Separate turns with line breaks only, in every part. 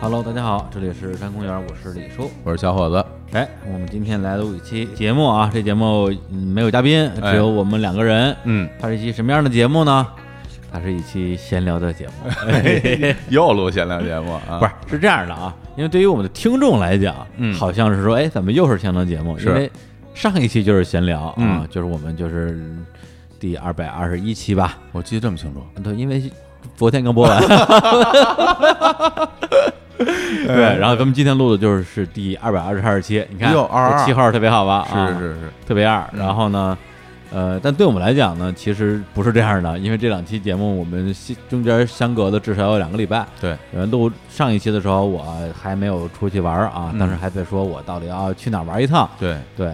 Hello，大家好，这里是山公园，我是李叔。
我是小伙子，
哎，我们今天来录一期节目啊，这节目嗯没有嘉宾，
哎
只有我们两个人。
嗯，
它是一期什么样的节目呢？它是一期闲聊的节目，
又录闲聊节目 啊？
不是，是这样的啊，因为对于我们的听众来讲，
嗯
好像是说，哎，怎么又是闲聊节目？
是
因为上一期就是闲聊啊，
嗯
就是我们就是第二百二十一期吧，
我记得这么清楚，
对，因为昨天刚播完。对，
哎
然后咱们今天录的就是是第二百二十二期，你看
哟22
这七号特别好吧？啊
是是是，
特别二。
嗯
然后呢，呃，但对我们来讲呢，其实不是这样的，因为这两期节目我们西中间相隔了至少有两个礼拜。
对，
呃，录上一期的时候我还没有出去玩儿啊，
嗯
当时还在说我到底要去哪儿玩一趟。
对，
对，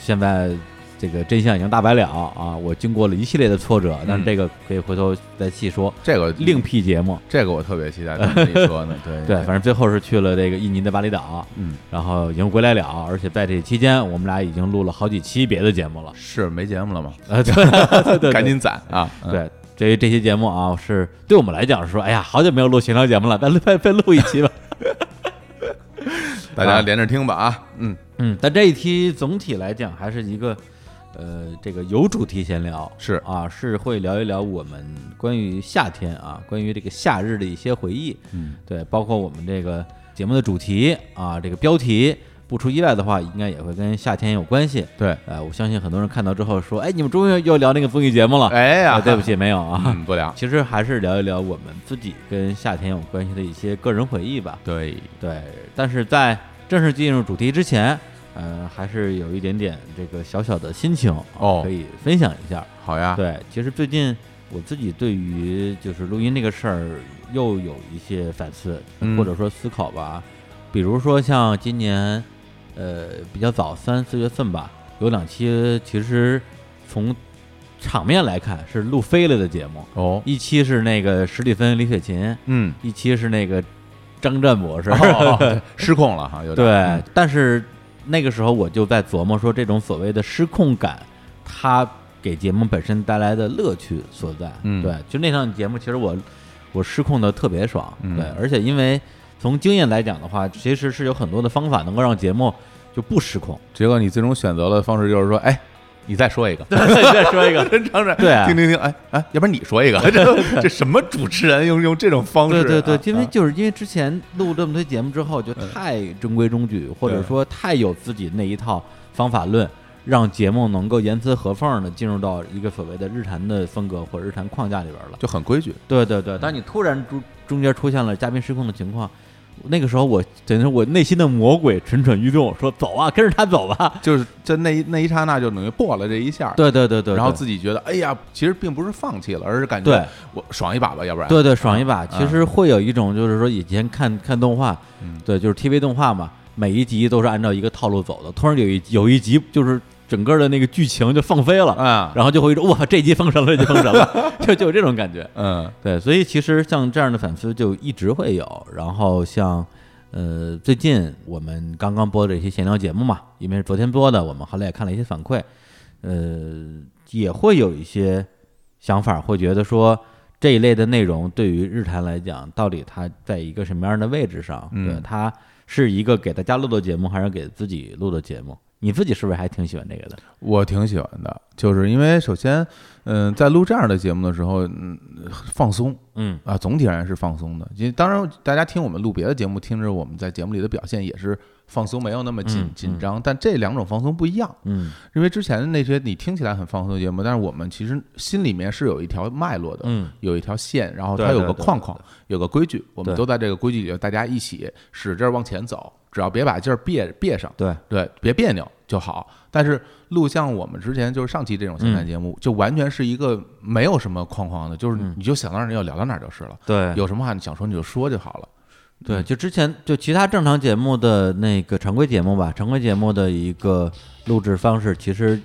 现在这个真相已经大白了啊！我经过了一系列的挫折，但是
嗯
这个可以回头再细说。
这个
另辟节目，
这个我特别期待跟你说 呢，对
对，反，正最后是去了这个印尼的巴厘岛，
嗯，
然后已经回来了，而且在这期间，我们俩已经录了好几期别的节目了。
是没节目了吗？
啊，对对对对，
赶紧攒啊！嗯，
对。这这期节目啊，是对我们来讲是说，哎呀，好久没有录闲聊节目了，再录再再录一期吧。
大
啊
家连着听吧啊，嗯，
嗯，但这一期总体来讲还是一个，呃，这个有主题闲聊
是
啊，是会聊一聊我们关于夏天啊，关于这个夏日的一些回忆，
嗯，
对，包括我们这个节目的主题啊，这个标题，不出意外的话，应该也会跟夏天有关系。
对，
呃，我相信很多人看到之后说，哎，你们终于又聊那个综艺节目了。
哎呀，
啊对不，起，没有啊。
嗯，不聊，
其实还是聊一聊我们自己跟夏天有关系的一些个人回忆吧。
对，
对，但是在正式进入主题之前，呃，还是有一点点这个小小的心情啊
哦啊
可以分享一下。
好呀，
对，其实最近我自己对于就是录音这个事儿又有一些反思，
嗯
或者说思考吧。比如说像今年，呃，比较早三四月份吧，有两期其实从场面来看是录飞了的节目，
哦，
一期是那个史蒂芬李雪琴，
嗯，
一期是那个张震博士。
哦哦对失控了哈，有点，
对，但是那个时候我就在琢磨说，这种所谓的失控感，它给节目本身带来的乐趣所在。
嗯
对，就那档节目，其实我我失控的特别爽。
嗯
对，而且因为从经验来讲的话，其实是有很多的方法能够让节目就不失 控。
嗯结果你最终选择的方式就是说，哎，你再说一个，
再说 一个，
真尝试，
对啊
听听听，哎哎，要不然你说一 个，这这什么主持人用用这种方式啊？
对对对，因为
啊
就是因为之前录这么多节目之后，就太中规中矩，或者
对
说太有自己那一套方法论，让节目能够严丝合缝的进入到一个所谓的日坛的风格或者日坛框架里边了。嗯
就很规矩，
对对对，当你突然中中间出现了嘉宾失控的情况，那个时候我等于是我内心的魔鬼蠢蠢欲动，说走啊，跟着他走吧。
就是在那一那一刹那就等于破了这一下，
对对对对，
然后
对
自己觉得哎呀，其实并不是放弃了，而是感
对
觉我爽一把吧，要不然
对对，爽一把。其
嗯
实会有一种就是说以前看看动画，
嗯
对，就是 TV 动画嘛，每一集都是按照一个套路走的。突然有一有一集就是整个的那个剧情就放飞了，
啊，
然后就会说哇，这集封神了，这集封神 了，就就有这种感觉。
嗯
对，所以其实像这样的反思就一直会有。然后像呃，最近我们刚刚播的一些闲聊节目嘛，因为是昨天播的，我们后来也看了一些反馈，呃，也会有一些想法，会觉得说这一类的内容对于日坛来讲，到底它在一个什么样的位置上？
嗯
对，它是一个给大家录的节目，还是给自己录的节目？你自己是不是还挺喜欢这个的？
我挺喜欢的，就是因为首先，嗯、在录这样的节目的时候，嗯，放松
嗯，
啊，总体而言是放松的。因为当然，大家听我们录别的节目，听着我们在节目里的表现也是放松，没有那么紧、
嗯嗯
紧张，但这两种放松不一样。
嗯
因为之前的那些你听起来很放松的节目，但是我们其实心里面是有一条脉络的，
嗯，
有一条线，然后
对
它有
对
个
对
框框，有个规矩，我们
对
都在这个规矩里，大家一起使劲儿往前走，只要别把劲儿别别上，
对，
对，别别扭就好。但是录像我们之前就是上期这种现
嗯
在节目，就完全是一个没有什么框框的，就是你就想到哪儿要聊到哪儿就是了，
嗯对
有什么话你想说你就说就好了。嗯
对，就之前就其他正常节目的那个常规节目吧，常规节目的一个录制方式，其实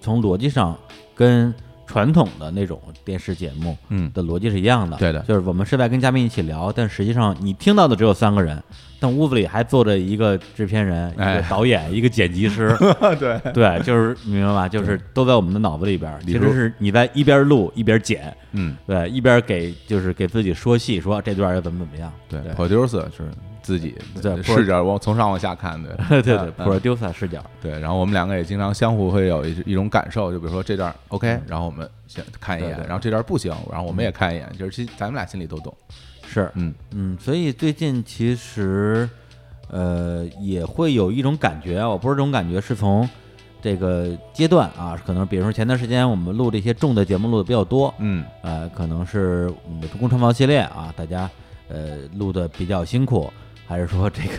从逻辑上跟传统的那种电视节目
嗯，
的逻辑是一样的。
对的
就是我们是在跟嘉宾一起聊，但实际上你听到的只有三个人，但屋子里还坐着一个制片人、一
哎
个导演、一个剪辑 师。
对，
对，就是你明白吧？就是都在我们的脑子里边儿，其
如
实是你在一边录一边剪，
嗯，
对，一边给就是给自己说戏，说啊这段要怎么怎么 样。
对
对
，producer 是自己
对
视角往从上往下看，对，
对对
嗯
，producer 视角，
对，然后我们两个也经常相互会有一一种感受，就比如说这段儿 OK，然后我们先看一眼，
嗯对嗯对
然后这段儿不行，然后我们也看一眼，就是其实咱们俩心里都懂。
是，
嗯
嗯，所以最近其实，呃，也会有一种感觉啊，我不是这种感觉，是从这个阶段啊，可能比如说前段时间我们录这些重的节目录的比较多，
嗯
呃，可能是我们的中共创造系列啊，大家呃录的比较辛苦，还是说这 个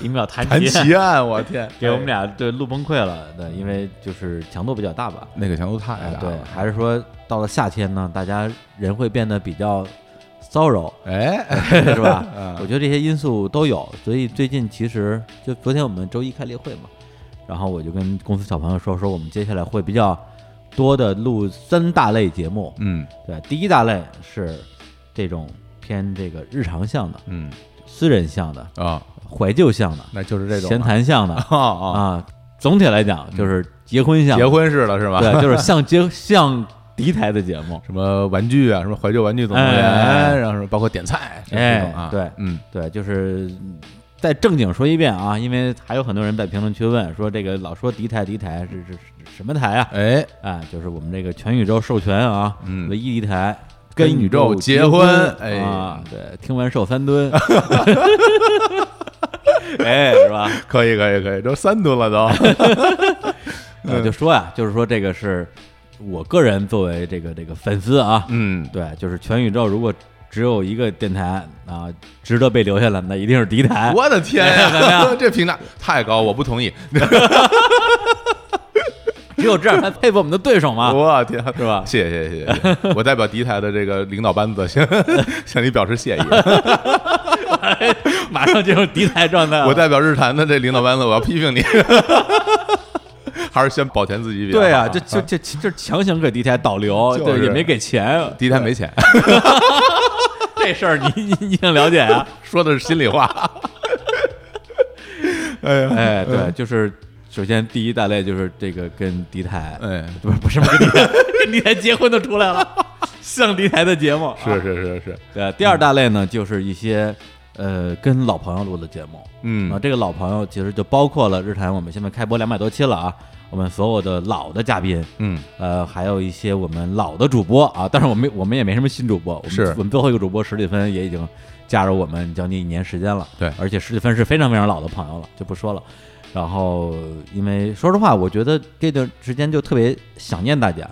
零秒弹
谈
琴
奇案，哎我天，
给我们俩对录崩溃了，对，因为就是强度比较大吧，
那个强度太
哎
大
对，
了。
还是说到了夏天呢，大家人会变得比较骚扰，
哎，
是吧？
嗯
我觉得这些因素都有，所以最近其实就昨天我们周一开例会嘛，然后我就跟公司小朋友说，说我们接下来会比较多的录三大类节目，
嗯
对，第一大类是这种偏这个日常向的、
嗯
私人向的、
啊，
怀旧向的、
那嗯就是这种
闲
了
谈向的
啊啊，
啊。总体来讲就是结婚向的，
结婚啊式了是吧？
啊对，就是像结像敌台的节目，
什么玩具啊，什么怀旧玩具总动
哎
员，然后什么包括点菜，这
哎
这种啊，
对
嗯
对，就是嗯再正经说一遍啊，因为还有很多人在评论区问说这个老说敌台敌台是是是什么台啊？
哎，
哎，就是我们这个全宇宙授权啊，
嗯
唯一一台。
跟
宇
宇宙结
结
婚哎
啊，对，听完瘦三 吨，哎，是吧？
可以可以可以，都三吨了都，
我
嗯
就说呀、就是说这个是我个人作为这个这个粉丝啊，
嗯，
对，就是全宇宙如果只有一个电台啊，值得被留下来，那一定是敌台。
我的天
怎么
呀，
样
这评价太高，我不同意。
只有这样才配合我们的对手嘛，
我天，
啊是吧？
谢谢谢谢谢谢，我代表敌台的这个领导班 子向 向你表示谢意。
马上进入敌台状态了。
我代表日坛的这领导班子，我要批评你。 还是先保全自己比较好。
对啊，这就这这强行给敌台导流，
就是
对，也没给钱，
敌台没钱，
这事儿你你你想了解啊？
说的是心里话。 哎呀，
哎，对，就是首先第一大类就是这个跟敌台，
哎，
不是不是不是跟敌台，跟敌台结婚的出来 了，像敌台的节目啊
是是是是，
对，第二大类呢，就是一些呃跟老朋友录的节目。啊，
嗯
这个老朋友其实就包括了日坛，我们现在开播两百多期了啊，我们所有的老的嘉宾，
嗯，
呃，还有一些我们老的主播啊，但是我们我们也没什么新主播，我们
是
我们最后一个主播史蒂芬也已经加入我们将近一年时间了，
对
而且史蒂芬是非常非常老的朋友了，就不说了。然后，因为说实话，我觉得这段时间就特别想念大家，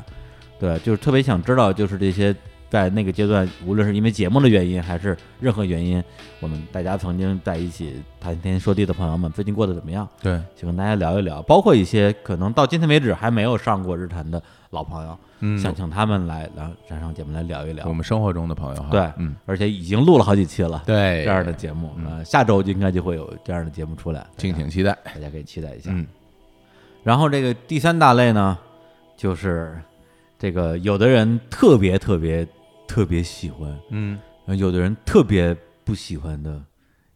对，就是特别想知道，就是这些在那个阶段，无论是因为节目的原因，还是任何原因，我们大家曾经在一起谈天说地的朋友们，最近过得怎么样？
对，
就跟大家聊一聊，包括一些可能到今天为止还没有上过日坛的老朋友，想
嗯，
请他们来来上上节目来聊一
我
聊，
们生活中的朋友哈，
对
嗯，
而且已经录了好几期了
对，嗯
这样的节目，呃，下周应该就会有这样的节目出来，
敬请期待。
大家可以期待一下。
嗯，
然后这个第三大类呢，就是这个有的人特别特别特别喜欢，
嗯，
呃有的人特别不喜欢的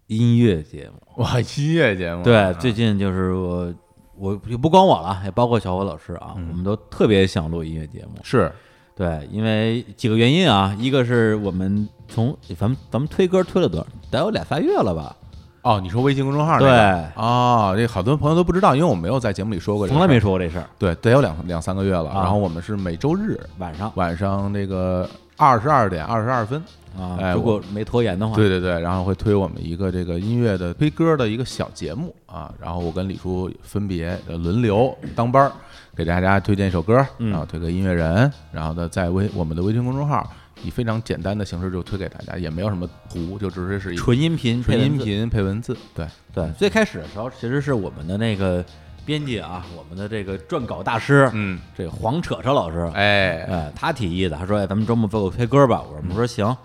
音乐节目。
哇，音乐节目，啊
对，最近就是我，我就不光我了，也包括小火老师啊，
嗯
我们都特别想录音乐节目。
是，
对，因为几个原因啊，一个是我们从咱们咱们推歌推了多少，得有两仨月了吧，
哦，你说微信公众号那个、
对
哦，这好多朋友都不知道，因为我没有在节目里说过这个
从来
事儿，
没说过这事儿。
对，得有两两三个月了。
啊
然后我们是每周日
晚上
晚上那个二十二点二十二分，
啊，
哎
如果没拖延的话，
对对对，然后会推我们一个这个音乐的推歌的一个小节目啊，然后我跟李叔分别呃轮流当班儿，给大家推荐一首歌，
嗯
然后推个音乐人，然后呢在微我们的微信公众号以非常简单的形式就推给大家，也没有什么图，就只是是一
纯音频，
纯
配
音
文字。
频配文字，对，
对，最开始的时候其实是我们的那个编辑啊，我们的这个撰稿大师，
嗯，
这个黄扯扯老师，
哎，
呃，他提议的，他说：“哎，咱们周末做个推歌吧。”
嗯
我们说行。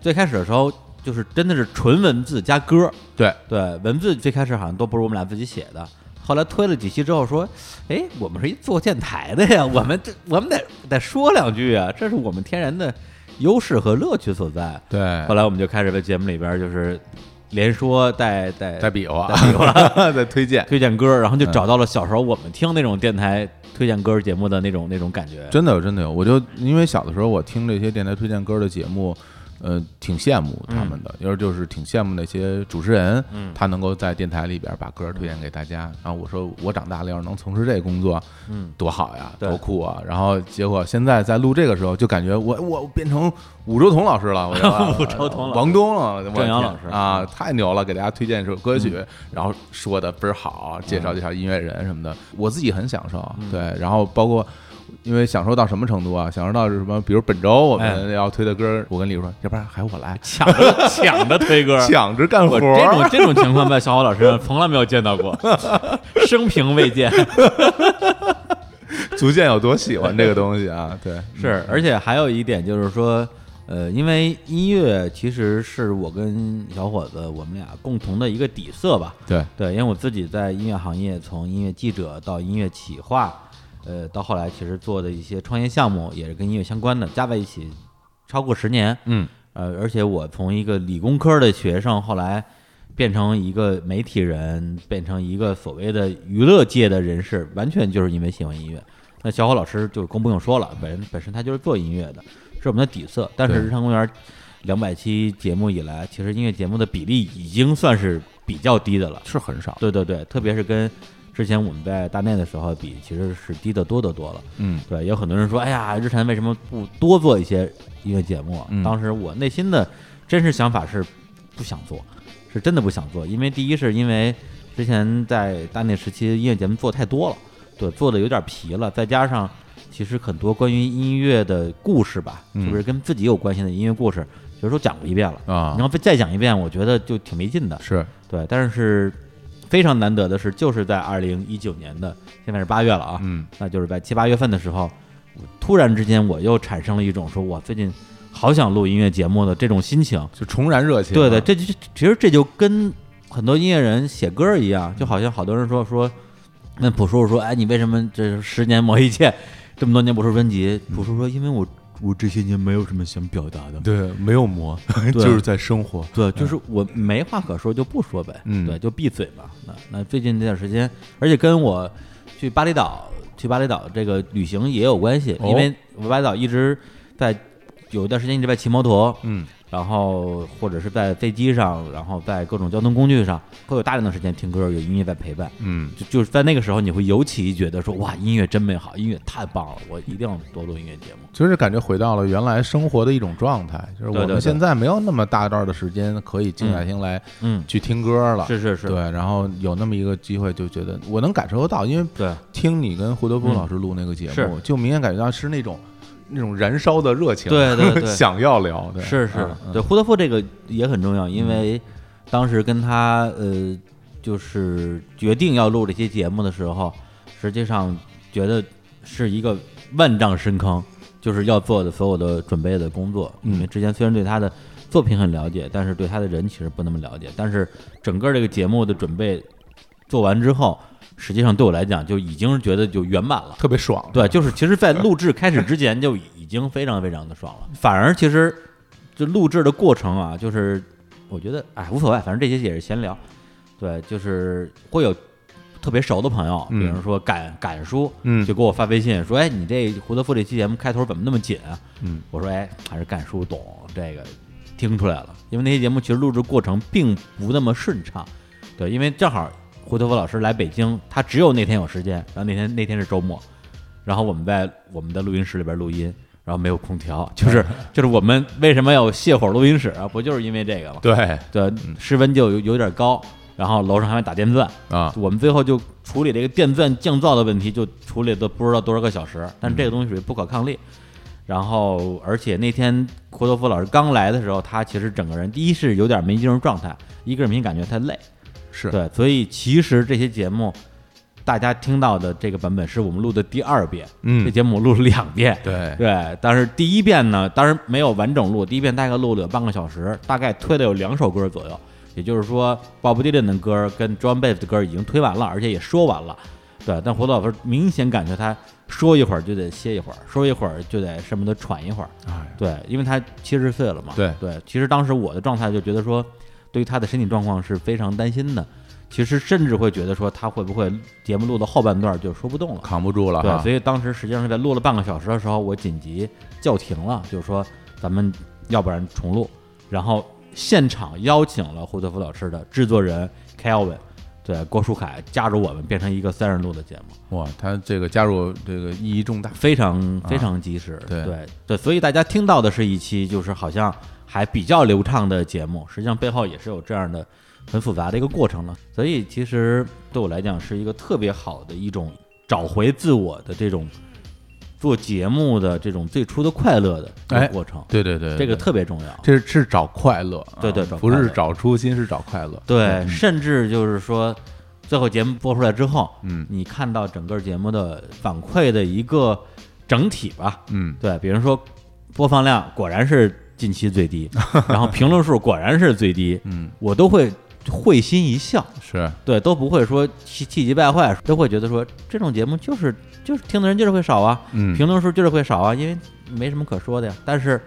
最开始的时候，就是真的是纯文字加歌，
对，
对，文字最开始好像都不是我们俩自己写的，后来推了几期之后说，哎，我们是一做电台的呀， 我们这我们得得说两句啊，这是我们天然的优势和乐趣所在。
对
后，来我们就开始在节目里边就是连说带带
再比划，
比划
再推荐，
推荐歌，然后就
嗯
找到了小时候我们听那种电台推荐歌节目的那种那种感觉。
真的有，真的有。我就因为小的时候，我听这些电台推荐歌的节目，呃，挺羡慕他们的，要是就是挺羡慕那些主持人，他能够在电台里边把歌推荐给大家。然后我说，我长大了要是能从事这个工作，嗯，多好呀，
对
多酷啊！然后结果现在在录这个时候，就感觉我我变成武周彤老师了，我觉得
武周彤老师
王东了，我的
郑阳
天
老师
啊，太牛了！给大家推荐一首歌曲，然后说的倍儿好，介绍介绍音乐人什么的，我自己很享受。啊对，然后包括。因为享受到什么程度啊？享受到是什么？比如本周我们要推的歌，我跟李叔说，要不然还我来，
抢着抢着推歌，
抢着干活
我
儿。
这种这种情况在小伙老师上从来没有见到过， 生平未见。
足见有多喜欢这个东西 啊！对，
是，而且还有一点就是说，呃，因为音乐其实是我跟小伙子我们俩共同的一个底色吧。
对，
对，因为我自己在音乐行业，从音乐记者到音乐企划，呃，到后来其实做的一些创业项目也是跟音乐相关的，加在一起超过十年。
嗯，
呃，而且我从一个理工科的学生，后来变成一个媒体人，变成一个所谓的娱乐界的人士，完全就是因为喜欢音乐。那小伙老师就更不用说了，本人本身他就是做音乐的，是我们的底色。但是
对
日常公园两百期节目以来，其实音乐节目的比例已经算是比较低的了。
是很少。
对对对，特别是跟之前我们在大内的时候比，其实是低得多得多了。
嗯，
对，有很多人说，哎呀，日产为什么不多做一些音乐节目啊？
嗯
当时我内心的真实想法是不想做，是真的不想做，因为第一是因为之前在大内时期音乐节目做太多了，对，做的有点疲了，再加上其实很多关于音乐的故事吧，
嗯
就是跟自己有关系的音乐故事，有时候讲过一遍了。
啊
然，后再讲一遍，我觉得就挺没劲的。
是
对，但是非常难得的是，就是在二零一九年的现在是八月了啊，
嗯
那就是在七八月份的时候，我突然之间我又产生了一种说我最近好想录音乐节目的这种心情。
就重燃热情啊。
对对，这就其实这就跟很多音乐人写歌一样，就好像好多人说说，那朴树说，哎，你为什么这十年磨一剑，这么多年不出专辑？朴树说，因为我我这些年没有什么想表达的。
对，没有魔，就是在生活。
对，就是我没话可说就不说呗，
嗯
对，就闭嘴嘛。那那最近这段时间，而且跟我去巴厘岛去巴厘岛这个旅行也有关系，
哦
因为我巴厘岛一直在有一段时间一直在骑摩托，
嗯，
然后或者是在飞机上，然后在各种交通工具上，会有大量的时间听歌，有音乐在陪伴。
嗯，
就就是在那个时候，你会尤其觉得说哇，音乐真美好，音乐太棒了，我一定要多录音乐节目。
就是感觉回到了原来生活的一种状态，就是我
对对
们
对
现在没有那么大段的时间可以静下心来
嗯，
去听歌了。
是是是，
对，然后有那么一个机会，就觉得我能感受得到，因为
对嗯
听你跟胡德夫老师录那个节目，
是
就明显感觉到是那种那种燃烧的热情，
对对对
想要聊，对，
是是
嗯，嗯
对，胡德夫这个也很重要，因为当时跟他呃，就是决定要录这期节目的时候，实际上觉得是一个万丈深坑，就是要做的所有的准备的工作。
嗯
因为之前虽然对他的作品很了解，但是对他的人其实不那么了解。但是整个这个节目的准备做完之后，实际上对我来讲就已经觉得就圆满了。
特别爽，
对，就是其实，在录制开始之前就已经非常非常的爽了。反而其实这录制的过程啊，就是我觉得哎无所谓，反正这些也是闲聊。对，就是会有特别熟的朋友，比
嗯
如说敢敢叔，
嗯
就给我发微信说：“哎，你这胡德夫这期节目开头怎么那么紧啊？”
嗯，
我说：“哎，还是敢叔懂这个，听出来了。因为那期节目其实录制过程并不那么顺畅，对，因为正好胡德夫老师来北京，他只有那天有时间，然后那天那天是周末，然后我们在我们的录音室里边录音。”然后没有空调，就是就是我们为什么要有泻火录音室啊？不就是因为这个吗？
对
对，室温就有有点高，然后楼上还会打电钻，
啊，
我们最后就处理这个电钻降噪的问题，就处理了不知道多少个小时，但这个东西属于不可抗力。然后，而且那天库多夫老师刚来的时候，他其实整个人第一是有点没进入状态，一个是明显感觉太累，
是
对，所以其实这些节目大家听到的这个版本是我们录的第二遍，
嗯
这节目我录了两遍，
对
对，但是第一遍呢，当然没有完整录，第一遍大概录了有半个小时，大概推了有两首歌左右，也就是说，Bob Dylan 的歌儿跟 John Bass 的歌儿已经推完了，而且也说完了。对，但胡老师明显感觉他说一会儿就得歇一会儿，说一会儿就得什么的喘一会儿。
哎，
对，因为他七十岁了嘛。
对
对，其实当时我的状态就觉得说，对于他的身体状况是非常担心的，其实甚至会觉得说他会不会节目录到后半段就说不动了。
扛不住了
对，
哈
所。以当时实际上是在录了半个小时的时候，我紧急叫停了，就是说咱们要不然重录，然后现场邀请了胡德夫老师的制作人 Kelvin，对郭书凯加入我们，变成一个三人录的节目，
哇，他这个加入这个意义重大。
非常非常及时。
啊对
对对，所以大家听到的是一期就是好像还比较流畅的节目，实际上背后也是有这样的。很复杂的一个过程了，所以其实对我来讲是一个特别好的一种找回自我的这种做节目的这种最初的快乐的这个
哎
过程，
对对对，
这个
对
特别重要。
这是找快乐啊，
对对找
不
快
是
乐
找初心，是找快乐。
对，甚至就是说，最后节目播出来之后，
嗯
你看到整个节目的反馈的一个整体吧，
嗯，
对，比如说播放量果然是近期最低，然后评论数果然是最低，
嗯，
我都会会心一笑。
是
对，都不会说气气急败坏，都会觉得说这种节目就是就是听的人就是会少啊，
嗯
评论数就是会少啊，因为没什么可说的呀。但是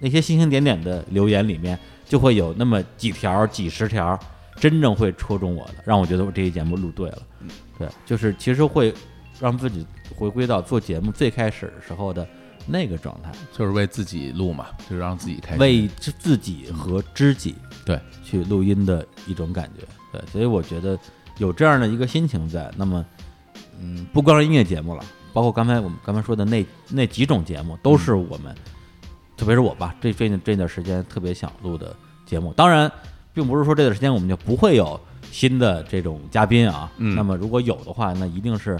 那些星星点点的留言里面，就会有那么几条、几十条，真正会戳中我的，让我觉得我这期节目录对了。对，就是其实会让自己回归到做节目最开始的时候的那个状态，
就是为自己录嘛，就是让自己开心。
为自自己和知己
对
去录音的一种感觉。对，所以我觉得有这样的一个心情在，那么，嗯，不光是音乐节目了，包括刚才我们刚才说的那那几种节目，都是我们，特别是我吧，这最近这段时间特别想录的节目。当然，并不是说这段时间我们就不会有新的这种嘉宾啊。
嗯
那么如果有的话，那一定是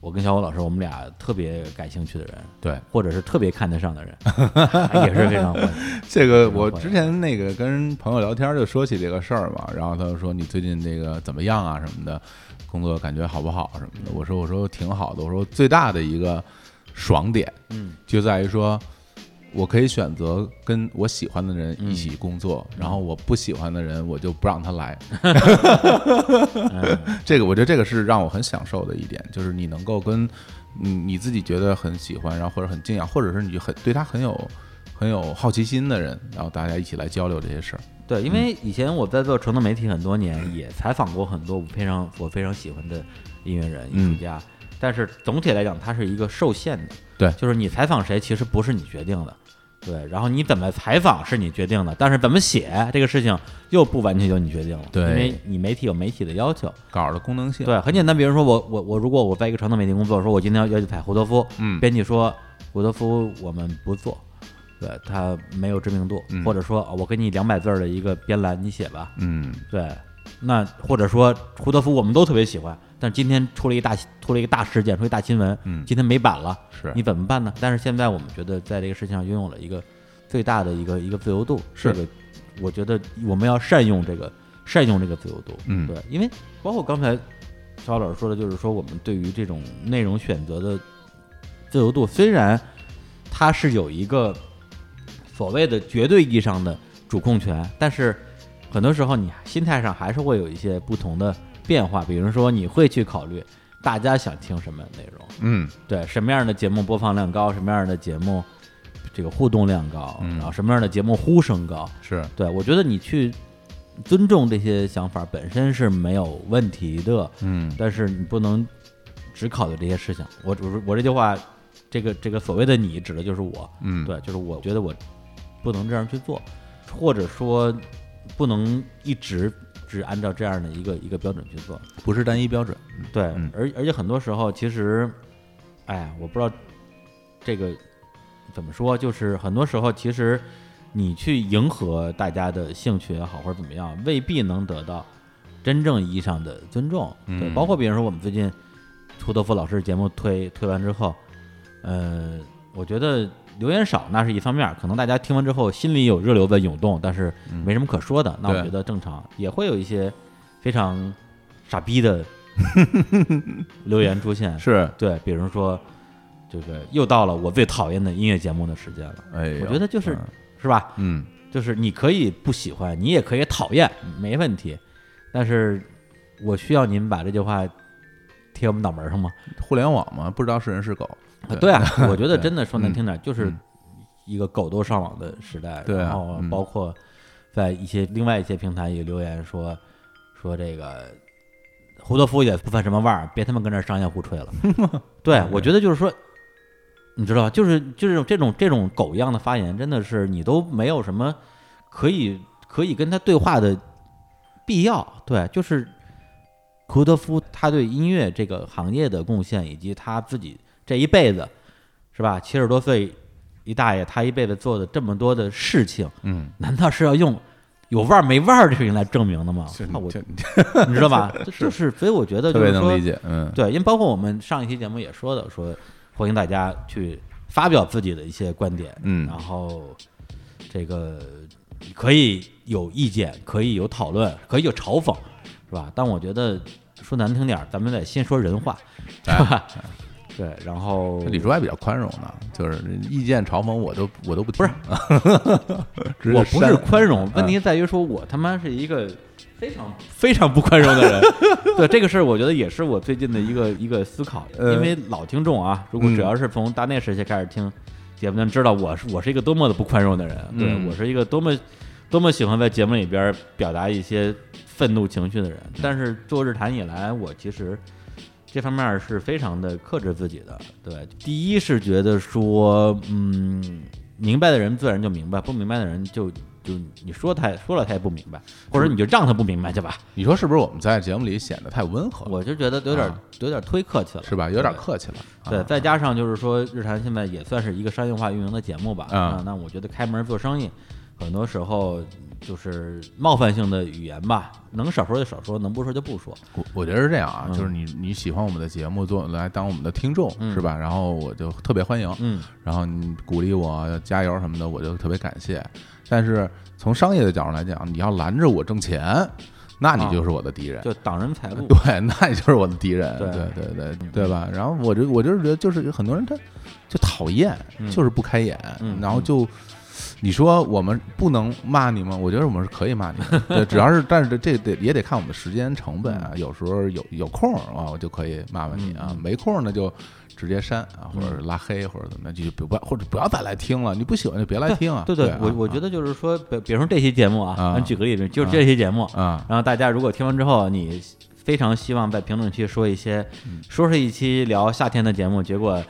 我跟小虎老师我们俩特别感兴趣的人。
对
或者是特别看得上的人， 也是非常欢迎。
这个，
非常
我
欢迎
之前那个跟朋友聊天就说起这个事儿嘛，然后他就说你最近这个怎么样啊什么的，工作感觉好不好什么的。我说我说挺好的，我说最大的一个爽点
嗯
就在于说，我可以选择跟我喜欢的人一
嗯
起工作，然后我不喜欢的人我就不让他来。这个我觉得这个是让我很享受的一点，就是你能够跟你你自己觉得很喜欢，然后或者很敬仰，或者是你很对他很有很有好奇心的人，然后大家一起来交流这些事儿。
对，因
嗯
为以前我在做传统媒体很多年，也采访过很多我非常我非常喜欢的音乐人、艺
嗯
术家，但是总体来讲，它是一个受限的。
对
就是你采访谁，其实不是你决定的。对，然后你怎么采访是你决定的，但是怎么写这个事情又不完全由你决定了，
对
因为你媒体有媒体的要求。
稿儿的功能性，
对，很简单，比如说我我我如果我在一个传统媒体工作，说我今天要要去采胡德夫，
嗯
编辑说胡德夫我们不做，对他没有知名度，
嗯
或者说啊我给你两百字儿的一个编栏，你写吧，
嗯，
对，那或者说胡德夫我们都特别喜欢，但今天出了一大出了一个大事件，出了一大新闻，
嗯
今天没版了，
是
你怎么办呢？但是现在我们觉得在这个事情上拥有了一个最大的一个一个自由度，
是
这个，我觉得我们要善用这个善用这个自由度，
嗯
对，因为包括刚才肖老师说的，就是说我们对于这种内容选择的自由度，虽然它是有一个所谓的绝对意义上的主控权，但是很多时候你心态上还是会有一些不同的变化，比如说你会去考虑大家想听什么内容。
嗯，
对什么样的节目播放量高，什么样的节目这个互动量高，
嗯
然后什么样的节目呼声高。
是
对我觉得你去尊重这些想法本身是没有问题的，
嗯
但是你不能只考虑这些事情。我我我这句话，这个这个所谓的你指的就是我，
嗯，
对，就是我觉得我不能这样去做，或者说不能一直只按照这样的一个一个标准去做。
不是单一标准，
对，
嗯
而而且很多时候其实，哎呀，我不知道这个怎么说，就是很多时候其实你去迎合大家的兴趣也好，或者怎么样，未必能得到真正意义上的尊重。对，
嗯
包括比如说我们最近胡德夫老师节目推推完之后，呃，我觉得留言少那是一方面儿，可能大家听完之后心里有热流在涌动，但是没什么可说的，那我
嗯对
觉得正常，也会有一些非常傻逼的留言出现，
是，
对，比如说这个又到了我最讨厌的音乐节目的时间了，
哎呦，
我觉得就是
嗯
是吧？
嗯，
就是你可以不喜欢，你也可以讨厌，没问题。但是我需要您把这句话贴我们脑门上吗？
互联网嘛，不知道是人是狗。
啊对啊，我觉得真的说难
嗯
听点，就是
嗯
一个狗都上网的时代。
对啊
然后
嗯
包括在一些另外一些平台也留言说说这个胡德夫也不犯什么腕儿，别他妈跟这儿商业互吹了。对，我觉得就是说，你知道吧，就是就是这种这种狗一样的发言，真的是你都没有什么可以可以跟他对话的必要。对，就是胡德夫他对音乐这个行业的贡献，以及他自己这一辈子是吧，七十多岁一大爷，他一辈子做的这么多的事情，
嗯，
难道是要用有腕儿没腕儿这个事情来证明的吗？啊那我
这
你知道吧？这就是，所以我觉得
特
就
别
是
能
说
理，解，嗯，
对，因为包括我们上一期节目也说的，说欢迎大家去发表自己的一些观点，
嗯
然后这个可以有意见，可以有讨论，可以有嘲讽，是吧？但我觉得说难听点儿，咱们得先说人话，是吧？对，然后
哎这李叔还比较宽容呢，就是意见嘲讽我都我都不听，不
我不是宽
嗯
容，问题在于说我他妈是一个非常非常不宽容的 人。对这个事儿，我觉得也是我最近的一个一个思考，
呃
因为老听众啊，如果
嗯
只要是从大内时期开始听节目，就知道我是我是一个多么的不宽容的人，啊对
嗯
我是一个多么多么喜欢在节目里边表达一些愤怒情绪的人。但是做日坛以来，我其实。这方面儿是非常的克制自己的。对，第一是觉得说，嗯，明白的人自然就明白，不明白的人就就你说他也说了他也不明白，或者你就让他不明白去吧。
你说是不是我们在节目里显得太温和了，
我就觉得有点、
啊
有点忒客气了，
是吧？有点客气了，啊
对，，再加上就是说，日坛现在也算是一个商业化运营的节目吧。
啊
啊，那我觉得开门做生意，很多时候就是冒犯性的语言吧，能少说就少说，能不说就不说。
我我觉得是这样啊，
嗯
就是你你喜欢我们的节目，做来当我们的听众
嗯
是吧？然后我就特别欢迎，
嗯，
然后你鼓励我加油什么的，我就特别感谢。但是从商业的角度来讲，你要拦着我挣钱，那你
啊
就是我的敌人。
就挡人财路。
对，那你就是我的敌人，
对
嗯对对对对吧？然后我就我就是觉得，就是有很多人他就讨厌，
嗯
就是不开眼，
嗯
然后就你说我们不能骂你吗？我觉得我们是可以骂你 的，对，只要是但是这得也得看我们的时间成本啊，有时候有有空啊，我就可以骂骂你啊
嗯，
没空呢就。直接删啊，或者是拉黑，或者怎么样，就就不要，或者不要再来听了。你不喜欢就别来听啊。
对
对
对
啊，，
我我觉得就是说，比比如说这期节目啊，
啊
咱举个例子，就是这期节目，
啊，
然后大家如果听完之后，你非常希望在评论区说一些，
嗯
说是一期聊夏天的节目，结果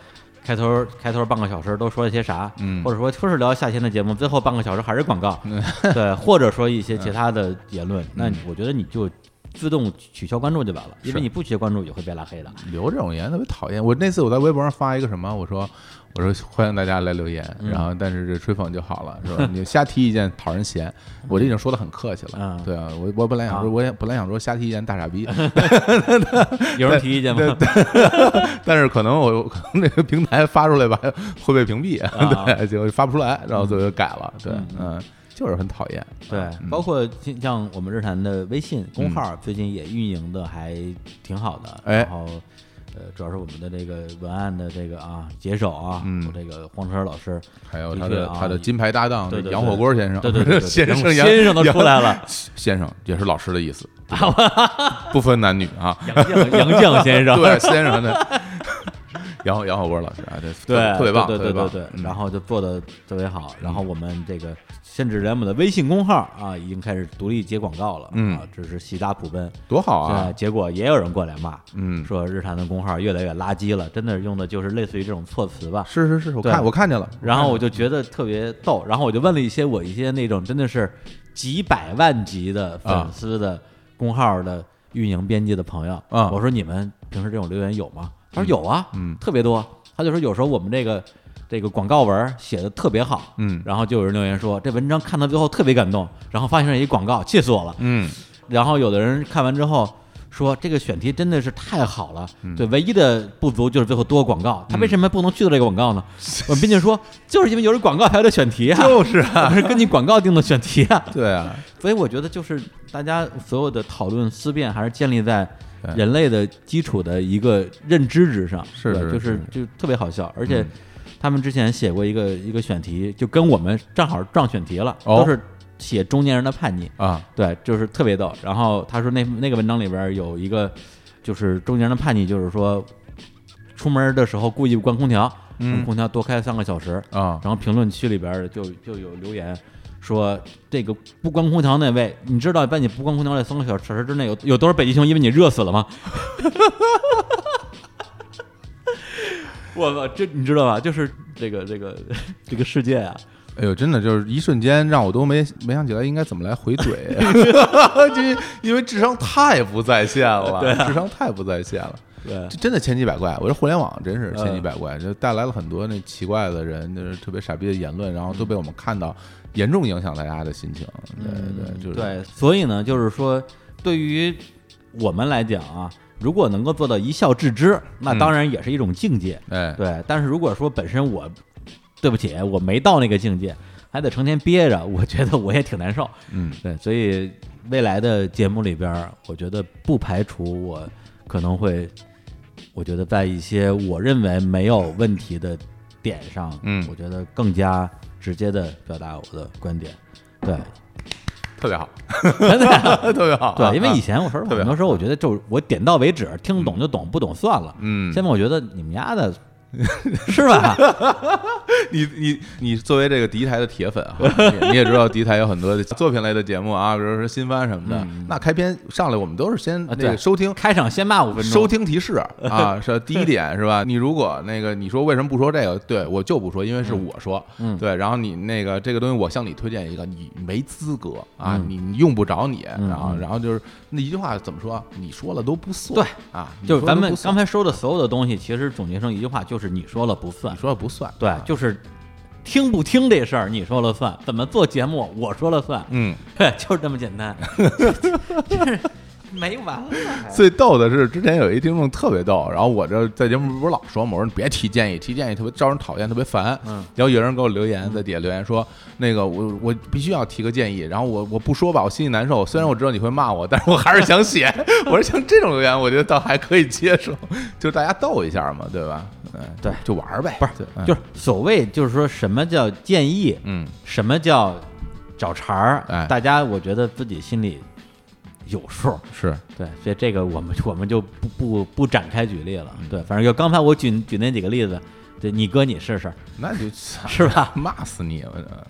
开头开头半个小时都说了些啥，
嗯
或者说说是聊夏天的节目，最后半个小时还是广 告，对，或者说一些其他的言论，
嗯
那我觉得你就自动取消关注就完了，因为
是
你不取消关注也会被拉黑 的。
留这种言特别讨厌。我那次我在微博上发一个什么，我说我说欢迎大家来留言，
嗯
然后但是这吹捧就好了，是吧？你瞎提意见讨人嫌， 我这已经说的很客气了
嗯。
对啊，我我本来想说，
啊嗯
我也本来想说瞎提意见大傻逼，
有人提意见吗？
但是可能我可能那个平台发出来吧会被屏蔽，
啊
对，结果发不出来，然后最后就改了。对
嗯，
嗯，就是很讨厌。
对，
嗯
啊包括像像我们日坛的微信公号，最近也运营的还挺好的。
哎
然后，呃，主要是我们的这个文案的这个啊，解手啊，
嗯
我这个黄晨老师，
还有他
的
的
确啊
他的金牌搭档
对对对
杨火锅先生，
对对对对 对
先生杨
先生都出来了，
先生也是老师的 意思，不分男女啊。
杨绛杨绛先生，
对，先生的杨火杨火波老师啊，对，
对，
特别棒，
对对对
特别棒
对对，
嗯
然后就做的特别好。然后我们这个甚至连我们的微信公号啊，已经开始独立接广告了，
嗯
啊，这是喜大普奔。
多好
对，
啊，
结果也有人过来骂，
嗯，
说日坛的公号越来越垃圾了，真的用的就是类似于这种措辞吧。
是是是，我
对
看我看见了，
然后我就觉得特别逗，然后我就问了一些我一些那种真的是几百万级的粉丝的公号的运营编辑的朋友，
啊
我说你们平时这种留言有吗？他说有啊，
嗯
特别多。他就说有时候我们这个这个广告文儿写的特别好，
嗯
然后就有人留言说这文章看到最后特别感动，然后发现是一广告，气死我了。
嗯，
然后有的人看完之后说这个选题真的是太好了，对，唯一的不足就是最后多广告，他为什么不能去掉这个广告 呢？我们编辑说，就是因为有人广告才有的选题 啊，
就是啊，
是根据广告定的选题啊，
对啊，
所以我觉得就是大家所有的讨论思辨还是建立在
对
人类的基础的一个认知之上，
是
对
是
就是嗯就特别好笑，而且他们之前写过一个一个选题，就跟我们正好撞选题了，
哦
都是写中年人的叛逆，
啊，
对，就是特别逗。然后他说那那个文章里边有一个，就是中年人的叛逆，就是说出门的时候故意不关空调，
嗯
空调多开三个小时，
啊，
然后评论区里边就就有留言说，这个不关空调那位，你知道在你不关空调那三个小时之内有有多少北极熊因为你热死了吗？我操，这你知道吧？就是这个这个这个世界啊，
哎呦，真的就是一瞬间让我都没没想起来应该怎么来回 怼，因为因为智商太不在线了，
啊
智商太不在线了。
对
这真的千奇百怪，我说互联网真是千奇
嗯
百怪，就带来了很多那奇怪的人，就是特别傻逼的言论，然后都被我们看到，严重影响大家的心情。对对，就是
嗯
哎
对，所以呢，就是说，对于我们来讲啊，如果能够做到一笑置之，那当然也是一种境界。
哎，
对，但是如果说本身我，对不起，我没到那个境界，还得成天憋着，我觉得我也挺 难受。
嗯，
对，所以未来的节目里边儿，我觉得不排除我可能会，我觉得在一些我认为没有问题的点上，
嗯
我觉得更加直接的表达我的观点。对，
特别好，
真的呀
特别好啊。
对，因为
啊
以前我说
特别
很多时候，我觉得就是我点到为止，听懂就懂，不懂算了。
嗯
现在我觉得你们家的是吧？
你你你作为这个敌台的铁粉啊，你你也知道敌台有很多的作品类的节目啊，比如说新番什么的。那开篇上来我们都是先
嗯啊
那
对
个收听。
开场先骂五分钟，
收听提示 啊，是第一点是吧？你如果那个你说为什么不说这个，对我就不说，因为是我说，
嗯
对。然后你那个这个东西，我向你推荐一个，你没资格啊，
嗯
你你用不着你。然后然后就是那一句话怎么说？你说了都不算，
对
啊，你
就是
说
咱
了都
们
不算
刚才说的所有的东西，其实总结成一句话，就是你说了不算
你。说了不算，
对
啊，
就是听不听这事儿你说了算，怎么做节目我说了算，
嗯，
对，就是这么简单， 就是没完了。
最逗的是，之前有一听众特别逗，然后我这在节目不是老说嘛，我说你别提建议，提建议特别招人讨厌，特别烦。
嗯，
然后有人给我留言，在底下留言说，那个我我必须要提个建议，然后我我不说吧，我心里难受。虽然我知道你会骂我，但是我还是想写。 我说像这种留言，我觉得倒还可以接受，就是大家逗一下嘛，对吧？嗯，
对
就玩儿呗，
不是
对嗯
就是所谓就是说什么叫建议，
嗯，
什么叫找茬儿，
哎
大家我觉得自己心里有数。
是
对，所以这个我们 我们就不不不展开举例
嗯
了。对，反正就刚才我举举那几个例子，对你哥你试 试，
那就是
吧？
骂死你呃了。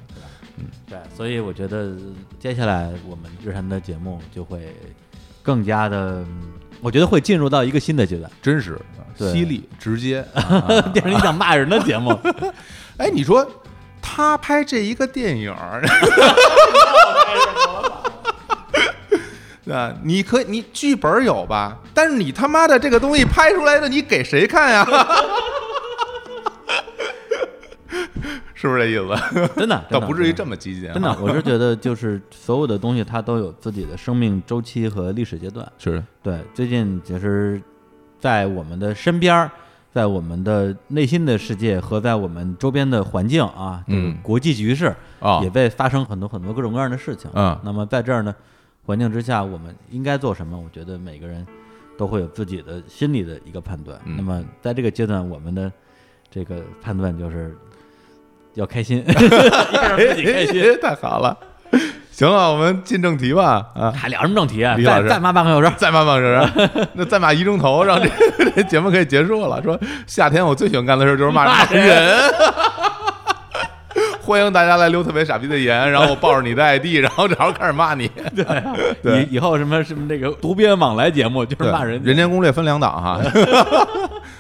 对，所以我觉得接下来我们日坛的节目就会更加的，我觉得会进入到一个新的阶段，
真实、
对
犀利、直接，啊
变成一档骂人的节 目。
哎，你说他拍这一个电影儿， 啊，你可以，你剧本儿有吧？但是你他妈的这个东西拍出来的，你给谁看呀？ 是不是这意思？
真的，
倒
真的
不至于这么激进、啊，
真的，我是觉得就是所有的东西它都有自己的生命周期和历史阶段。
是
对，最近其实，在我们的身边儿，在我们的内心的世界和在我们周边的环境啊，这个
嗯
国际局势
啊
也在发生很多很多各种各样的事情。
嗯
那么在这儿呢，环境之下，我们应该做什么？我觉得每个人都会有自己的心里的一个判断。
嗯
那么在这个阶段，我们的这个判断就是要开 心，要让自己哎开心。
太好了。行啊了，我们进正题吧。啊，
还聊什么正题啊？
李老
再
师
再骂半个小时。
再骂骂 人，那再骂一钟头，让这 这节目可以结束了。说夏天我最喜欢干的事就是骂
骂
人。欢迎大家来留特别傻逼的言，然后我抱着你的 ID，然后然后开始骂 你。 对
啊以以后什么什么那个读编往来节目就是骂人
人间攻略分两档 哈。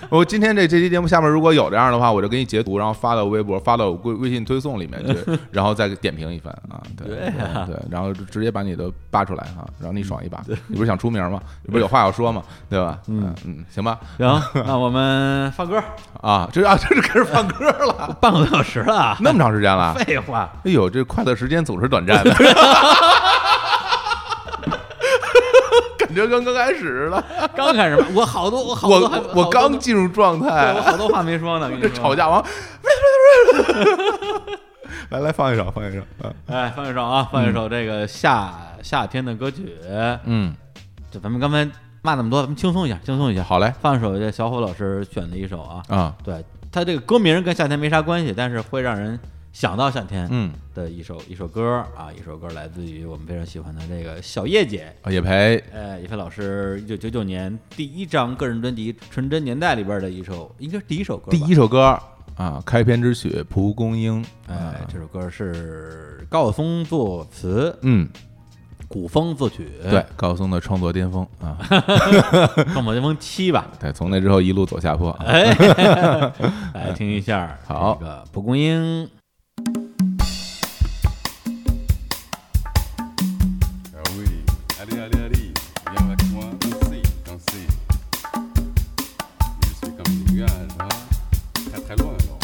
我今天这这期节目下面如果有这样的话，我就给你截图，然后发到微博，发到我微微信推送里面去，然后再点评一番 啊。对
对
对对，然后直接把你的扒出来啊，让你爽一 把。你不是想出名吗？你不是有话要说吗？对吧？嗯嗯，行吧。
行，那我们放歌
啊，这啊，这是开始放歌 了，
半个多小时了啊，
那么长时间了。
废话，
哎呦，这快乐时间总是短暂 的，感觉跟刚开始似的。
刚开始骂我好多我好
我
多还
我我刚进入状
对 我
态，
好多话没说呢，跟你
这
说
吵。架王，来来放一首，放一首。嗯
哎，放一首啊，放一首这个夏夏天的歌曲。
嗯，
就咱们刚才骂那么多，咱们轻松一下，轻松一下。
好嘞
放一首这小虎老师选的一首啊，
啊，
对，它这个歌名跟夏天没啥关系，但是会让人想到夏天
嗯，
的一首一首歌啊，一首歌来自于我们非常喜欢的这个小叶姐，
啊也培，
呃，叶飞老师一九九九年第一张个人专辑《纯真年代》里边的一首，应该是第一首歌吧，
第一首歌啊，开篇之曲《蒲公英》，
哎，这首歌是高晓松作词，
嗯，
古风作曲，
对，高松的创作巅峰啊，
《创作巅峰七》吧。
对，从那之后一路走下坡。啊
哎，来听一下
好
这个蒲公英。
Ah oui, allez, allez, allez, viens avec moi, danser, danser. Je suis comme des nuages, hein? Pas très loin alors.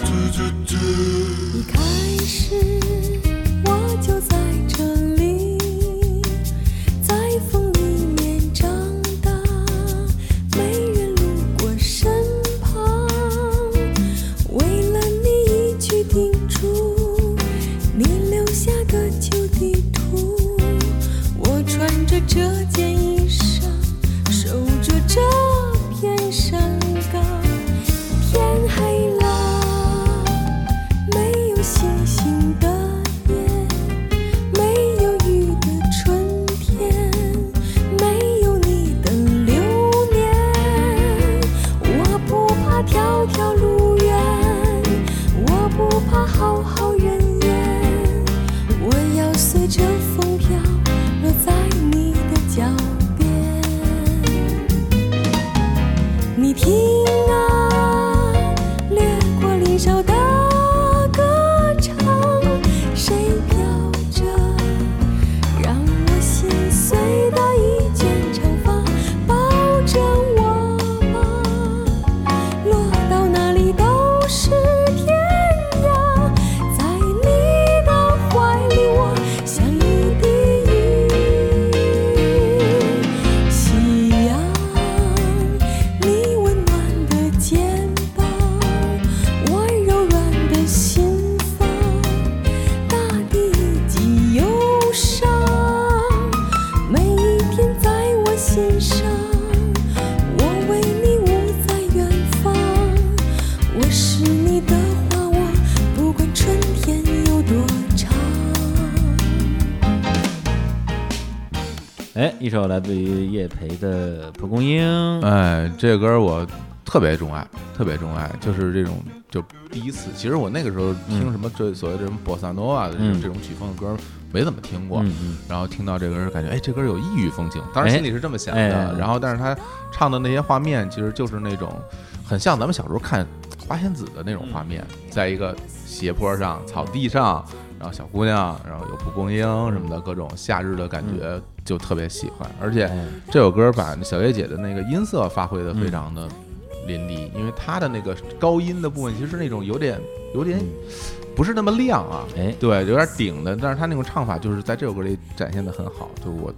do
一开始我就在这里，在风里面长大，没人路过身旁。为了你一句叮嘱，你留下的旧地图，我穿着这件衣裳，守着这片山岗。天黑了。没有星星的夜，没有雨的春天，没有你的留恋。我不怕条条路远，我不怕浩浩人烟，我要随着风飘，落在你的脚边。你听啊，掠过林梢的歌唱，谁飘着让我心碎的一卷长发？抱着我吧，落到哪里都是天涯。在你的怀里，我像一滴雨。夕阳，你温暖的肩膀，我柔软的心房，大地以及忧伤，每一天在我心上。我为你舞在远方，我是你的花，我不管春天有多长。
哎，一首来自于叶培的《蒲公英》。
哎，这歌我特别钟爱，特别钟爱，就是这种就第一次。其实我那个时候听什么这所谓这种波萨诺瓦的这种
嗯
这种曲风的歌，没怎么听过。
嗯嗯，
然后听到这歌儿，感觉哎，这歌儿有异域风情。当然心里是这么想的，
哎哎
然后但是他唱的那些画面，其实就是那种很像咱们小时候看花仙子的那种画面，在一个斜坡上、草地上，然后小姑娘，然后有蒲公英什么的，各种夏日的感觉就特别喜欢。而且
哎
这首歌把小叶姐的那个音色发挥的非常的淋漓，因为她的那个高音的部分其实是那种有点有点
嗯
不是那么亮啊，
哎，
对，有点顶的，但是他那种唱法就是在这首歌里展现的很好，就我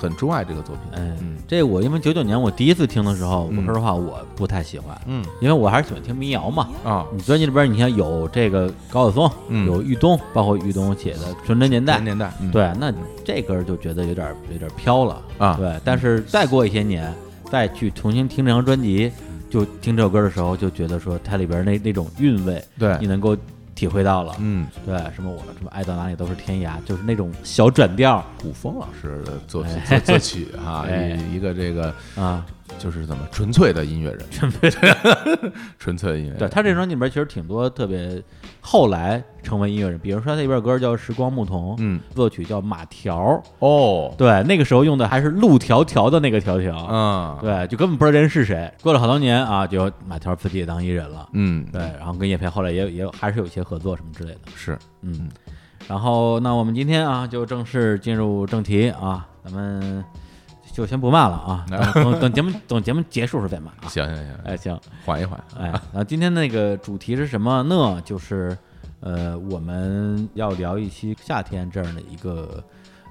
很钟爱这个作品。
哎
嗯，
这我因为九九年我第一次听的时候，我
嗯
说实话我不太喜欢，
嗯
因为我还是喜欢听民谣嘛。
啊，
你专辑里边，你像有这个高晓松，
嗯
有玉东，包括玉东写的《纯真年代》，
年代，嗯，
对，那这歌就觉得有点有点飘了
啊
对，但是再过一些年，再去重新听这张专辑，就听这首歌的时候，就觉得说它里边那那种韵味，
对
你能够体会到了。
嗯，
对，什么我什么爱到哪里都是天涯，就是那种小转调
古风老师的作作作曲哈，
哎
一一个这个
啊。
就是怎么纯粹的音乐人，纯粹 纯粹的音乐人，
对他这张里边其实挺多特别后来成为音乐人，比如说他那边歌叫《时光牧童》，
嗯，
作曲叫马条，
哦，
对，那个时候用的还是路迢迢的那个迢迢，
嗯，，
对，就根本不知道这人是谁。过了好多年啊，就马条自己也当艺人了，
嗯，
对，然后跟叶培后来也有也有还是有一些合作什么之类的，
是，
嗯。然后那我们今天啊，就正式进入正题啊，咱们就先不骂了啊， 等等节目等节目结束时候再骂啊。
行行行，
哎，行，
缓一缓，
哎，然后今天那个主题是什么呢？就是呃，我们要聊一期夏天这样的一个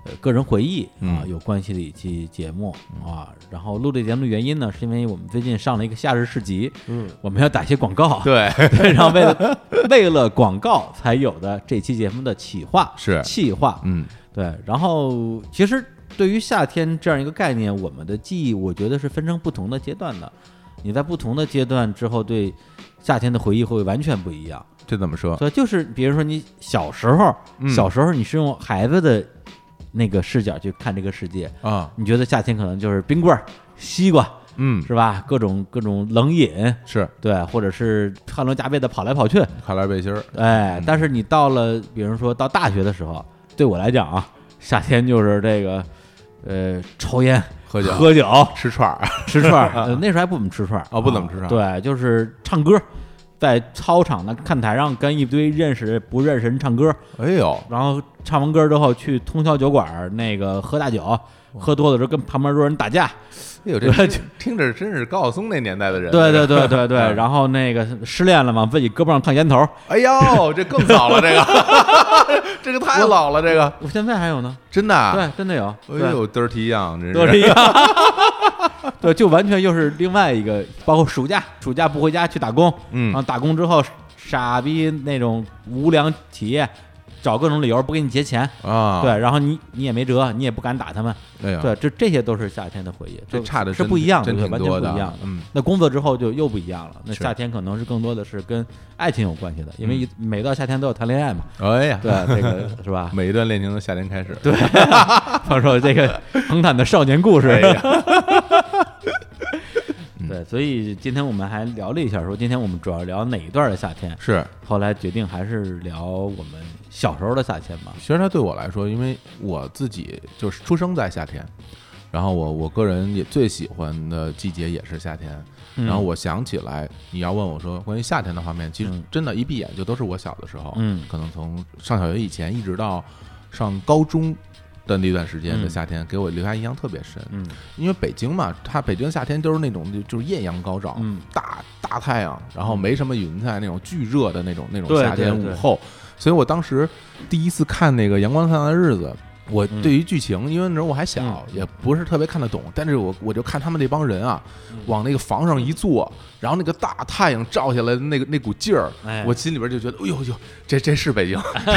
呃个人回忆啊
嗯
有关系的一期节目啊。然后录这节目的原因呢，是因为我们最近上了一个夏日市集，嗯，我们要打一些广告，
对，
对， 然后为了为了广告才有的这期节目的企划
是
企划，
嗯
对。然后其实对于夏天这样一个概念，我们的记忆我觉得是分成不同的阶段的。你在不同的阶段之后，对夏天的回忆会完全不一样。
这怎么说？
所以就是比如说你小时候，
啊嗯
小时候你是用孩子的那个视角去看这个世界，
啊，
你觉得夏天可能就是冰棍儿、西瓜
嗯，
是吧？各种各种冷饮，
是
对，或者是汗流浃背的跑来跑去，
卡拉背心儿，
哎，但是你到了，比如说到大学的时候，对我来讲啊，夏天就是这个，呃，抽 烟、
喝酒
喝酒、
吃串儿，
吃串儿、呃那时候还不怎么吃串儿
啊哦不怎么吃串儿
对，就是唱歌，在操场的看台上跟一堆认识不认识人唱歌，
哎呦，
然后唱完歌之后去通宵酒馆儿那个喝大酒，喝多了之后跟旁边桌人打架，
哎呦，这听听着真是高晓松那年代的人。
对对
这个
对对 对，然后那个失恋了嘛，自己胳膊上烫烟头，
哎呦，这更早了，这个，这个 太老了，这个
我现在还有呢，
真的啊。
对，真的有，对
哎呦，dirty young，真
都
是
是一样。 对，就完全又是另外一个，包括暑假，暑假不回家去打工，
嗯
然后打工之后，傻逼那种无良企业，找各种理由不给你结钱，
啊，
对，然后你你也没辙，你也不敢打他们，
对呀，
对，这这些都是夏天的回忆，
这
就
差的
是不一样
真
对，
挺
完全
多
不
的啊
一样的。
嗯，
那工作之后就又不一样了，那
是嗯
夏天可能是更多的是跟爱情有关系的，因为一每到夏天都要谈恋爱 嘛，
哎呀，
对，这个是吧？
每一段恋情从夏天开始。
对，他说这个 彭坦的少年故事。
哎呀，
对，所以今天我们还聊了一下，说今天我们主要聊哪一段的夏天，
是，
后来决定还是聊我们小时候的夏天吧。
其实它对我来说，因为我自己就是出生在夏天，然后我我个人也最喜欢的季节也是夏天。
嗯
然后我想起来，你要问我说关于夏天的画面，其实
嗯
真的，一闭眼就都是我小的时候，
嗯
可能从上小学以前一直到上高中的那段时间的
嗯
夏天，给我留下印象特别深。
嗯
因为北京嘛，它北京夏天都是那种就就是艳阳高照，
嗯
大大太阳，然后没什么云彩那种巨热的那种那种
对
夏天
对对
午后，所以我当时第一次看那个《阳光灿烂的日子》。我
嗯
对于剧情，因为那时候我还小，
嗯
也不是特别看得懂，但是我我就看他们这帮人啊，
嗯
往那个房上一坐，然后那个大太阳照下来的那个那股劲儿，
哎
我心里边就觉得，哎呦呦，这这是北京，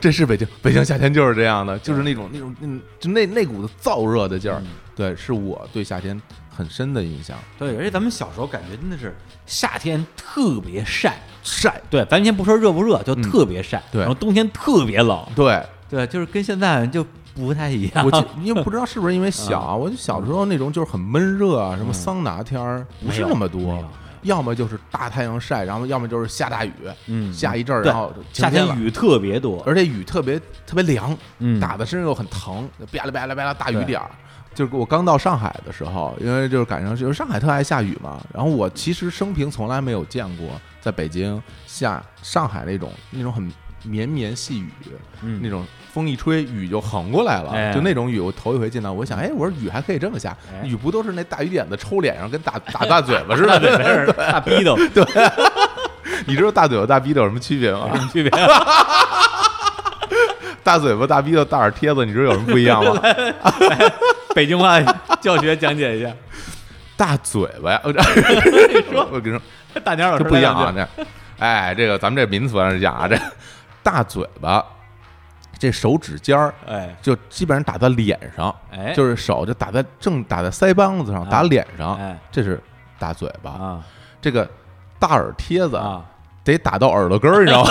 这是北京，北京夏天就是这样的，就是那种那种那种就那那股子燥热的劲
嗯
儿，对，是我对夏天很深的印象。
对，而且咱们小时候感觉真的是夏天特别晒，嗯
晒，
对，咱先不说热不热，就特别晒，
对
然后冬天特别冷，
对
对，就是跟现在就不太一 样
我。 记，因为不知道是不是因为小
嗯
啊，我就小时候那种就是很闷热啊，什么桑拿天儿不是那么
没有
多，要么就是大太阳晒，然后要么就是下大雨，
嗯
下一阵儿，
对
然后
夏
晴
天
了
雨特别多，
而且雨特别特别凉，
嗯
打的身上又很疼，吧啦吧啦吧啦大
对
雨点儿。就是我刚到上海的时候，因为就是赶上就是上海特爱下雨嘛，然后我其实生平从来没有见过在北京下上海那种那种很绵绵细雨，
嗯
那种风一吹雨就横过来了，
哎嗯
就那种雨，我头一回见到，我想，哎，我说雨还可以这么下，
哎
雨不都是那大雨点子抽脸上跟 打打大嘴巴似的？
对，没事儿大逼 斗，有
你知道大嘴巴大逼斗有什么区别吗？
什么区别？
大嘴巴大逼斗大耳贴子，你知道有什么不 一样吗？
北京话教学讲解一下，
大嘴巴呀！ 我说，我跟你说，
大鸟老师
这不一样
来
啊！
两句，
这，哎，这个咱们这民俗上讲啊，这大嘴巴，这手指尖儿
哎
就基本上打在脸上，
哎，
就是手就打在正打在腮帮子上，
啊
打脸上
哎，
这是大嘴巴。
啊
这个大耳贴子
啊，
得打到耳朵根儿，你 知道吗？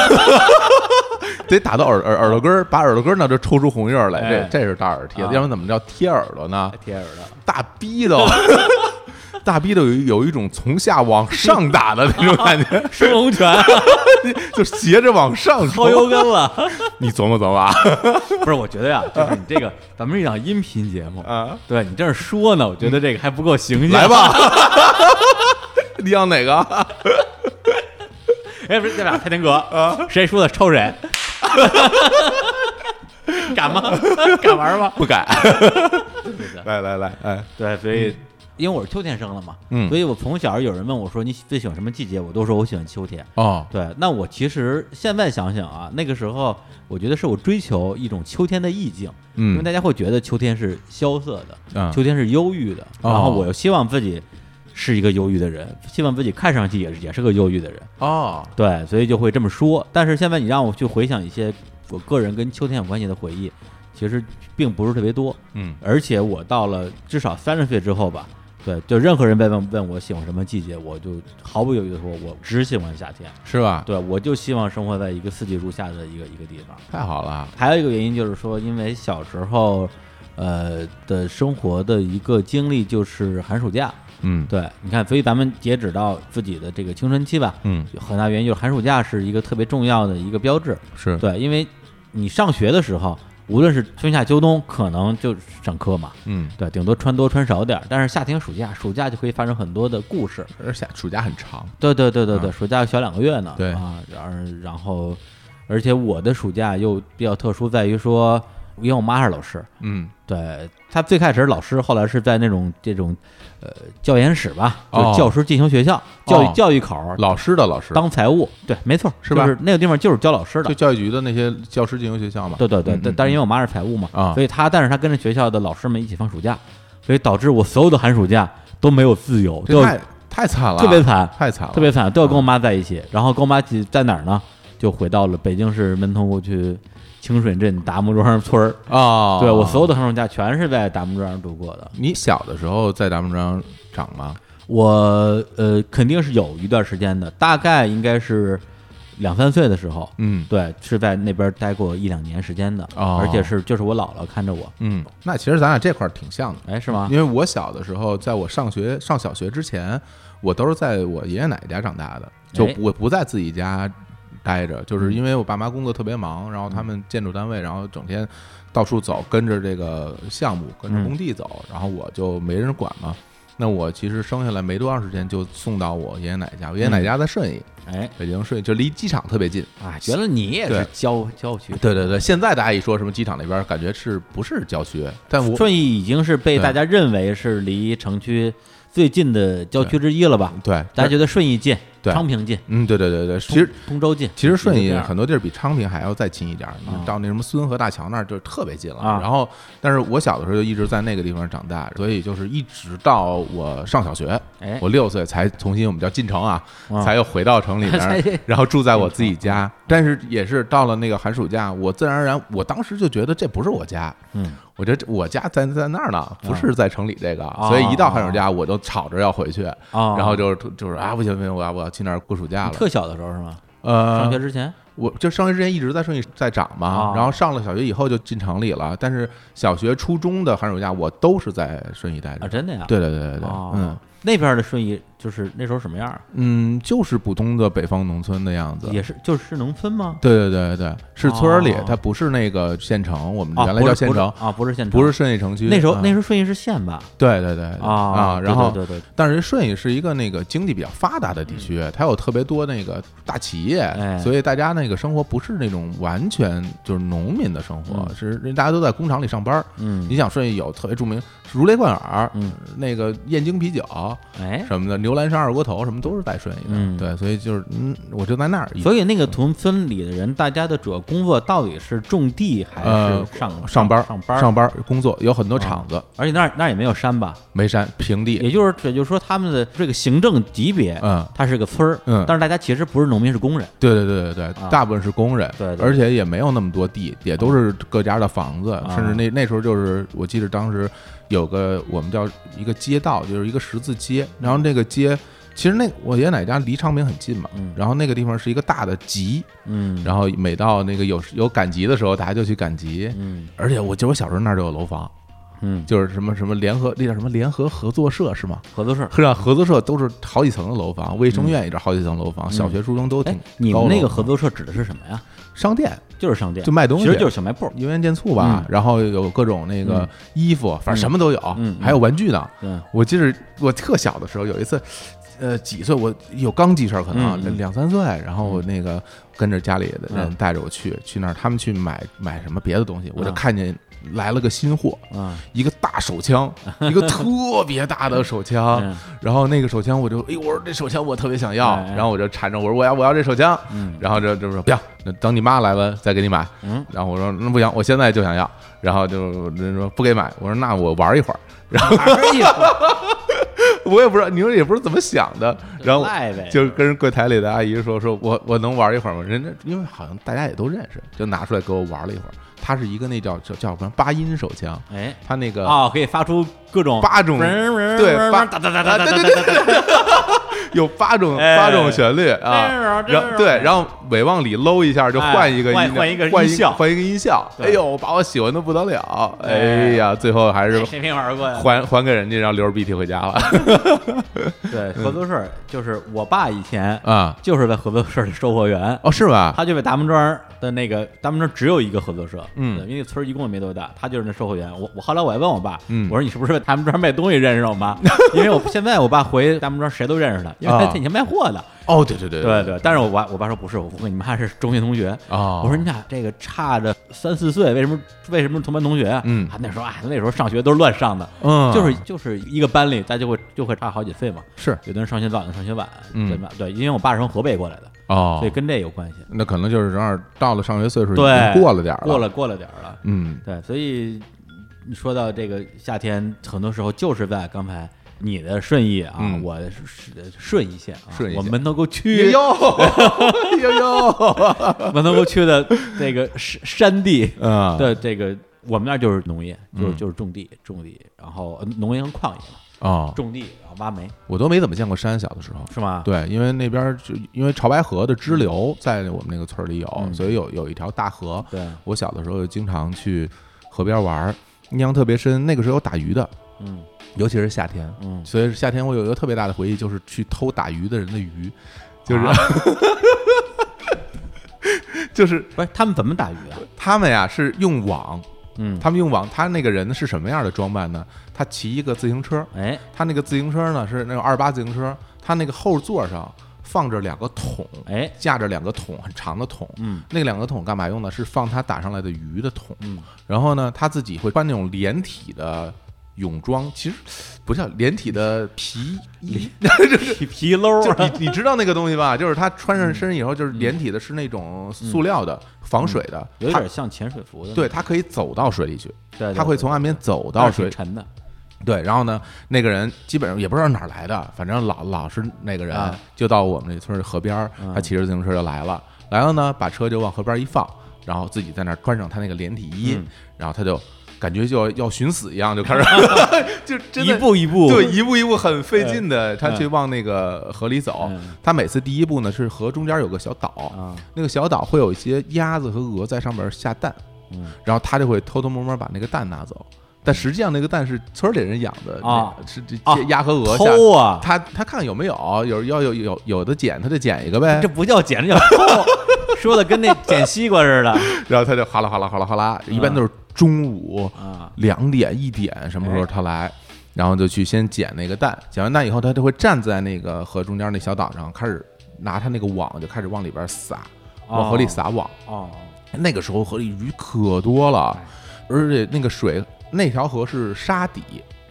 得打到耳耳耳朵根儿，把耳朵根儿呢就抽出红印儿来，
哎
这这是大耳贴子，
啊哎
要不然怎么叫贴耳朵呢？
贴耳朵。
大逼斗，大逼斗有一有一种从下往上打的那种 感觉，
升龙拳、
就斜着往上
薅
抽。
油根了。
你琢磨琢磨啊，
不是，我觉得 呀，就是你这个，咱们是一档音频节目，
啊
对你这儿说呢，我觉得这个还不够形象。
来，吧， 你要哪个？
哎，不是，咱俩开天格，谁输了抽 谁。敢吗？敢玩吗？
不敢。来来来，哎，
对，所以因为我是秋天生的嘛，
嗯
所以我从小有人问我说你最喜欢什么季节，我都说我喜欢秋天。
哦，
对，那我其实现在想想啊，那个时候我觉得是我追求一种秋天的意境，因为
嗯
大家会觉得秋天是萧瑟的，
嗯
秋天是忧郁的，
哦
然后我又希望自己是一个忧郁的人，希望自己看上去也是也是个忧郁的人，
哦，
对，所以就会这么说。但是现在你让我去回想一些我个人跟秋天有关系的回忆，其实并不是特别多，
嗯
而且我到了至少三十岁之后吧。对，就任何人再问问我喜欢什么季节，我就毫不犹豫的说，我只喜欢夏天。
是吧？
对，我就希望生活在一个四季如夏的一个一个地方。
太好了，啊
还有一个原因就是说，因为小时候，呃的生活的一个经历就是寒暑假。
嗯
对，你看，所以咱们截止到自己的这个青春期吧，
嗯
有很大原因就是寒暑假是一个特别重要的一个标志。
是
对，因为你上学的时候，无论是春夏秋冬，可能就上课嘛。
嗯，
对，顶多穿多穿少点儿，但是夏天暑假，暑假就可以发生很多的故事。
而且暑假很长，
对对对对对，
啊
暑假小两个月呢。
对
啊，然而然后，而且我的暑假又比较特殊，在于说，因为我妈是老师，
嗯
对她最开始是老师，后来是在那种这种呃教研室吧，就
哦
是教师进行学校、教育
哦
教育口儿
老师的老师，
当财务，对，没错，
是吧
就是那个地方就是教老师的
就。教育局的那些教师进行学校嘛，
对对对，
嗯
但但是因为我妈是财务嘛，
啊
所以她但是她跟着学校的老师们一起放暑假，所以导致我所有的寒暑假都没有自由，
这
都
太太惨了，嗯
特别惨
太惨了，
特别惨，都要跟我妈在一起。然后跟我妈一起在哪儿呢？就回到了北京市门头沟区清水镇达木庄村儿。
啊！
对我所有的寒暑假全是在达木庄度过的。
你小的时候在咱们庄长吗？
我呃肯定是有一段时间的，大概应该是两三岁的时候，
嗯
对，是在那边待过一两年时间的，
哦
而且是就是我姥姥看着我，
嗯，那其实咱俩这块儿挺像的，
哎，是吗
因？为我小的时候，在我上学上小学之前，我都是在我爷爷奶奶家长大的，就
哎嗯
我不在自己家待着，就是因为我爸妈工作特别忙，然后他们建筑单位，然后整天到处走，跟着这个项目，跟
嗯
着工地走，然后我就没人管嘛。那我其实生下来没多长时间，就送到我爷爷奶奶家。我爷爷奶奶家在顺义，
哎
北京顺义，就离机场特别近。
啊，原来你也是
嗯对
郊郊区。
对对对，现在大家一说什么机场那边儿，感觉是不是郊区？但我
顺义已经是被
对
大家认为是离城区最近的郊区之一了吧？
对
嗯大家觉得顺义近，
对
昌平近，
嗯，对对对对，其实
通州近，
其实顺
也
义
就这样
很多地儿比昌平还要再近一点儿，你
啊
到那什么孙河大桥那儿就特别近了。
啊
然后，但是我小的时候就一直在那个地方长大，所以就是一直到我上小学，
哎
我六岁才重新我们叫进城啊，
啊
才又回到城里 面
才
儿，然后住在我自己
啊
家。但是也是到了那个寒暑假，我自然而然，我当时就觉得这不是我家，
嗯，
我觉得我家在在那儿呢，不是在城里这个，
啊
所以一到寒暑假我就吵着要回去，
啊
然后就是就是啊不行不行，我要我要去那儿过暑假了。
特小的时候是吗？
呃，
上学之前，
我就上学之前一直在顺义在长嘛
啊，
然后上了小学以后就进城里了，但是小学、初中的寒暑假我都是在顺义待着
啊，。真的呀？
对对对对对，
哦
嗯
那边的顺义就是那时候什么样啊？
嗯，就是普通的北方农村的样子。
也是就是农村吗？
对对对对对，是村儿里
哦，
它不是那个县城，我们
啊
原来
不
叫
是
县城
不，是啊，不是县城，
不是。顺义城区。
那时候
嗯
那时候顺义是县吧？
对对对对啊，
对
然后
对对对，
但是顺义是一个那个经济比较发达的地区，它有特别多那个大企业，
嗯哎
所以大家那个生活不是那种完全就是农民的生活，
嗯
是人大家都在工厂里上班儿。
嗯，
你想顺义有特别著名如雷贯耳，
嗯
那个燕京啤酒
哎，
什么的，牛栏山二锅头什么都是在顺义的。
嗯
对，所以就是嗯，我就在那儿一。
所以那个农村里的人，大家的主要工作到底是种地还
呃
是上
上班儿
上班儿？
上班儿工作有很多厂子，
而且那儿那儿也没有山吧？
没山平地，
也就是也就是说，他们的这个行政级别，
嗯
它是个村儿，
嗯
但是大家其实不是农民，是工人，
对对对对对，
啊
大部分是工人，
对对
而且也没有那么多地，也都是各家的房子，
啊
甚至那那时候就是，我记得当时有个我们叫一个街道，就是一个十字街，
嗯
然后那个街。其实那我爷爷奶奶家离昌平很近嘛，
嗯
然后那个地方是一个大的集，
嗯
然后每到那个有有赶集的时候，大家就去赶集，
嗯
而且我记得我小时候那儿就有楼房，
嗯，
就是什么什么联合那叫什么联合合作社是吗？
合作社。
是啊，合作社都是好几层的楼房，卫生院也是好几层楼房，小学、初中都挺
哎，你
高
们那
楼
个
房
合作社指的是什么呀？
商店，
就是商店，
就卖东西
其实就是小卖部。
油盐酱醋吧
嗯，
然后有各种那个
嗯
衣服，反正什么都有
嗯，嗯
还有玩具呢。
嗯
我记得我特小的时候有一次，呃，几岁我有刚记事儿，可
嗯嗯
能两三岁，然后我那个跟着家里的人
嗯
带着我去，去那儿他们去买买什么别的东西，我就
嗯
看见来了个新货，
啊，
一个大手枪，一个特别大的手枪，
嗯
然后那个手枪我就，哎，我说这手枪我特别想要，
哎哎
然后我就缠着我说我要我要这手枪，
嗯
然后就就说不要，那等你妈来了再给你买，
嗯，
然后我说那不行，我现在就想要，然后就人说不给买，我说那我玩一会儿， 然后我也不知道，你说也不是怎么想的，然后
赖呗
就跟柜台里的阿姨说说我我能玩一会儿吗？人家因为好像大家也都认识，就拿出来给我玩了一会儿，它是一个那叫叫叫什么八音手枪，
哎，
它那个
哦，可以发出各种
八种啊对八
哒哒 哒哒哒哒哒哒
有八种
哎
八种旋律啊，
真是
然
啊
后
真是啊
对，然后每往里搂一下就
哎
换一个音
换
量，
换一个
换
音效
换一个音效。
对
哎呦，把我喜欢的不得了！
哎
哎呀，最后还是
谁没玩过呀？
还还给人家，让留着鼻涕回家了
对，合作社儿就是我爸以前
嗯啊。
就是在合作社儿的售货员，
哦，是吧？
他就在达门庄儿的那个达门庄儿只有一个合作社，
嗯
对因为村儿一共也没多大，他就是那售货员。我我后来我还问我爸，
嗯
我说你是不是在达门庄儿卖东西认识我 妈？因为我现在我爸回达门庄儿谁都认识他，因为
啊
他以前卖货的。
哦，对对对
对对，但是我爸我爸说不是，我跟你妈是中学同学。
哦
我说你俩这个差着三四岁，为什么为什么是同班同学啊？
嗯
啊那时候啊、那时候上学都是乱上的，
嗯
就是就是一个班里大家就会就会差好几岁嘛。
是
有的人上学早，有的人上学晚，
嗯
怎么样？对，因为我爸是从河北过来的，
哦
所以，跟这有关系。
那可能就是正好到了上学岁数，已
对，
经过了点儿了，
过了过了点儿了。
嗯，
对，所以你说到这个夏天，很多时候就是在刚才你的顺义啊，
嗯
我的顺顺义县啊，
顺义县
我门头沟
哎
区，
呦 哎 呦，
门头沟区的这个山山 地
嗯，
的这个，我们那儿就是农业，就是
嗯
就是种地种地，然后呃农业和矿业嘛，
哦，
种地然后挖煤
我都没怎么见过山，小的时候，
是吗？
对，因为那边儿就因为潮白河的支流在我们那个村儿里有，
嗯
所以有有一条大河。
对，
我小的时候就经常去河边玩儿，印象特别深。那个时候打鱼的，
嗯
尤其是夏天，
嗯，
所以夏天我有一个特别大的回忆，就是去偷打鱼的人的鱼，就是、
啊
就是
不是他们怎么打鱼啊？
他们呀是用网，
嗯，
他们用网，他那个人是什么样的装扮呢？他骑一个自行车，
哎
他那个自行车呢是那种二八自行车，他那个后座上放着两个桶，
哎，
架着两个桶，很长的桶。
嗯
那两个桶干嘛用呢？是放他打上来的鱼的桶。
嗯，
然后呢，他自己会穿那种连体的泳装，其实不叫连体的皮 衣，
皮皮啊褛
就
儿
是你你知道那个东西 吧？就是他穿上身上以后，就是连体的，是那种塑料的、防水的，
嗯有
它
点像潜水服的那种，
对，它可以走到水里去，
对，对
它会
对
从岸边走
但
到
是挺
水，
沉的，
对，然后呢，那个人基本上也不知道哪儿来的，反正老老是那个人，
啊
就到我们这村儿的河边儿，
嗯
他骑着自行车就来了，来了呢，把车就往河边一放，然后自己在那儿穿上他那个连体衣，
嗯
然后他就感觉就要要寻死一样，就开始 就真
一
的。
步一步，
对， 一步一步很费劲的，他去
嗯
往那个河里走
嗯。
他每次第一步呢是河中间有个小岛，
啊，
那个小岛会有一些鸭子和鹅在上面下蛋，
嗯
然后他就会偷偷摸摸把那个蛋拿走。但实际上，那个蛋是村里人养的
啊
那是这
啊
这鸭和鹅下。
偷啊，
他他看有没有，有要有有有的捡，他就捡一个呗
这。不叫捡，这叫偷， 说的跟那捡西瓜似的
然后他就哗啦哗啦哗啦哗啦，
嗯
一般都是中午
啊，
两点一点什么
哎
时候他来，然后就去先捡那个蛋，捡完蛋以后，他就会站在那个河中间那小岛上，开始拿他那个网就开始往里边撒，往河里
哦
撒网。
哦，
那个时候河里鱼可多了，而且那个水那条河是沙底，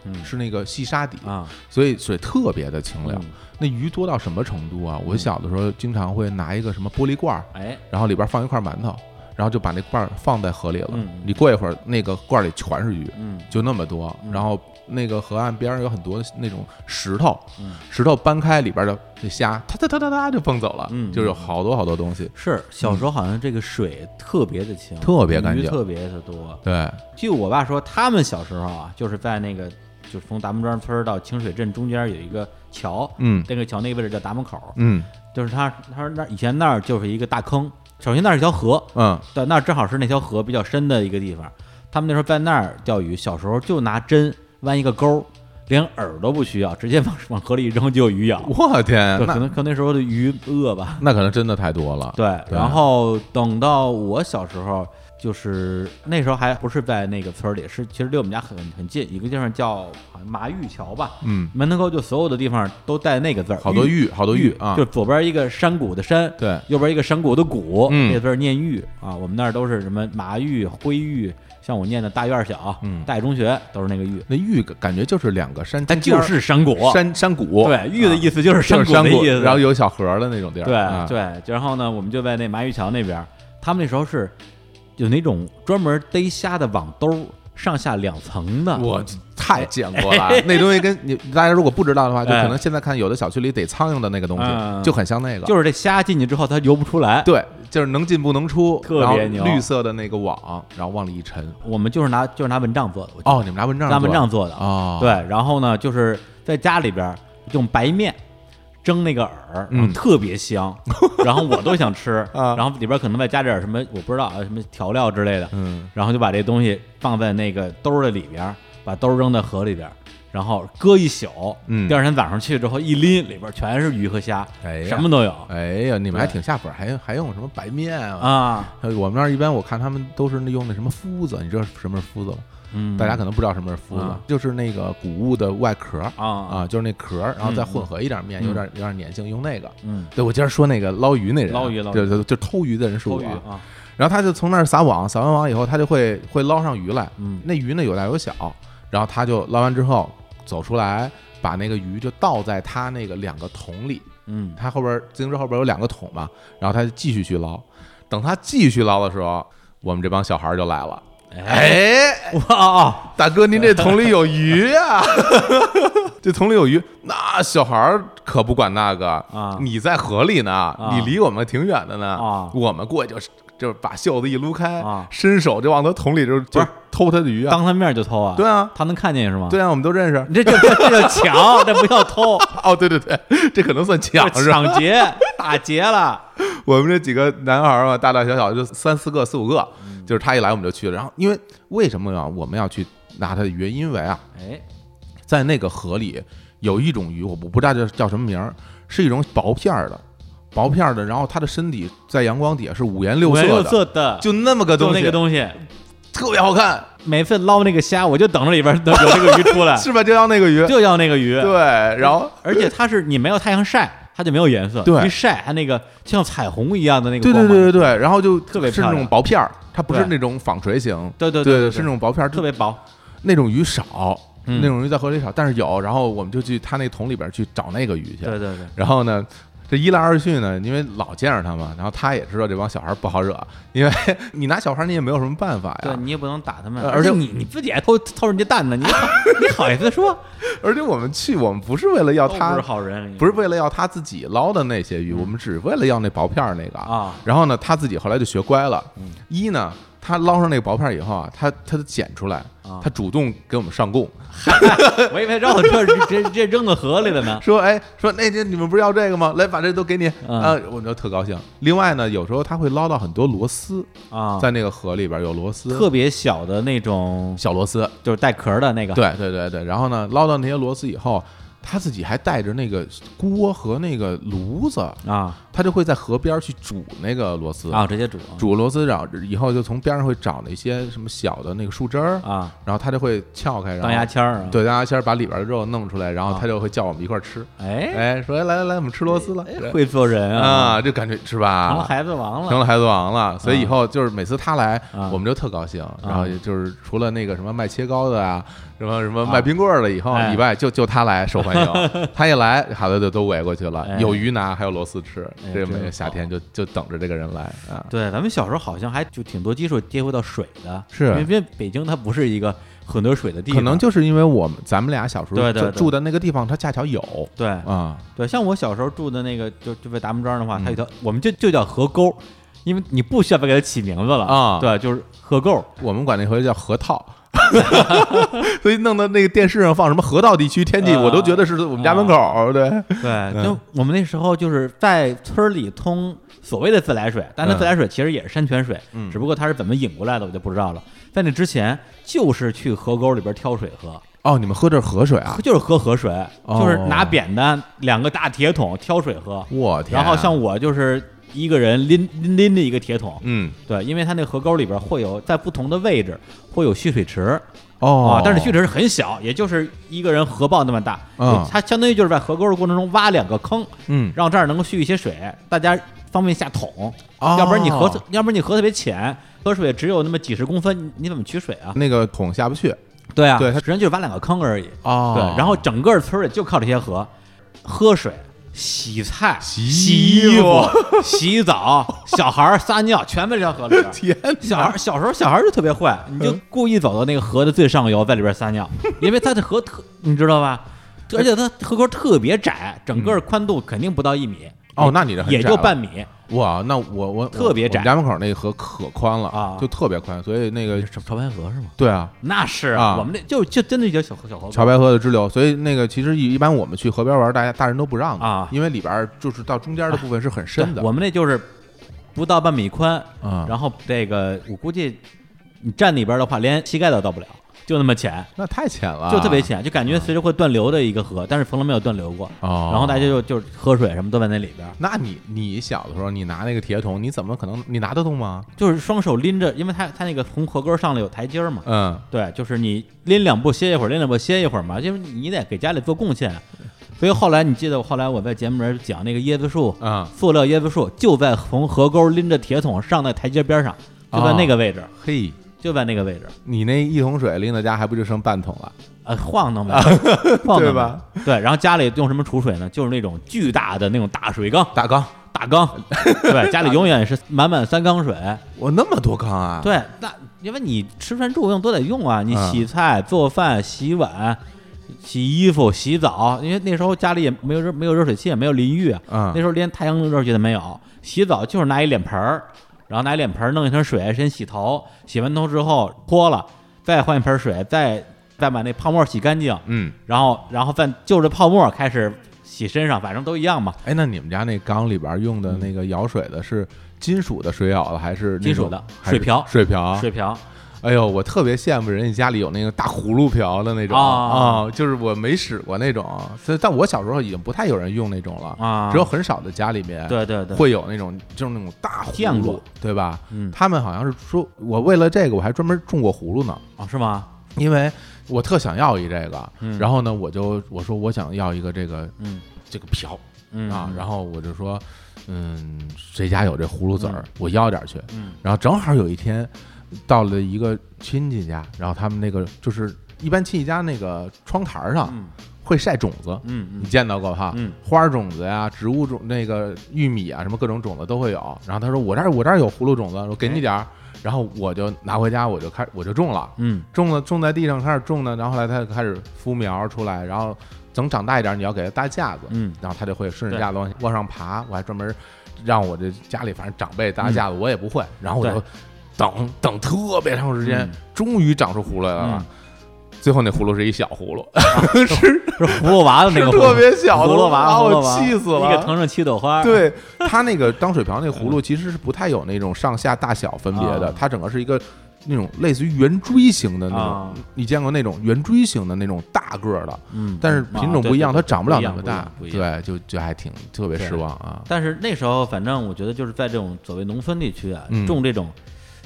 嗯
是那个细沙底，
啊，
所以水特别的清凉
嗯。
那鱼多到什么程度啊？我小的时候经常会拿一个什么玻璃罐儿，
哎，
然后里边放一块馒头，然后就把那罐儿放在河里了
嗯嗯。
你过一会儿，那个罐儿里全是鱼，
嗯
就那么多。然后那个河岸边上有很多那种石头
嗯，
石头搬开里边的那虾，哒哒哒哒哒就蹦走了
嗯，
就有好多好多东西。
是小时候好像这个水特别的清，
特别干净
鱼特别的多。
对，
据我爸说，他们小时候啊，就是在那个就是从达门庄村儿到清水镇中间有一个桥，
嗯
那个桥那个位置叫达门口，
嗯
就是他他说那以前那儿就是一个大坑，首先那儿是条河，
嗯，
对，那儿正好是那条河比较深的一个地方。他们那时候在那儿钓鱼，小时候就拿针弯一个钩，连饵都不需要，直接往往河里一扔就有鱼咬。
我天，
对，可
那
能可能那时候的鱼饿吧。
那可能真的太多了。
对，
对
然后等到我小时候，就是那时候还不是在那个村儿里，是其实离我们家很很近，一个地方叫好像麻峪桥吧，
嗯，
门头沟就所有的地方都带那个字儿，
好多
峪
玉，好多玉啊
就，左边一个山谷的山，
对
右边一个山谷的谷，
嗯
那字儿念峪啊。我们那儿都是什么麻峪、灰峪，像我念的大院小、
嗯
大冶中学都是那个峪，
那玉感感觉就是两个山
它
中间
哎就
儿，
是山谷，
山山谷，
对，峪的意
思
思就是
就是
谷的
山
意思，
然后有小河儿的那种地儿，
对、
啊
对，然后呢，我们就在那麻峪桥那边儿，他们那时候是有那种专门逮虾的网兜儿，上下两层的，
我太见 过了，那东西跟你大家如果不知道的话，就可能现在看有的小区里逮苍蝇的那个东
哎嗯
西，就很像那个，
就是这虾进去之后它游不出来，
对，就是能进不能出，
特别牛
然后绿色的那个网，然后往里一沉。
我们就是拿就是拿蚊帐做的，我记得
哦，你们拿蚊帐做
拿
的，
蚊帐做的
哦
对，然后呢，就是在家里边儿用白面。蒸那个饵，然后
嗯
特别 香，然后我都想吃，
啊
然后里边可能再加点什么我不知道啊，什么调料之类的，
嗯，
然后就把这东西放在那个兜儿的里边儿，把兜儿扔在河里边儿，然后搁一宿。
嗯
第二天早上去之后一拎，里边儿全是鱼和虾，
哎呀
什么都有
哎呀，你们还
对
挺下本儿，还还用什么白面啊？
啊。
呃我们那儿一般我看他们都是用那什么麸子，你知道什么是麸子吗？
嗯，
大家可能不知道什么是麸子
啊，
就是那个谷物的外壳儿
啊
啊，就是那壳儿，然后再混合一点面，
嗯
有点有点粘性，用那个。
嗯，
对，我今儿说那个捞鱼那人啊，
捞鱼捞鱼
就就就偷鱼的人是我
偷鱼，啊，
然后他就从那儿撒网，撒完网以后，他就会会捞上鱼来。
嗯
那鱼呢有大有小，然后他就捞完之后走出来，把那个鱼就倒在他那个两个桶里。
嗯
他后边儿自行车后边儿有两个桶嘛，然后他就继续去捞。等他继续捞的时候，我们这帮小孩儿就来了。哎，
哇，哦
大哥，您这桶里有鱼啊！ 这桶里有鱼，那小孩儿可不管那个
啊
你在河里呢，
啊
你离我们挺远的呢。
啊
我们过去就是就是把袖子一撸开，
啊
伸手就往他桶里就
不
就
是
偷他的鱼啊！
当他面就偷啊？
对啊
他能看见是吗？
对，啊，我们都认识。
你这就这这叫抢，这不叫 偷，
哦，对对对，这可能算抢
这
是吧？
抢劫打劫了。
我们这几个男孩儿嘛，大大小小就三四个、四五个，就是他一来我们就去了。然后因为为什么啊？我们要去拿他的鱼，因为啊，
哎，
在那个河里有一种鱼，我不不知道叫叫什么名儿，是一种薄片儿的，薄片儿的，然后它的身体在阳光底下是五颜六
五
色
颜
的，
六色的，
就那么个
就
东西，
那个东西，
特别好看，
每次捞那个虾，我就等着里边 有这个鱼出来，
是吧？就要那个鱼，
就要那个鱼。
对，然后
而且它是你没有太阳晒，它就没有颜色。
对
一晒它那个就像彩虹一样的那个
对
光
对
芒，
对对对，然后就
特别
是
漂亮
那种薄片儿，它不是
对
那种纺锤型，
对对
对
对对对
是那种薄片儿，
特别薄。
那种鱼少，
嗯
那种鱼在河里少，但是有，然后我们就去他那桶里边去找那个鱼去，
对对对，
然后呢，这一来二去呢，因为老见着他嘛，然后他也知道这帮小孩不好惹，因为 你拿小孩你也没有什么办法
对
哎呀。
你也不能打他们，
呃
而
而且
你你自己还偷偷人家蛋呢，你 你好意思说？
而且我们去，我们不是为了要
都不
他
是，好人，
不是为了要他自己捞的那些鱼，我们只是为了要那薄片儿那个。
啊，嗯
然后呢，他自己后来就学乖了。一呢，他捞上那个薄片儿以后啊，他他就捡出来
啊，
他主动给我们上供，呃
我以为绕到这这这扔到河里了呢。
说哎，说那这你们不是要这个吗？来，把这都给你
嗯
啊，我们就特高兴。另外呢，有时候他会捞到很多螺丝，
啊，
在那个河里边有螺丝，
特别小的那种，
小螺丝，
就是带壳的那个，
对对对对，然后呢，捞到那些螺丝以后，他自己还带着那个锅和那个炉子，
啊
他就会在河边去煮那个螺丝
啊，，直接煮
煮螺丝找以后就从边上会找那些什么小的那个树枝儿，
啊，
然后他就会撬开，然后
当牙签儿啊。，
对当牙签儿把里边的肉弄出来，然后
啊
他就会叫我们一块儿吃，
哎，
哎，说哎来来来，我们吃螺丝了，对
会做人啊，
哎啊，就感觉是
成了
吧？
孩子王
成
了。
了孩子王了，所以以
啊
后就是每次他来，
啊
我们就特高兴。然后也就是除了那个什么卖切糕的啊，什么什么卖冰棍儿的以后
哎
以外，就就他来受欢 迎。他一来，孩子就都围过去了
哎，
有鱼拿，还有螺丝吃
哎。
这
真
每
好
个夏天就就等着这个人来啊。
对，咱们小时候好像还就挺多接触接触到水的，
是
因为因为北京它不是一个很多水的地方，
可能就是因为我们咱们俩小时
对
候
对
就
对哎
住的那个地方，它恰巧有
对
啊，
对，像我小时候住的那个，就就在达木庄的话，
嗯
它有条，我们就就叫河沟，因为你不需要再给它起名字了
啊
对，就是河 沟，
我们管那回叫河套。 所以弄到那个电视上放什么河套地区天气，
啊
我都觉得是我们家门口
嗯
儿。对，嗯
对，就我们那时候就是在村儿里通所谓的自来水，但它
嗯
自来水其实也是山泉水，
嗯
只不过它是怎么引过来的我就不知道了。在那之前，就是去河沟里边挑水喝，
哦，你们喝这是河水啊？
就是喝河水，
哦
就是拿扁担两个大铁桶挑水喝。
我天！啊
然后像我就是一个人拎拎拎着一个铁桶，
嗯，
对，因为它那河沟里边会有在不同的位置会有蓄水池
哦
啊，但是蓄水池很小，也就是一个人河抱那么大，
嗯
它相当于就是在河沟的过程中挖两个坑，
嗯
让这儿能够蓄一些水，大家方便下桶，
哦
要不然你河特，要不然你河特别浅，河水只有那么几十公分，你你怎么取水啊？
那个桶下不去
对啊，
对它
实际上就是挖两个坑而已。
哦
对，然后整个村儿里就靠这些河，喝水、洗菜、洗
洗
衣
衣
服
服、
洗澡，小孩儿撒尿全被这条河里边儿。
天哪
小孩儿小时候小孩儿就特别坏，你就故意走到那个河的最上游，在里边儿撒尿，因为它的河特，你知道吧？而且它河沟特别窄，整个宽度肯定不到一米。
哦那你这很
也
窄
就
了
半米，
哇，那我我
特别
我
窄
我们家门口那个河可宽了
啊
就特别宽，所以那个
什么潮白河是吗？
对啊，
那是
啊
我们这就就真的叫小河小河沟
潮白河的支流，所以那个其实一一般我们去河边玩，大家大人都不让的
啊
因为里边就是到中间的部分是很深的。
对我们那就是不到半米宽，
啊
然后这个我估计你站里边的话，连膝盖都到不了，就那么浅，
那太浅了，
就特别浅，就感觉随时会断流的一个河，但是从来没有断流过。
啊哦
然后大家就就喝水什么都在那里边，
那你你小的时候，你拿那个铁桶，你怎么可能你拿得动吗？
就是双手拎着，因为它它那个从河沟上来有台阶嘛。
嗯，
对，就是你拎两步歇一会儿，拎两步歇一会儿嘛，就是你得给家里做贡献。啊所以后来你记得，我后来我在节目里边讲那个椰子树，
啊
塑料椰子树就在从河沟拎着铁桶上的台阶边上，就
哦
在那个位置，
嘿，
就在那个位置，
你那一桶水拎到家还不就剩半桶了？
呃，晃荡呗，晃荡呗
对吧？
对，然后家里用什么储水呢？就是那种巨大的那种大水缸、
大缸，
大缸，对，家里永远是满满三缸水。
我那么多缸啊！，
对，那因为你吃饭住用都得用啊，你
嗯
洗菜、做饭、洗碗、洗衣服、洗澡，因为那时候家里也没有热没有热水器，也没有淋浴啊，
嗯
那时候连太阳能热水器都没有，洗澡就是拿一脸盆儿，然后拿一脸盆儿弄一瓶水先洗头，洗完头之后脱了，再换一盆水，再再把那泡沫洗干净，
嗯，
然后然后再就着泡沫开始洗身上，反正都一样嘛。
哎，那你们家那缸里边用的那个舀水的是金属的水舀的，还是
嗯
那种
金属的
还是
水瓢
水瓢，
水瓢，
哎呦，我特别羡慕人家家里有那个大葫芦瓢的那种
啊
啊、就是我没使过那种，所以但我小时候已经不太有人用那种了
啊
只有很少的家里面
对对对
会有那种就是那种大葫
见
芦
过，
对吧？
嗯
他们好像是说，我为了这个我还专门种过葫芦呢，
哦，是吗？
因为我特想要一这个，
嗯
然后呢，我就我说我想要一个这个
嗯
这个瓢
嗯
啊，然
后
后我就说，嗯，谁家有这葫芦籽儿
嗯，
我要点儿去，
嗯
然后正好有一天到了一个亲戚家，然后他们那个就是一般亲戚家那个窗台儿上
嗯
会晒种子，
嗯嗯
你见到过哈？
嗯
花种子呀、植物种那个玉米啊，什么各种种子都会有。然后他说我这儿我这儿有葫芦种子，我给
哎
你点儿。然后我就拿回家，我就开我就种了，
嗯
种了种在地上开始种呢，然后后来它开始孵苗出来，然后等长大一点，你要给它搭架子，
嗯
然后它就会顺着
对
架子往往上爬。我还专门让我这家里反正长辈搭架子，我也不会，然后我
对
就等等特别长时间，
嗯
终于长出葫芦来了。最后那葫芦是一小葫芦，是
是葫芦娃 的那个
是特别小的啊
葫芦娃，
把我
葫芦娃
气死了
一个藤上七朵 花。，
对它那个当水瓢那个葫芦其实是不太有那种上下大小分别的
嗯啊，
它整个是一个那种类似于圆锥形的那
啊
种，你见过那种圆锥形的那种大个儿的，
嗯，
但是品种不一样，
啊
它
对对对
长不了那么
不一样
大，
不一样不一样
对，就就还挺特别失望啊。
但是那时候，反正我觉得就是在这种所谓农村地区啊，
嗯
种这种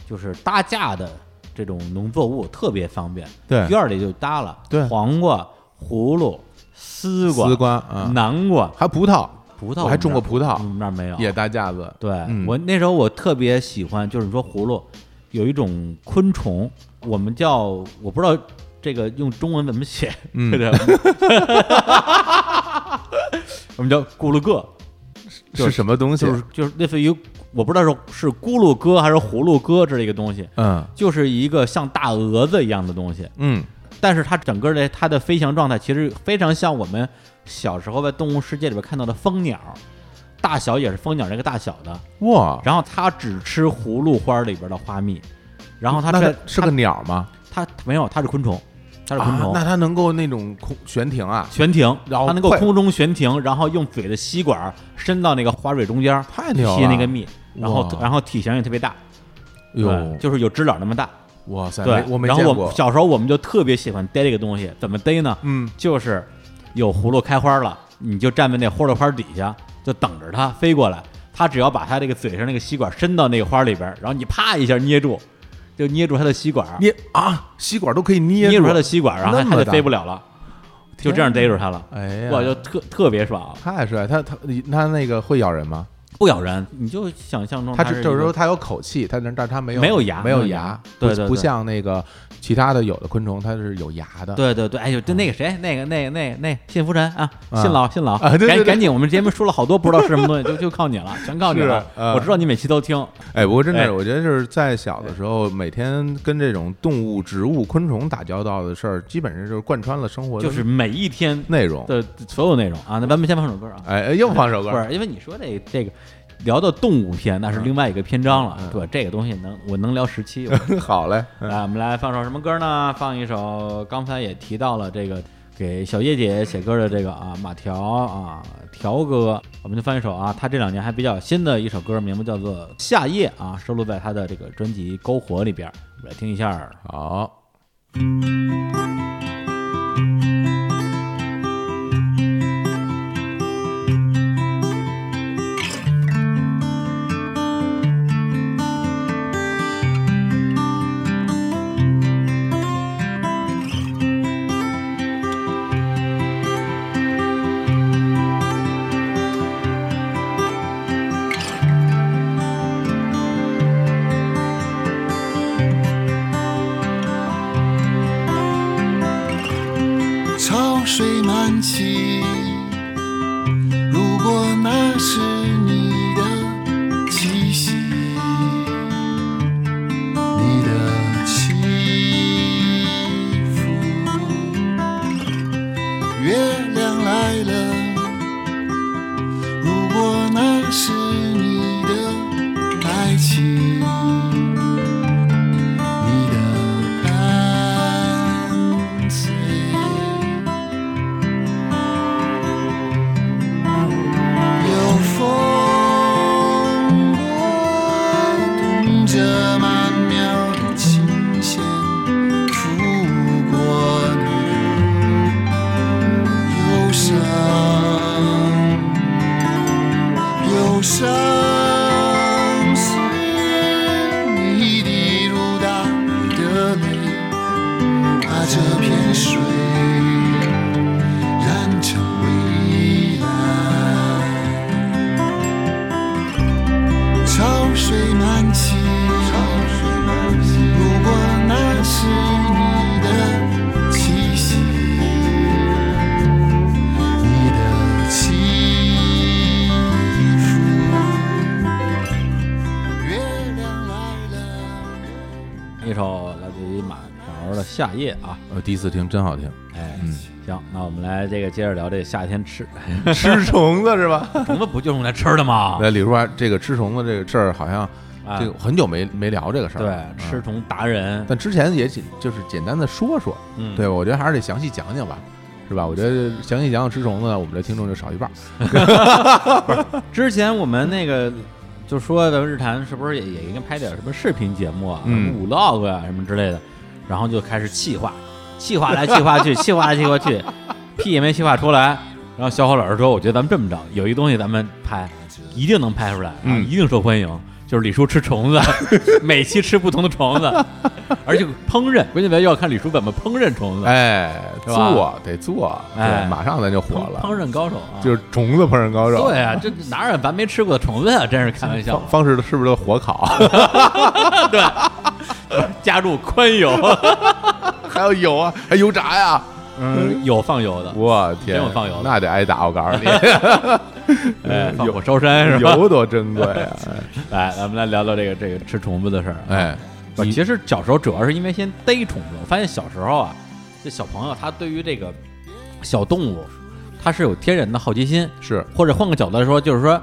就是搭架的这种农作物特别方便，
对
院儿里就搭了，
对
黄瓜、葫芦、丝瓜、
丝瓜啊
南瓜、
还葡萄，
葡萄，
我还种过葡萄
我们那儿没有，
也搭架子，
对、
嗯
我那时候我特别喜欢，就是说葫芦有一种昆虫，我们叫我不知道这个用中文怎么写，
嗯
这个 我们叫咕噜个，
是什么东西？
就是就是类似于我不知道是是咕噜哥还是葫芦哥之类一个东西，
嗯
就是一个像大蛾子一样的东西，
嗯
但是它整个的它的飞翔状态其实非常像我们小时候在动物世界里边看到的蜂鸟，大小也是蜂鸟这个大小的。
哇，
然后它只吃葫芦花里边的花蜜，然后它
那
这
它是个鸟吗？
它它没有，它是昆虫，它是昆虫，
啊那它能够那种空悬停啊？
悬停，
然后
它能够
快
空中悬停，然后用嘴的吸管伸到那个花蕊中间，
太牛了
吸那个蜜，然后
哇
然后体型也特别大，
哟
对，就是有知了那么大，
哇塞，
对
没，我没
然
见
后
过
我。小时候我们就特别喜欢逮这个东西，怎么逮呢？
嗯
就是有葫芦开花了，你就站在那葫芦花底下，就等着它飞过来。他只要把他这个嘴上那个吸管伸到那个花里边儿，然后你啪一下捏住，就捏住他的吸管儿，
捏啊，吸管都可以捏
捏住他的
的，
吸管儿，然后
那
他他
么
就
大
飞不了了，就这样逮住他了。
哎呀
哇，就特特别爽，
太帅！它它你它那个会咬人吗？
不咬人，你就想象中
它
嗯是
只
一
就是
个
说它有口气，它但但是它没有
没
没
有牙
没
没
有
有
牙
牙，
不
对对
不
对
像那个其他的有的昆虫它是有牙的。
对对对，哎呦，就那个谁，那个那个那个那个信福臣啊，
啊
信老信老，
啊对对
赶
对
赶紧，我们节目说了好多不知道是什么东西，就就靠你了，全靠你
是
了。
啊
我知道你每期都听，
哎，不过真
哎
的，我觉得就是在小的时候，每天跟这种动物、植物、昆虫打交道的事儿，基本上就是贯穿了生活的
就是每一天
内容。
的所有内容啊。那咱们先放首歌啊，
哎，哎又放首歌
不
儿，
是因为你说这这个聊到动物篇，那是另外一个篇章
嗯
了。对，这个东西能我能聊十期。 我
好嘞，
来，我们来放首什么歌呢？放一首，刚才也提到了这个给小叶姐写歌的这个啊马条啊条哥，我们就放一首啊，他这两年还比较新的一首歌，名字叫做《夏夜》啊，收录在他的这个专辑《篝火》里边儿，我们来听一下。
好。
潮水漫起。如果那是你的气息，你的起伏，月亮来了。如果那是你的爱情。你的伴随。有风拨动着曼妙的琴弦，拂过你的忧伤，忧伤是你滴入大地的泪，把这片水。染成蔚蓝。潮水漫起，如果那是你的气息，你的起伏，月亮来了。
一首来自于马条的《夏夜》啊，
我呃第一次听，真好听。
哎，行，那我们来这个接着聊这夏天 吃，
吃虫子 是吧？
虫子不就是用来吃的吗？
那李叔啊，这个吃虫子这个事儿，好像
啊
这个很久没没聊这个事儿
对
了。，
吃
嗯
虫达人，
但之前也仅就是简单的说说，
嗯
对吧？我觉得还是得详细讲讲吧，是吧？我觉得详细讲讲吃虫子，我们的听众就少一半儿。
之前我们那个就说咱们日坛是不是也也应该拍点什么视频节目啊，
嗯
什么 vlog 啊什么之类的，然后就开始气化，气化来气化去，气化来气化去， 屁也没气化出来。然后小伙老师说：“我觉得咱们这么着，有一东西咱们拍，一定能拍出来，啊
嗯
一定受欢迎。就是李叔吃虫子， 每期吃不同的虫子， 而且烹饪，关键咱要看李叔怎么烹饪虫子。
哎，
是吧
做得做，
哎
对，马上咱就火
烹
了，
烹饪高手啊，
就是虫子烹饪高手。
对啊，这哪有咱没吃过的虫子啊？真是开玩笑
方。方式是不是都火 烤？
对，加入宽油，
还有油啊，还油炸 呀！
嗯，有放油的，
我天，
真有放油的
那得挨打，我告诉你，
哎，放
嗯 有
火 烧山是吧？
油多珍贵 啊！
来，咱们来聊聊这个这个吃虫子的事儿。
哎，
不，其实小时候主要是因为先逮虫子，我发现小时候啊，这小朋友他对于这个小动物，他是有天然的好奇心，
是，
或者换个角度来说，就是说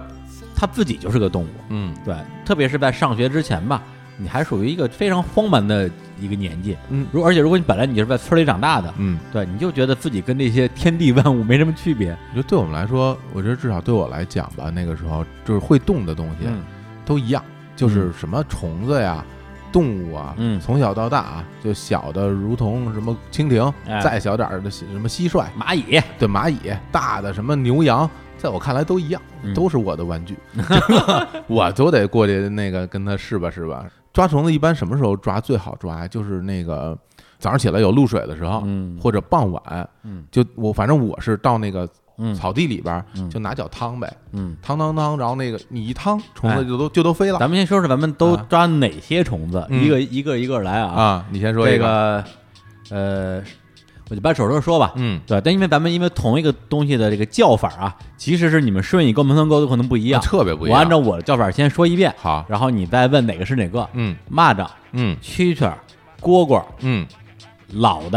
他自己就是个动物。
嗯
对，特别是在上学之前吧，你还属于一个非常荒蛮的一个年纪。
嗯
如而且如果你本来你就是在村里长大的，
嗯，
对，你就觉得自己跟这些天地万物没什么区别。
我觉得对我们来说，我觉得至少对我来讲吧，那个时候就是会动的东西
嗯
都一样，就是
嗯
什么虫子呀、动物啊，
嗯
从小到大啊，就小的如同什么蜻蜓，
哎
再小点儿的什么蟋蟀，
蚂蚁，
对蚂蚁，大的什么牛羊，在我看来都一样，
嗯
都是我的玩具， 我都得过去那个跟它试吧试吧。抓虫子一般什么时候抓最好抓？就是那个早上起来有露水的时候，
嗯
或者傍晚，
嗯
就我反正我是到那个
嗯
草地里边儿、
嗯
就拿脚趟呗，
嗯，
趟趟趟，然后那个你一趟，虫
哎
子就都、就都飞了
咱们先说说咱们都
啊
抓哪些虫子，
嗯
一个一个一个来啊。
啊！你先说
这
一个，
个呃，我就把手头说吧，
嗯
对，但因为咱们因为同一个东西的这个叫法啊，其实是你们顺义跟门头沟都可能不一样，
特别不一
我
样。
按照我的叫法先说一遍，
好，
然后你再问哪个是哪个。
嗯
蚂蚱、
嗯
蛐蛐、蝈蝈、
嗯，
老蛄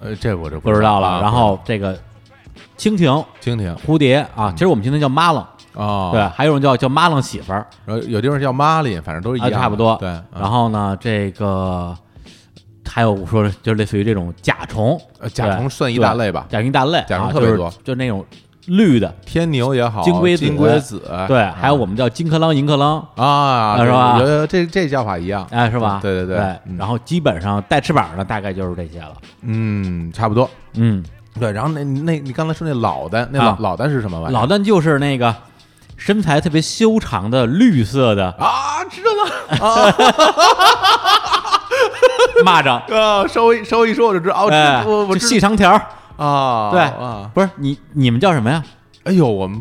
呃，这我就
不知道了，
啊
然后这个蜻蜓、
蜻蜓
蝴蝶啊，其实我们蜻蜓叫妈楞，
嗯哦，
对，，还有人叫叫妈楞媳妇儿，
然后有地方叫妈里，反正都是一
啊，
样的，
差不多。
对，嗯
然后呢，这个还有我说的就是类似于这种甲虫，
呃甲虫算一大类吧
对甲虫一大类，
甲虫
啊
特别多
就是就那种绿的，
天牛也好，
金龟子
金龟子，
对，
啊
还有我们叫金克啷、银克啷，
啊，
啊是吧
有有这这叫法一样，
哎，是吧？
对对
对
对嗯
然后基本上带翅膀的大概就是这些了。
嗯，差不多。
嗯，
对，然后那那你刚才说那老的，那
啊
老老的是什么玩意儿？
老旦就是那个身材特别修长的绿色的
啊，知道了
蚂蚱，
啊，稍微稍微一说我就知道， 哦，
哎，
知我我
就
知
细长条儿，
啊，
对
啊，
不是你你们叫什么呀？
哎呦，我们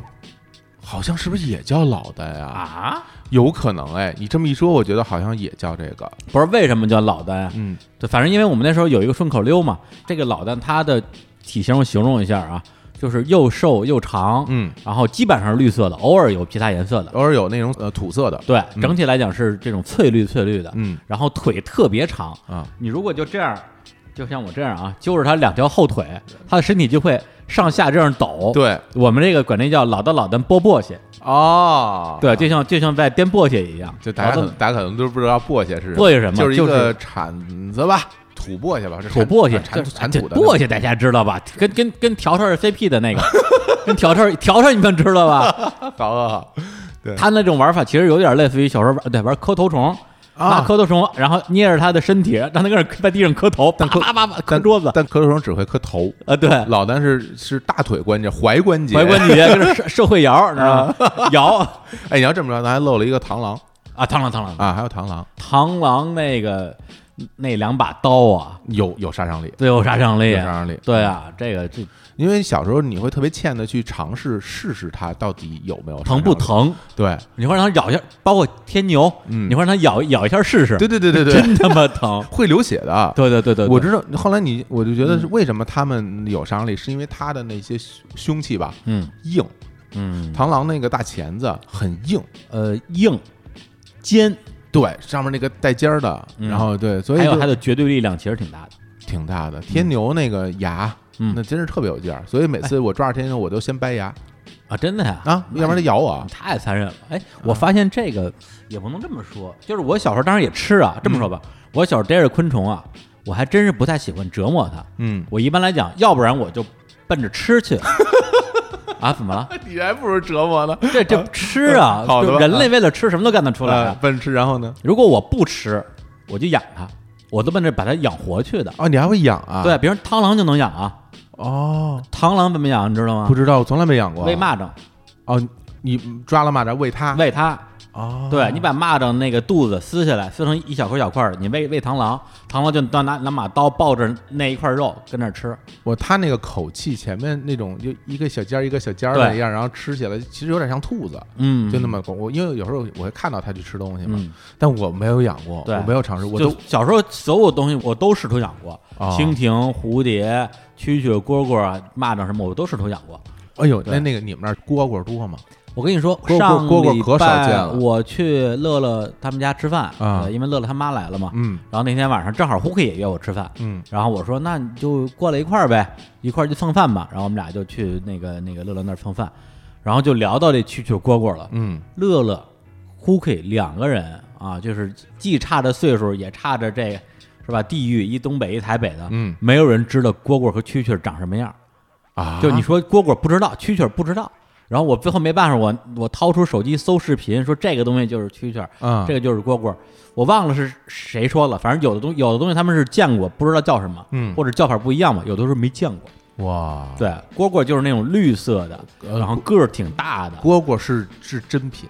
好像是不是也叫老的呀？
啊，
有可能哎，你这么一说，我觉得好像也叫这个，
不是为什么叫老旦呀？
嗯
对，反正因为我们那时候有一个顺口溜嘛，这个老旦它的体型我形容一下啊，就是又瘦又长，
嗯，
然后基本上是绿色的，偶尔有其他颜色的，
偶尔有那种呃土色的，
对，
嗯
整体来讲是这种翠绿翠绿的，
嗯
然后腿特别长，
啊，
你如果就这样，就像我这样啊，揪着它两条后腿，它的身体就会上下这样抖，。
对，
我们这个管这叫老的老的波簸蟹，
哦，
对，就像就像在颠簸蟹一样，
就大家
老
可
的
能大家可能都不知道簸箕是
簸箕是什么
就是一
就是
个铲子吧，土簸箕吧，是
土
铲
簸蟹，
啊铲
就是
铲土
这
的
簸蟹大家知道吧？跟跟跟条条是 CP 的那个， 跟条条条条你们知道吧？
那个，好好好， 对
它那种玩法其实有点类似于小时候玩对玩磕头虫。
啊
拿磕头虫，然后捏着它的身体，让它跟着在地上磕头，叭叭叭叭磕
但
桌子，
但磕头虫只会磕头，
啊，对，
老丹是是大腿关节、踝关节，
踝关。节就是社社会摇，你知道吗？摇
哎，你要这么说，咱还漏了一个螳螂
啊，螳螂螳螂
啊，还有螳螂
螳螂那个那两把刀啊，
有有杀伤力，
最有杀伤力，
有杀伤力嗯
对啊，这个这
因为小时候你会特别欠的去尝试试试它到底有没有杀
疼不
伤力？
疼？
对，
你会让它咬一下，包括天牛，
嗯
你会让它咬咬一下试试，
对对对对对，！
真他妈疼
会流血的。
对对对对，对嗯
我知道，后来你我就觉得是为什么他们有杀伤力，是因为它的那些凶凶器吧
嗯
硬，
嗯
螳螂那个大钳子很硬，
呃硬尖，
对，上面那个带尖儿的，
嗯
然后对，所以
还有
就
它的绝对力量其实挺大的。
挺大的。天牛那个牙，
嗯哎
那真是特别有劲儿，所以每次我抓着天牛，我都先掰牙
啊，真的呀！
啊，要不然它咬我。
太残忍了。哎，我发现这个也不能这么说，就是我小时候当然也吃啊，这么说吧，我小时候逮着昆虫啊，我还真是不太喜欢折磨它。
嗯，
我一般来讲，要不然我就奔着吃 去。啊，怎么了？
你还不如折磨呢。
这这吃 啊，
好的
就
吧
人类为了吃什么都干得出来
呃，
啊。
奔吃，然后呢？
如果我不吃，我就养它，我都奔着把它养活去的。
哦，你还会养啊？
对，，比如说螳螂就能养啊，
哦，
螳螂怎么养你知道吗
不？知道，啊我从来没养过。
喂蚂蚱，
哦，你抓了蚂蚱喂它？
喂它，
哦，
对你把蚂蚱那个肚子撕下来，撕成一小块小块的，你喂喂螳螂，螳螂就拿拿拿把刀抱着那一块肉跟那儿吃，
我它那个口气前面那种就一个小尖儿一个小尖儿的
对
样，然后吃起来其实有点像兔子。
嗯，
就那么我因为有时候我会看到它去吃东西嘛，
嗯
但我没有养过，
对
我没有尝试，我
就
都
小时候所有东西我都试图养过，
哦
蜻蜓、蝴蝶、蛐蛐、蝈蝈啊、蚂蚱什么我都试图养过。
哎呦，那那个你们那儿蝈蝈多吗？
我跟你说，
蝈蝈
上
蝈蝈
礼
可少
拜
见了
我去乐乐他们家吃饭
啊
呃因为乐乐他妈来了嘛，
嗯
然后那天晚上正好胡克也约我吃饭，
嗯
然后我说那你就过来一块儿呗，一块儿去蹭饭吧。然后我们俩就去那个那个乐乐那儿蹭饭，然后就聊到这蛐蛐蝈蝈了。
嗯，
乐乐、胡 k 两个人啊，就是既差着岁数，也差着这个是吧？地域一东北一台北的，
嗯
没有人知道蝈蝈和蛐蛐长什么样。
啊，
就你说蝈蝈不知道，蛐蛐不知道。然后我最后没办法，我我掏出手机搜视频，说这个东西就是蛐蛐儿，
啊
这个就是蝈蝈。我忘了是谁说了，反正有的东有的东西他们是见过，不知道叫什么，
嗯啊
或者叫法不一样嘛，有的时候没见过。
哇，
对，蝈蝈就是那种绿色的，
呃
然后个儿挺大的，
蝈蝈是是真品，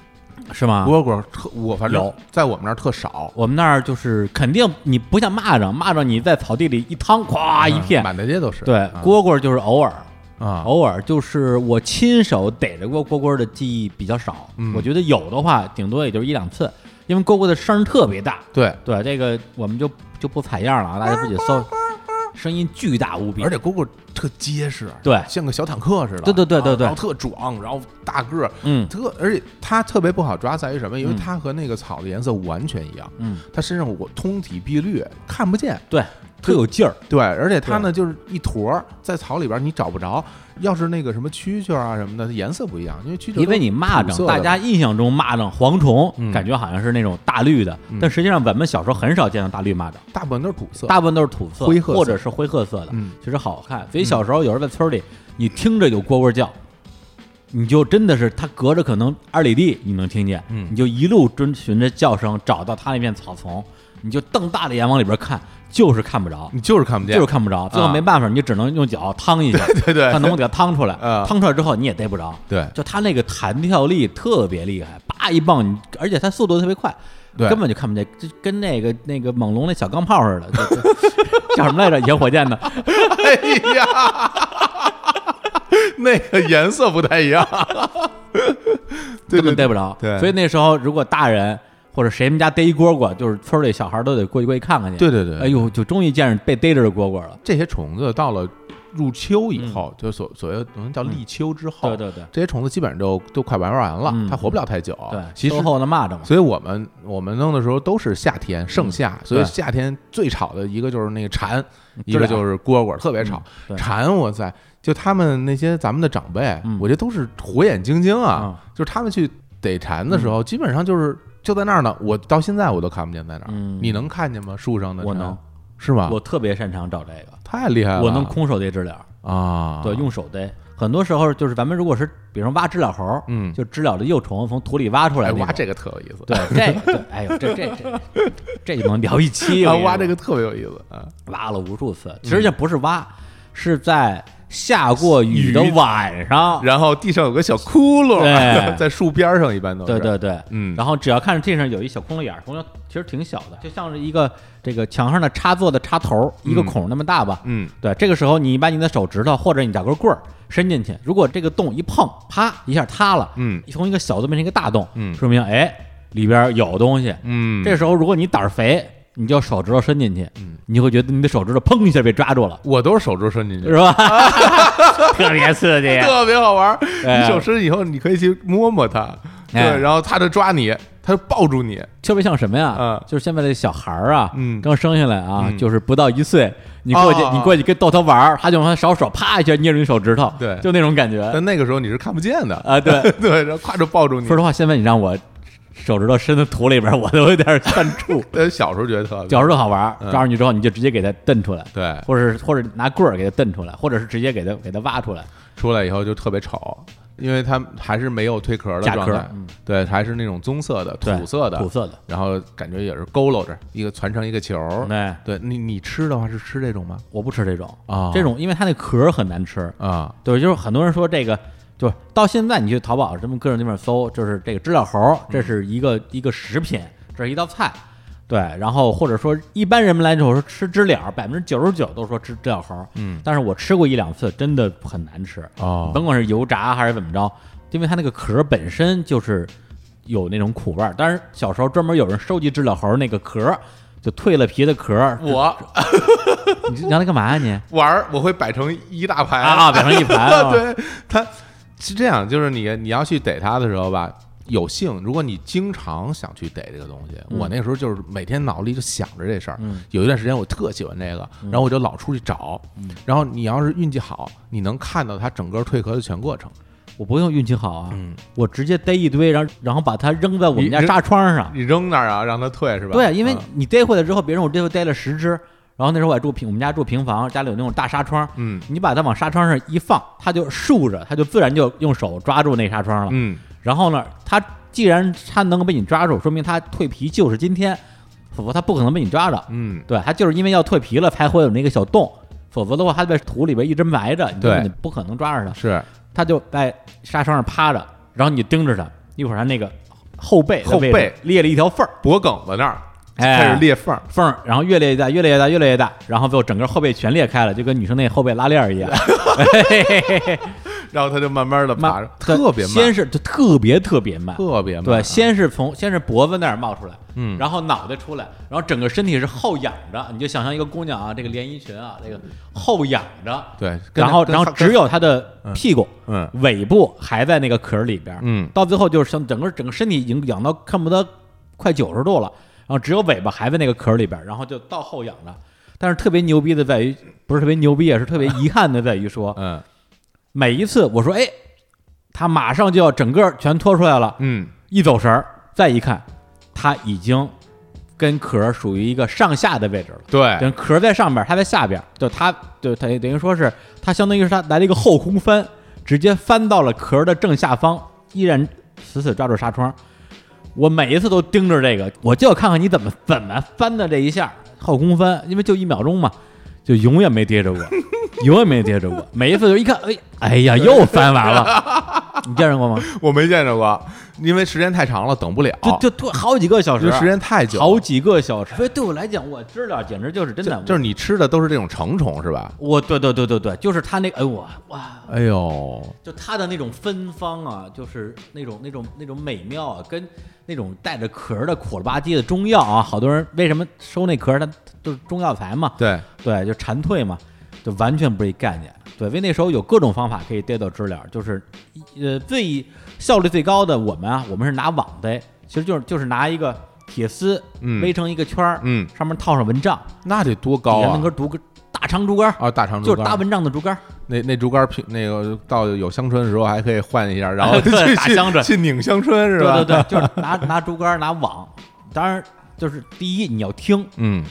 是吗？
蝈蝈特我反正
啊有
在我们那儿特少，
我们那儿就是肯定你不像蚂蚱，蚂蚱你在草地里一趟，咵
嗯
一片。
满大街都是。
对，哦
啊
蝈蝈就是偶尔，
啊，
偶尔就是我亲手逮着过蝈蝈的记忆比较少。
嗯
我觉得有的话，顶多也就是一两次，因为蝈蝈的声儿特别大。
对，
对，这个我们就就不采样了啊，大家自己搜，声音巨大无比，
而且蝈蝈特结实，啊
对
像个小坦克似的，
对对对对
啊
对
然后特壮，然后大个儿，
嗯
特而且它特别不好抓在于什么？因为
嗯
它和那个草的颜色完全一样，
嗯，
它身上我通体碧绿，看不见。
对，特有劲儿，
对，而且它呢就是一坨儿在草里边，你找不着。要是那个什么蛐蛐啊什么的，颜色不一样，因为蛐蛐
因为你蚂蚱，大家印象中蚂蚱、蝗虫
嗯
感觉好像是那种大绿的，
嗯
但实际上咱们小时候很少见到大绿蚂蚱，
大部分都是土色，
大部分都是土色，
灰褐色
或者是灰褐色的，
嗯
其实好看。所以小时候有时候在村里，你听着有蝈蝈叫，你就真的是它隔着可能二里地你能听见，
嗯
你就一路遵循着叫声找到它那片草丛，你就瞪大了眼往里边看，就是看不着。
你就是看不见，
就是看不着，最后没办法，你就只能用脚趟一下，
啊 对对
看能不能给它趟出来
啊。
趟出来之后你也逮不着，
对
就它那个弹跳力特别厉害，叭一棒，你而且它速度特别快，
对
根本就看不见，就跟那个那个猛龙那小钢炮似的，就就 叫什么来着？野火箭的，
哎呀， 那个颜色不太一样， 对
根本
对
逮不着。
对
所以那时候如果大人或者谁们家逮一蝈蝈，就是村儿里小孩儿都得过去过去看看去。
对对对
哎呦，就终于见着被逮着的蝈蝈了。
这些虫子到了入秋以后，就所所谓我们叫立秋之后，
嗯对对对
这些虫子基本上就都快玩完了，
嗯
它活不了太久。
对，
其实
秋。后的蚂蚱嘛，
所以我们我们弄的时候都是夏天盛夏，所以
嗯对
夏天最吵的一个就是那个蝉，一
知
个
了
就是蝈蝈，特别吵。
嗯对
蝉，我在就他们那些咱们的长辈，
嗯
我觉得都是火眼金睛啊，
嗯
就是他们去逮蝉的时候，基本上就是就在那儿呢。我到现在我都看不见在哪儿，
嗯
你能看见吗？树上的
我
蝉
能，
是吗？
我特别擅长找这个，
太厉害了，
我能空手逮知了。
啊，
对，用手逮。很多时候就是咱们如果是，比如说挖知了猴，
嗯
就知了的幼虫从土里挖出来
哎
那种，
挖这个特有意思，啊
对，这个对，哎呦，这这这这就能聊一期。
啊
我跟你
挖
说
这个嗯特别有意思啊，
挖了无数次，其实这不是挖，是在下过雨的
雨
晚上，
啊然后地上有个小窟窿，
对
在树边上一般都是，
对对对，
嗯
然后只要看着地上有一小窟窿眼儿，窟窿其实挺小的，就像是一个这个墙上的插座的插头儿，一个
嗯
孔那么大吧，
嗯
对，这个时候你把你的手指头或者你找根棍儿伸进去，如果这个洞一碰，啪一下塌了，
嗯
从一个小洞变成一个大洞，
嗯
说明哎里边儿有东西。
嗯，
这时候如果你胆儿肥，你就手指头伸进去，
嗯
你会觉得你的手指头砰一下被抓住了，
我都是手指伸进去
是。吧？ 特别刺 激。
特别好玩儿，
哎
你手伸以后，你可以去摸摸它，
哎
对，然后它就抓你，它就抱住你，
特别像什么呀？
嗯
就是现在的小孩儿啊，
嗯
刚生下来啊，
嗯
就是不到一岁，你过去，
哦
你过去跟逗他玩儿，他就用他小手啪一下捏住你手指头，
对
就那种感觉
但那个时候你是看不见的，
啊，对。
对，然后挎着抱住你
说。实话，现在你让我手指头伸到土里边儿，我都有点儿犯怵。
呃，小时候觉得特别
小时候好玩儿，
嗯
抓上去之后你就直接给它蹬出来，
对
或者是或者拿棍儿给它蹬出来，或者是直接给它给它挖出来。
出来以后就特别丑，因为它还是没有蜕壳的
甲
状
壳
态
嗯，
对，还是那种棕色的、
对
土色的，
土色的，
然后感觉也是佝偻着一个攒成一个球儿。
哎
对你你吃的话是吃这种吗？
我不吃这种
哦
这种因为它那壳儿很难吃。
啊，
对，就是很多人说这个，就是到现在你去淘宝什么各种地方搜，就是这个知了猴，这是一个、一个食品，这是一道菜。对，然后或者说一般人们来说吃知了，百分之九十九都说吃知了猴。
嗯
但是我吃过一两次，真的很难吃。
哦
甭管是油炸还是怎么着，因为它那个壳本身就是有那种苦味儿。当然，小时候专门有人收集知了猴那个壳，就蜕了皮的壳。
我
你这拿来干嘛呀、 你？
玩儿我会摆成一大排。
啊，摆成一盘、啊
对，它是这样，就是你你要去逮它的时候吧，有幸，如果你经常想去逮这个东西，
嗯
我那时候就是每天脑子里就想着这事儿。
嗯
有一段时间我特喜欢这个，然后我就老出去找。然后你要是运气好，你能看到它整个蜕壳的全过程。
我不用运气好啊，
嗯
我直接逮一堆，然后然后把它扔在我
你
们家
扔
纱窗上。
你扔那儿啊，让它退是吧？
对，因为
嗯
你逮回来之后，别人我这回逮了十只，然后那时候我还住平，我们家住平房，家里有那种大纱窗，
嗯
你把它往纱窗上一放，它就竖着，它就自然就用手抓住那纱窗了。
嗯，
然后呢，它既然它能够被你抓住，说明它蜕皮就是今天，否则它不可能被你抓着。
嗯，
对，它就是因为要蜕皮了才会有那个小洞，否则的话它在土里边一直埋着，你根
对
本就不可能抓着它。
是
它就在纱窗上趴着，然后你就盯着它，一会儿它那个后背的
后
位置
背
裂了一条缝儿，
脖梗子那儿
哎
开始裂缝儿，
缝儿，然后越裂越大，越裂越大，越裂越大，然后最后整个后背全裂开了，就跟女生那后背拉链儿一 样，
然后它就慢慢的爬
慢
着，特别慢，
先是就特别特别慢，
特别慢，
对，先是从先是脖子那儿冒出来，
嗯
然后脑袋出来，然后整个身体是后仰着，你就想象一个姑娘啊，这个连衣裙啊，这个后仰着，
对，跟
然后
跟
然后只有她的屁股，
嗯
尾部还在那个壳儿里边儿，
嗯
到最后就是像整个整个身体已经仰到恨不得快九十度了，然后只有尾巴还在那个壳儿里边儿，然后就到后仰着。但是特别牛逼的在于，不是特别牛逼，也啊是特别遗憾的在于说，
嗯
每一次我说哎，他马上就要整个全脱出来了，
嗯
一走神儿，再一看，它已经跟壳儿属于一个上下的位置了。
对
等壳儿在上边儿，它在下边儿，就它就它等于说是它相当于是它来了一个后空翻，直接翻到了壳儿的正下方，依然死死抓住纱窗。我每一次都盯着这个，我就要看看你怎么怎么翻的这一下后空翻，因为就一秒钟嘛，就永远没跌着过，永远没跌着过。每一次就一看，哎哎呀，又翻完了，你见着过吗？
我没见着过，因为时间太长了，等不了，
就哦就多好几个小
因
时，
为时间太久了，
好几个小时。所以对我来讲，我知道简直就是真的，
就就是你吃的都是这种成虫是吧？
我对对对对对，就是他那个，哎我哇，
哎呦，
就他的那种芬芳啊，就是那种那种那种美妙啊，跟那种带着壳儿的苦了吧唧的中药啊，好多人为什么收那壳儿，它就是中药材嘛，
对，
对，就蝉蜕嘛，就完全不是一概念。对，因为那时候有各种方法可以逮到知了，就是呃最效率最高的我们啊，我们是拿网逮，其实就是就是拿一个铁丝
嗯
围成一个圈儿，
嗯
上面套上蚊帐，
那得多
底
高
下弄
啊！
根竹竿，大长竹竿儿，
啊，大长
就
竹
是搭
竿，
蚊帐的竹竿儿，
那那竹竿平那个到有香椿的时候还可以换一下，然后去
对打香椿
去去拧香椿是
对
吧？
对 对，就是拿拿竹竿儿拿网，当然就是第一你要听
嗯，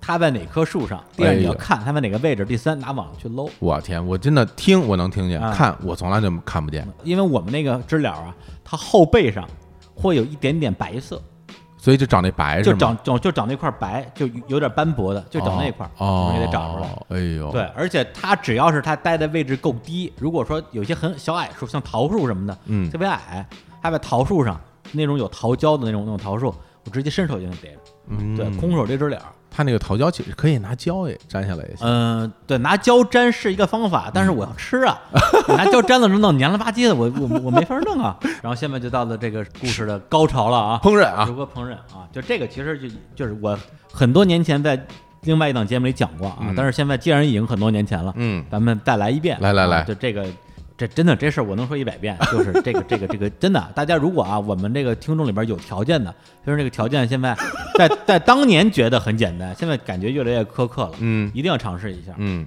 它在哪棵树上，第二
哎
你要
呦
看它在哪个位置，第三拿网去搂。
我天，我真的听我能听见，
啊
看我从来就看不见，
因为我们那个知了啊，它后背上会有一点点白色，
所以就找那白是
就
哎吗？
长就就长那块白，就有点斑驳的，就长那块，
哦，
就给它长出来。
哎呦，
对，，而且它只要是它待的位置够低，如果说有些很小矮树，像桃树什么的，
嗯
特别矮，它在桃树上那种有桃胶的那种那种桃树，我直接伸手就能逮着，
嗯，
对，空手逮知了。
它那个桃胶其实可以拿胶也粘下来也行。
嗯、对，拿胶粘是一个方法，但是我要吃啊，
嗯
拿胶粘了之后 弄黏了吧唧的，我我我没法弄啊。然后下面就到了这个故事的高潮了啊，
烹饪啊
如何烹饪啊？就这个其实就就是我很多年前在另外一档节目里讲过啊，
嗯
但是现在既然已经很多年前了，
嗯
咱们再来一遍，
来来来
啊就这个。这真的这事儿我能说一百遍，就是这个这个这个真的，大家如果啊，我们这个听众里边有条件的，就是这个条件现在在在当年觉得很简单，现在感觉越来越苛刻了，
嗯
一定要尝试一下。
嗯，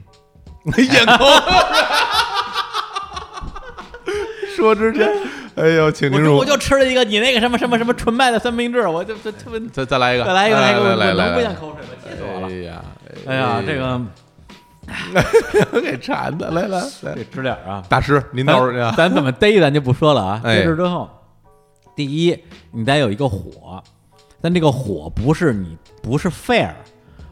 眼眶。说之前，哎呦，请
我
您
就
入
我。就吃了一个你那个什么什么什么纯麦的三明治，我就就特别
再再来一个，
再来一个
来
一个，
来
我我
来
能
来，
不咽口水吗？气死我了
哎！呀，
哎呀，这个
给馋的，来来来
这，知了啊，
大师，您
咱
倒是啊，
咱怎么逮咱就不说了啊。
哎
逮住之后，第一你得有一个火，但这个火不是你不是 fire，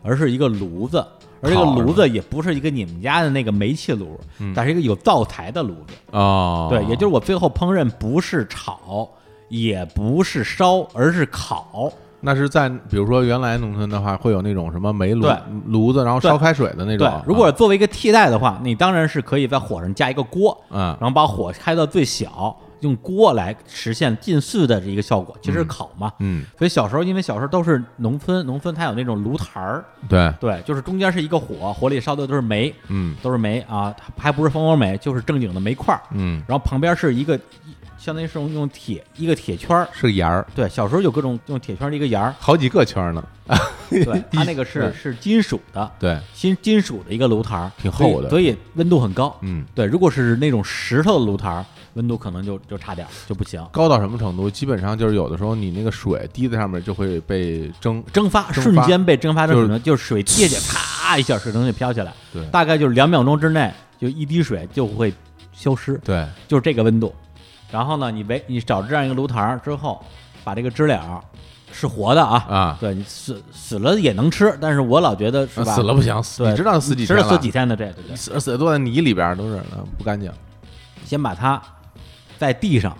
而是一个炉子，而这个
烤是吧嗯
炉子也不是一个你们家的那个煤气炉，但是一个有灶台的炉子。
哦
对，也就是我最后烹饪不是炒，也不是烧，而是烤。
那是在比如说原来农村的话，会有那种什么煤炉
对
炉子，然后
对
烧开水的那种
对
啊。，
如果作为一个替代的话，你当然是可以在火上加一个锅，
嗯
然后把火开到最小，用锅来实现近似的这一个效果，其实是烤嘛。
嗯，
所以小时候，因为小时候都是农村，农村它有那种炉台儿，
对，
对，就是中间是一个火，火里烧的都是煤，
嗯
都是煤啊，还不是蜂窝煤，就是正经的煤块儿。
嗯，
然后旁边是一个，相当于是用用铁一个铁圈儿，
是个沿儿，，
对，小时候有各种用铁圈儿的一个沿儿
好几个圈儿呢。
对，它那个是是金属的，
对，
金金属的一个炉台儿，
挺厚的
所以所以温度很高。
嗯，
对，如果是那种石头的炉台儿，温度可能就就差点儿就不行。
高到什么程度？基本上就是有的时候你那个水滴在上面就会被蒸，
蒸发
蒸
瞬
发
间被蒸发成
就是
什么？就是水滴下去，啪啪一小石头就飘起来，
对
大概就是两秒钟之内，就一滴水就会消失，
对，
就是这个温度。然后呢，你围你找这样一个炉台儿之后，把这个知了是活的啊，
啊
对你死死了也能吃，但是我老觉得是吧？
死了不行，死
对
你知道死几
吃
天
了
了？
死几天的这，对对对
死死都在泥里边儿都是嗯不干净。
先把它在地上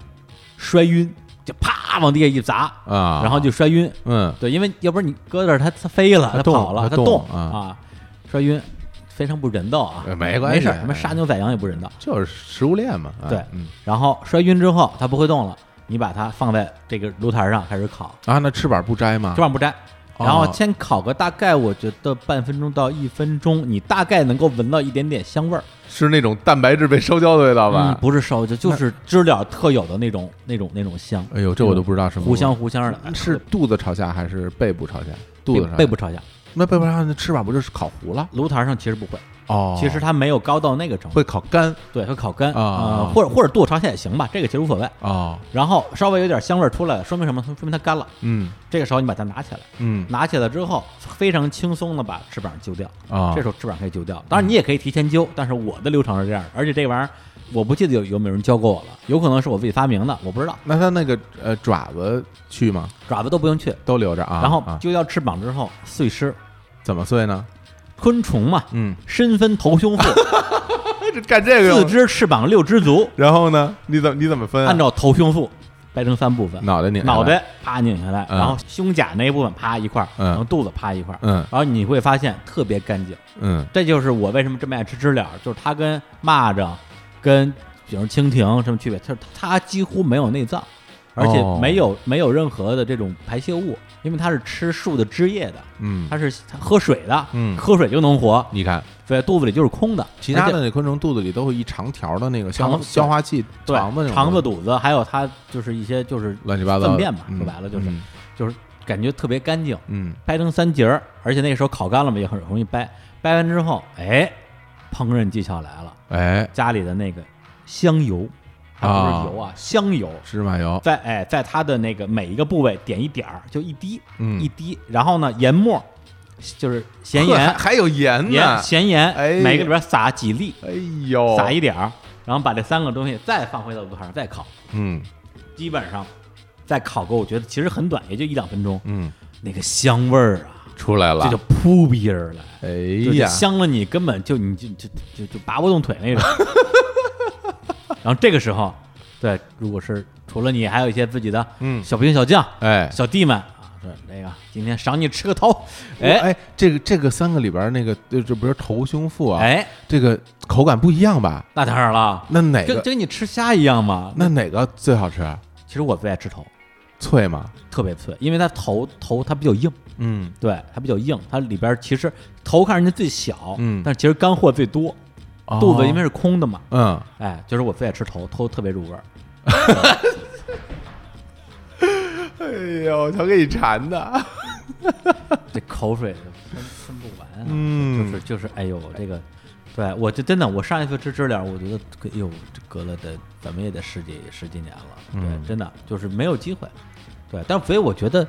摔晕，就啪往地下一砸
啊
然后就摔晕。
嗯，
对，因为要不然你搁这儿它它飞了，
它动
跑了，
它
它
动
动
啊
啊，摔晕，非常不人道啊
呃。没关系
没事儿，什么杀牛宰羊也不人道。
就是食物链嘛。啊
对
嗯，
然后摔晕之后它不会动了，你把它放在这个炉台上开始烤，
啊，那翅膀不摘吗
这？碗不沾。
哦
然后先烤个大概，我觉得半分钟到一分钟，你大概能够闻到一点点香味儿，
是那种蛋白质被烧焦的味道
嗯
吧，？
不是烧焦，就是知了特有的那种、那种、那种香。
哎呦，这我都不知道什么味儿。
糊香糊香的，
是肚子朝下还是背部朝下？肚
背
子朝下
背部朝下。
那背部朝下，那翅膀不就是烤糊了？
炉台上其实不会，
哦
其实它没有高到那个程度，
会烤干
对，会烤干
啊
呃或者或者肚子朝下也行吧，这个其实无所谓。
哦，
然后稍微有点香味儿出来了，说明什么？说明它干了。
嗯
这个时候你把它拿起来，
嗯
拿起来之后非常轻松的把翅膀揪掉，
啊
这时候翅膀可以揪掉。当然你也可以提前揪，但是我的流程是这样的，而且这玩意儿我不记得有有没有人教过我了，有可能是我自己发明的，我不知道。
那它那个呃爪子去吗？
爪子都不用去，
都留着啊。
然后
啊
揪掉翅膀之后碎尸，
怎么碎呢？
昆虫嘛，
嗯，
身分头 胸腹，
干哎这个
四
用。
只翅膀六只足，
然后呢？你怎么你怎么分啊？
按照头胸腹掰成三部分，
脑嗯袋拧下来
脑袋啪拧下来，
嗯
然后胸甲那一部分啪一块儿，
嗯
然后肚子啪一块儿，
嗯
然后你会发现特别干净。
嗯
这就是我为什么这么爱吃知了，就是它跟蚂蚱、跟比如蜻蜓什么区别，它它几乎没有内脏。而且
哦
没有、没有任何的这种排泄物，因为它是吃树的枝叶的，
嗯，
它是它喝水的，
嗯
喝水就能活，
你看
所以肚子里就是空的。
其他
而且
的那昆虫肚子里都会一长条的那个消
肠子
消化器
对
肠子那种
肠子、肚子，还有它就是一些就是
乱七八糟的
粪便嘛，
嗯
说白了就是
嗯
就是感觉特别干净，
嗯
掰成三节儿，而且那个时候烤干了嘛，也很容易掰。掰完之后，哎，烹饪技巧来了，
哎
家里的那个香油，还不
啊
是油啊，香油，
芝麻油
在哎在它的那个每一个部位点一点儿，就一滴，
嗯
一滴，然后呢盐末，就是咸
呵还
盐，
还有盐呢
盐，咸盐，
哎呀
每个里边撒几粒，
哎呦
撒一点儿，然后把这三个东西再放回到炉台上再烤，
嗯
基本上再烤个，我觉得其实很短，也就一两分钟，
嗯
那个香味儿啊，
出来了，
这就扑鼻而来。
哎
就是
呀
香了你根本就你就就就就拔不动腿那种。然后这个时候，对，如果是除了你，还有一些自己的
嗯
小兵小将、
哎
小弟们啊，对，那个今天赏你吃个头，哎
哎这个这个三个里边那个呃这这不是头胸腹啊
哎，
这个口感不一样吧？
那当然了，
那哪
跟
个
就跟你吃虾一样嘛。
那哪个最好吃？啊
其实我最爱吃头，
脆吗？
特别脆，因为它头头它比较硬，
嗯
对，它比较硬，它里边其实头看上去最小，
嗯
但其实干货最多，
哦
肚子因为是空的嘛，
嗯
哎，就是我最爱吃头，头特别入味儿。
哎呦瞧给你馋的。
这口水就喷喷不完啊！就
嗯
是就是，哎呦，这个，对我这真的，我上一次吃知了，我觉得，哎呦，这隔了得怎么也得十几十几年了，对，
嗯
真的就是没有机会，对，但所以我觉得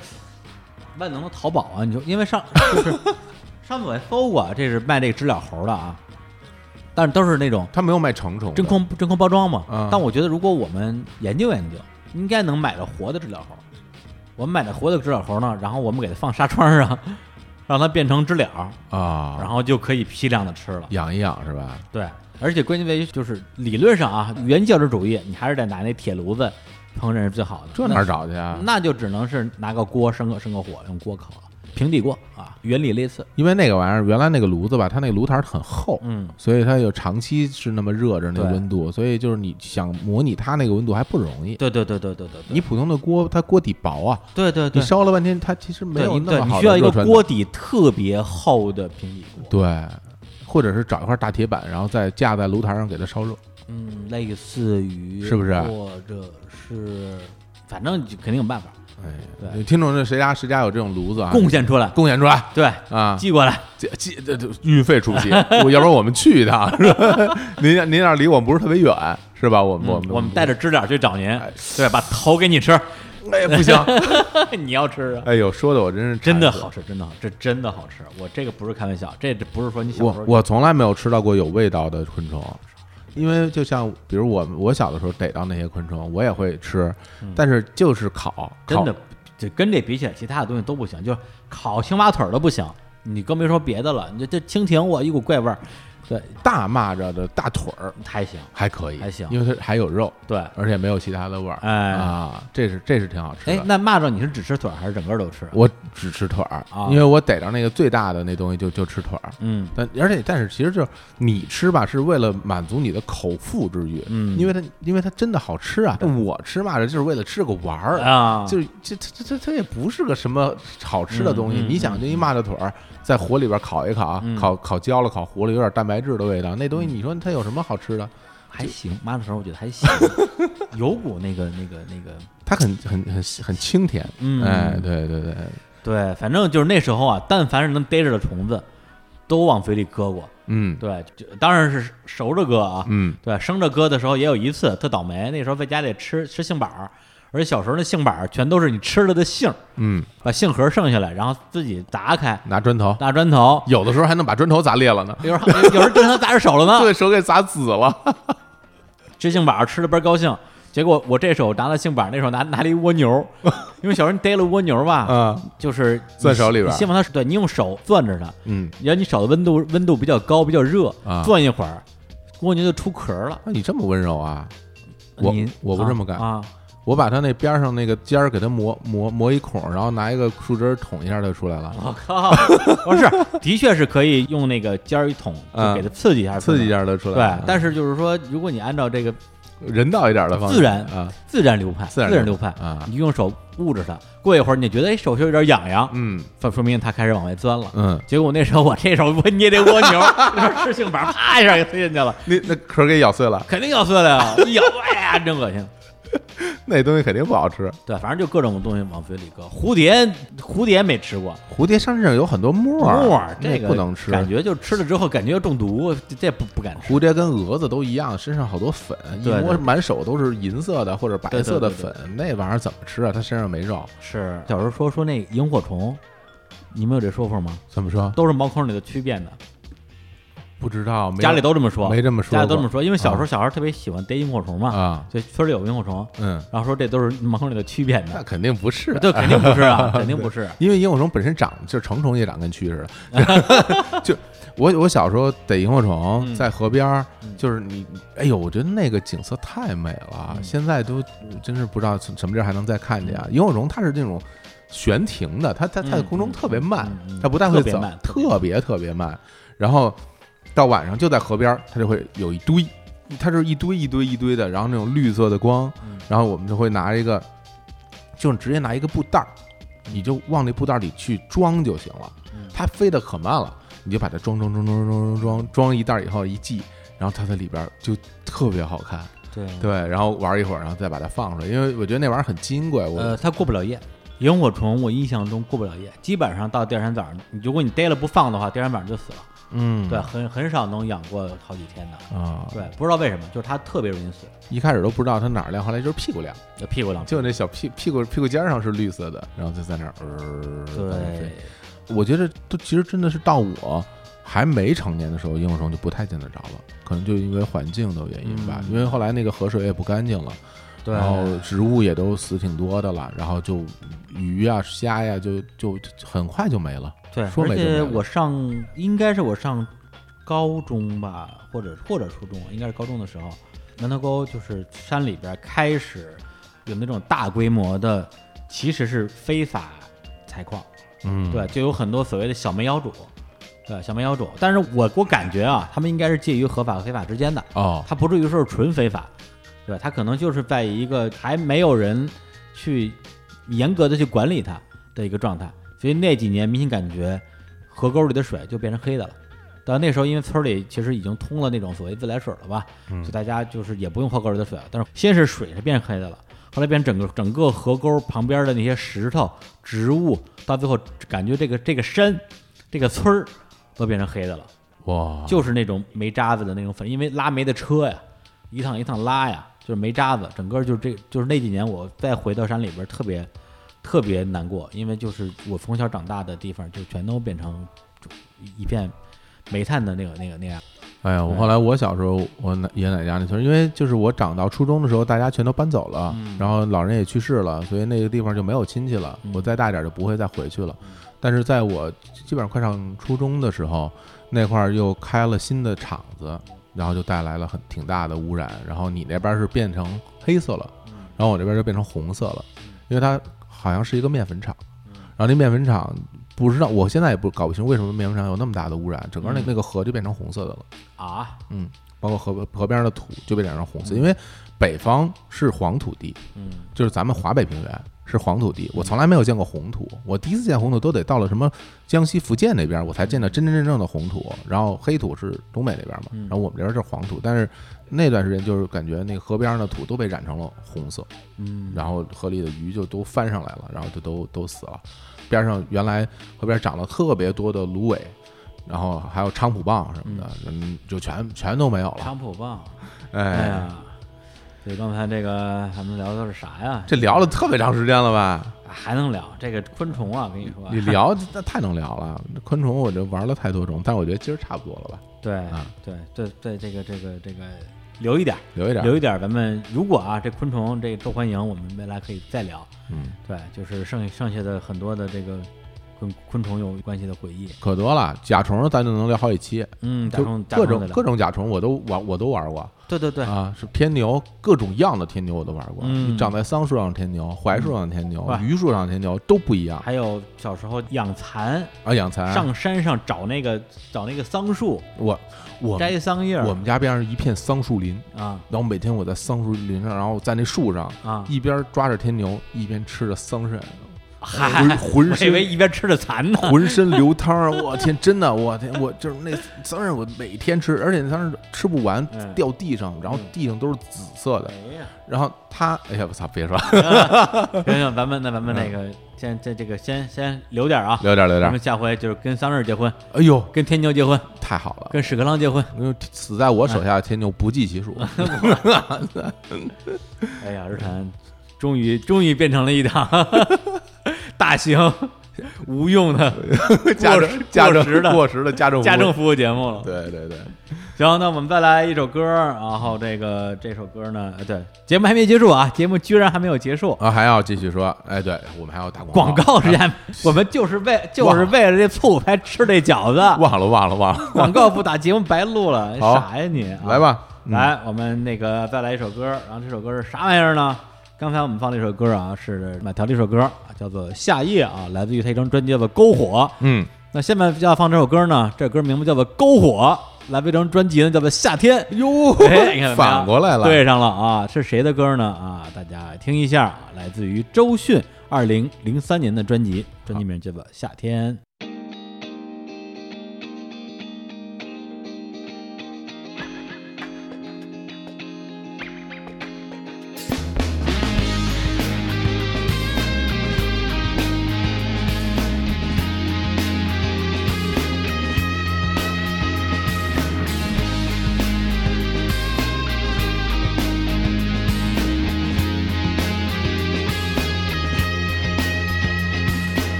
万能的淘宝啊，你就因为上就是 上次我还搜过，啊这是卖这个知了猴的啊，但是都是那种
他没有卖成虫的，
真空真空包装嘛，
嗯
但我觉得如果我们研究研究，应该能买到活的知了猴。我们买的活的知了猴呢，然后我们给它放纱窗上， 让它变成知了，
啊，
然后就可以批量的吃了。
养一养是吧？
对，而且关键在于就是理论上啊，原教旨主义，你还是得拿那铁炉子烹饪是最好的。
这哪儿找去啊
那？？那就只能是拿个锅生个生个火，用锅烤了，平底锅啊，原理类似。
因为那个玩意儿，原来那个炉子吧，它那个炉台儿很厚，
嗯，
所以它有长期是那么热着那个
对
温度，所以就是你想模拟它那个温度还不容易。
对对对对对对，对
你普通的锅，它锅底薄啊，
对对
你
对，
烧了半天，它其实没
对
有
你
那
对
么
你
好
需要
的
一个
热传
锅
导。
底特别厚的平底锅。
对，或者是找一块大铁板，然后再架在炉台上给它烧热。
嗯，类似于
是不是
或者是，反正就肯定有办法
哎，
对
听众是谁家谁家有这种炉子啊？
贡献出来，
贡献出来
对，
啊！
寄过来，
这这这这运费出不起，我要不然我们去一趟， 是吧？您您嗯那儿离我们不是特别远，是吧？我们我
我
们
们带着知了去找您
哎，
对，把头给你吃，
哎，不行，
你要吃啊？
哎呦，说的我 真是
真的
馋死
好吃，真的好，这真的好吃。我这个不是开玩笑，这这不是说你小时
我
候
我从来没有吃到过有味道的昆虫，因为就像比如我我小的时候逮到那些昆虫，我也会吃，但是就是烤，
真
烤
的就跟这比起来，其他的东西都不行，就是烤青蛙腿儿都不行，你更别说别的了。你这这蜻蜓，我一股怪味儿，对，
大蚂蚱的大腿儿
还行，
嗯还可以，
还行
因为它还有肉，
对。
而且没有其他的味儿，
哎
啊，这是这是挺好吃
哎
的，。
那蚂蚱你是只吃腿儿还是整个都吃？
我只吃腿儿
啊，
因为我逮着那个最大的那东西就就吃腿儿。
嗯，
但而且但是其实就是你吃吧，是为了满足你的口腹之欲，
嗯
因为它因为它真的好吃啊。但我吃嘛，就是为了吃个玩儿
啊
就是这这这这这也不是个什么好吃的东西。
嗯嗯
你想，就一蚂蚱腿儿在火里边烤一烤，
嗯
烤烤焦了、烤糊了，有点蛋白质的味道，那东西你说它有什么好吃的？
还行，蚂蚱腿儿我觉得还 行，有股那个那个那个，
它很很很很清甜，
嗯
哎，对对对，
对，反正就是那时候啊，但凡是能逮着的虫子，都往嘴里搁过。
嗯
对，就当然是熟着搁啊，
嗯，
对，生着搁的时候也有一次特倒霉，那时候在家里吃吃杏板儿，而且小时候那杏板儿全都是你吃了的杏儿，
嗯，
把杏核剩下来，然后自己砸开，
拿砖头，
大砖头，
有的时候还能把砖头砸裂了呢，
有时候有时候真能砸着手了呢。
对手给砸紫了，
吃杏板儿吃的倍儿高兴，结果我这手拿了杏板儿，那手拿拿了一蜗 牛儿，因为小时候你逮了蜗牛儿吧，
嗯
就是你
攥手里边儿
你先把它对你用手攥着它，
嗯，
然后你手的温度温度比较高，比较热，
啊
攥一会儿，蜗牛就出壳儿了。
那你这么温柔啊？我
你
我不这么干
啊，
我把它那边上那个尖儿给它磨磨磨一孔，然后拿一个树枝儿捅一下，它就出来了。
我靠！不是， 的确是可以用那个尖儿一捅，就
嗯
给它刺激一下，
刺激一。下它啊就出来了。
对，但是就是说，如果你按照这个
嗯人道一点的方式，
自然
啊，
自然流派，自
自然
流
流
派
派啊
你用手捂着它，过一会儿你觉得哎手是有点痒痒，
嗯
说说明它开始往外钻了。
嗯，
结果那时候我这手我捏这蜗牛， 那时候吃杏板，啪一下给推进去了，
那那壳儿给咬碎了，
肯定要碎了呀！一咬，哎呀，真恶心。
那东西肯定不好吃。
对，反正就各种东西往嘴里搁。蝴蝶，蝴蝶没吃过，
蝴蝶身上有很多沫儿，
木耳
那
这个
不能吃。
感觉就吃了之后感觉要中毒，这这不不敢吃。
蝴蝶跟蛾子都一样，身上好多粉，一
对对
摸
对
满手都是银色的或者白色的
对对
粉，那玩意儿怎么吃啊？它身上没肉，
是小时候说说那萤火虫，你们有这说法吗？
怎么说？
都是毛孔里的蛆变的，
不知道，没有
家里都这么说，
没这么说过
家里都这么说，因为小时候
啊
小孩特别喜欢逮萤火虫嘛，
啊，
就村里有萤火虫，
嗯，
然后说这都是毛孔里的蛆变
那
的，
肯定不是，
这肯定不是啊，肯定不 是。
因为萤火虫本身长就是成虫也长跟蛆似 的，就我我小时候逮萤火虫
嗯
在河边儿
嗯，
就是你，哎呦，我觉得那个景色太美了，
嗯
现在都真是不知道什么地儿还能再看见啊！萤火虫它是那种悬停的，它它它在
嗯
空中特别慢
嗯嗯嗯，
它不太会
特别
走
慢，特
特别特别慢，然后到晚上就在河边儿，它就会有一堆，它就是一堆一堆一堆的，然后那种绿色的光
嗯，
然后我们就会拿一个，就直接拿一个布袋儿，你就往那布袋儿里去装就行了
嗯。
它飞得可慢了，你就把它装装装装装装装装一袋儿以后一系，然后它在里边儿就特别好看。
对
对，然后玩一会儿，然后再把它放出来，因为我觉得那玩意儿很金贵。我、
呃，它过不了夜。萤火虫，我印象中过不了夜，基本上到第二天早上，你如果你逮了不放的话，第二天晚上就死了。
嗯，
对，很很少能养过好几天的。
啊，
对，不知道为什么，就是它特别容易死，
一开始都不知道它哪儿亮，后来就是呃屁股亮，
就屁股上。
就那小屁屁股屁股尖儿上是绿色的，然后就在那儿。呃、在那儿飞
对，
我觉得都其实真的是到我还没成年的时候，萤火虫就不太见得着了，可能就因为环境的原因吧，
嗯
因为后来那个河水也不干净了，
对，
然后植物也都死挺多的了，然后就鱼啊、虾呀、就就就很快就没了。
对，
说
而
没就没
且
了
我上应该是我上高中吧，或者或者初中，应该是高中的时候，门头沟就是山里边开始有那种大规模的，其实是非法采矿，
嗯，
对，就有很多所谓的小煤窑主。对小煤窑主，但是我我感觉啊，他们应该是介于合法和非法之间的，
哦，
它不至于说是纯非法，对，它可能就是在一个还没有人去严格的去管理它的一个状态，所以那几年明显感觉河沟里的水就变成黑的了。但那时候因为村里其实已经通了那种所谓自来水了吧，所以大家就是也不用河沟里的水了。但是先是水是变成黑的了，后来变成整个整个河沟旁边的那些石头、植物，到最后感觉这个这个山、这个村儿都变成黑的了。
哇，
就是那种煤渣子的那种粉，因为拉煤的车呀，一趟一趟拉呀，就是没渣子，整个就是这就是那几年我再回到山里边儿特别特别难过，因为就是我从小长大的地方就全都变成就一片煤炭的那个那个那样，
哎呀，我后来我小时候，我奶爷爷奶奶家那村儿，因为就是我长到初中的时候，大家全都搬走了，然后老人也去世了，所以那个地方就没有亲戚了。我再大点儿就不会再回去了。但是在我基本上快上初中的时候，那块儿又开了新的厂子，然后就带来了很挺大的污染。然后你那边儿是变成黑色了，然后我这边儿就变成红色了，因为它好像是一个面粉厂，然后那面粉厂。不知道，我现在也不搞不清为什么面粉厂有那么大的污染，整个那
嗯
那个河就变成红色的了。
啊，
嗯，包括河河边上的土就被染成红色，因为北方是黄土地，
嗯，
就是咱们华北平原是黄土地，我从来没有见过红土，我第一次见红土都得到了什么江西、福建那边，我才见到真真正正的红土，然后黑土是东北那边嘛，然后我们这边是黄土，但是那段时间就是感觉那个河边上的土都被染成了红色，
嗯，
然后河里的鱼就都翻上来了，然后就都都死了。边上原来河边长了特别多的芦苇，然后还有菖蒲棒什么的，嗯，就全全都没有了。
菖蒲棒，哎
哎，
呀，所以刚才这个咱们聊的是啥呀？
这聊了特别长时间了吧？
还能聊这个昆虫啊，跟你说，
你聊那太能聊了，昆虫我这玩了太多种，但是我觉得今儿差不多了吧，
对
啊
对对对，这个这个这个留一点儿。
留一点。
留一点儿，咱们如果啊，这昆虫这受欢迎，我们未来可以再聊。
嗯，
对，就是剩剩下的很多的这个跟昆虫有关系的回忆。
可多了，甲虫咱就能聊好几期，
嗯，甲
就
虫，甲
各
虫
种
得聊
各，种甲虫我都玩，我都玩过
对对对，
啊，是天牛，各种样的天牛我都玩过，
嗯
长在桑树上的天牛、槐树上的天牛、
哇
榆树上的天牛都不一样
还有小时候养蚕，
啊，养蚕
上山上找那个找那个桑树，
我我
摘桑叶儿。
我们家边上一片桑树林，
啊
然后每天我在桑树林上，然后在那树上
啊，
一边抓着天牛，一边吃着桑葚，
嗨，
浑
我
浑
以为
身
一边吃着蚕呢。
浑身流汤儿，我天，真的，我天，我就是那桑葚，我每天吃，而且那桑葚吃不完
嗯
掉地上，然后地上都是紫色的，
哎呀，
然后它，哎呀，我操，别说，
行行，咱们那咱们那个先这这个先先留点儿啊，
嗯留点儿留点
咱
儿
们，下回就是跟桑葚结婚，
哎呦，
跟天牛结婚，
太好了。
跟屎壳郎结婚。
因为死在我手下的天牛不计其 数，
哎呀，日坛终于终于变成了一档 大型无用 的
家
过
政
时
家
过
政
时的
过时的家政
家
服务
政服务节目了。
对对对，
行，那我们再来一首歌，然后这个这首歌呢，呃对，节目还没结束啊，节目居然还没有结束。
啊，还啊要继续说，哎，对我们还要打
广
广
告时间，我们就是为就是为了这醋才吃这饺子，
忘了忘了忘了，
广告不打节目白录了，
好
傻呀你啊！
来吧，嗯，
来，我们那个再来一首歌，然后这首歌是啥玩意儿呢？刚才我们放了一首歌啊，是买条的一首歌啊，叫做《夏夜》啊，来自于他一张专辑叫做《篝火》。
嗯，
那下面要放这首歌呢，这歌名字叫做《篝火》，来自一张专辑呢叫做《夏天》。
哟
哎，你看怎么样
反过来了，
对上了啊！是谁的歌呢？啊，大家听一下，啊，来自于周迅二零零三年的专辑，专辑名叫做《夏天》。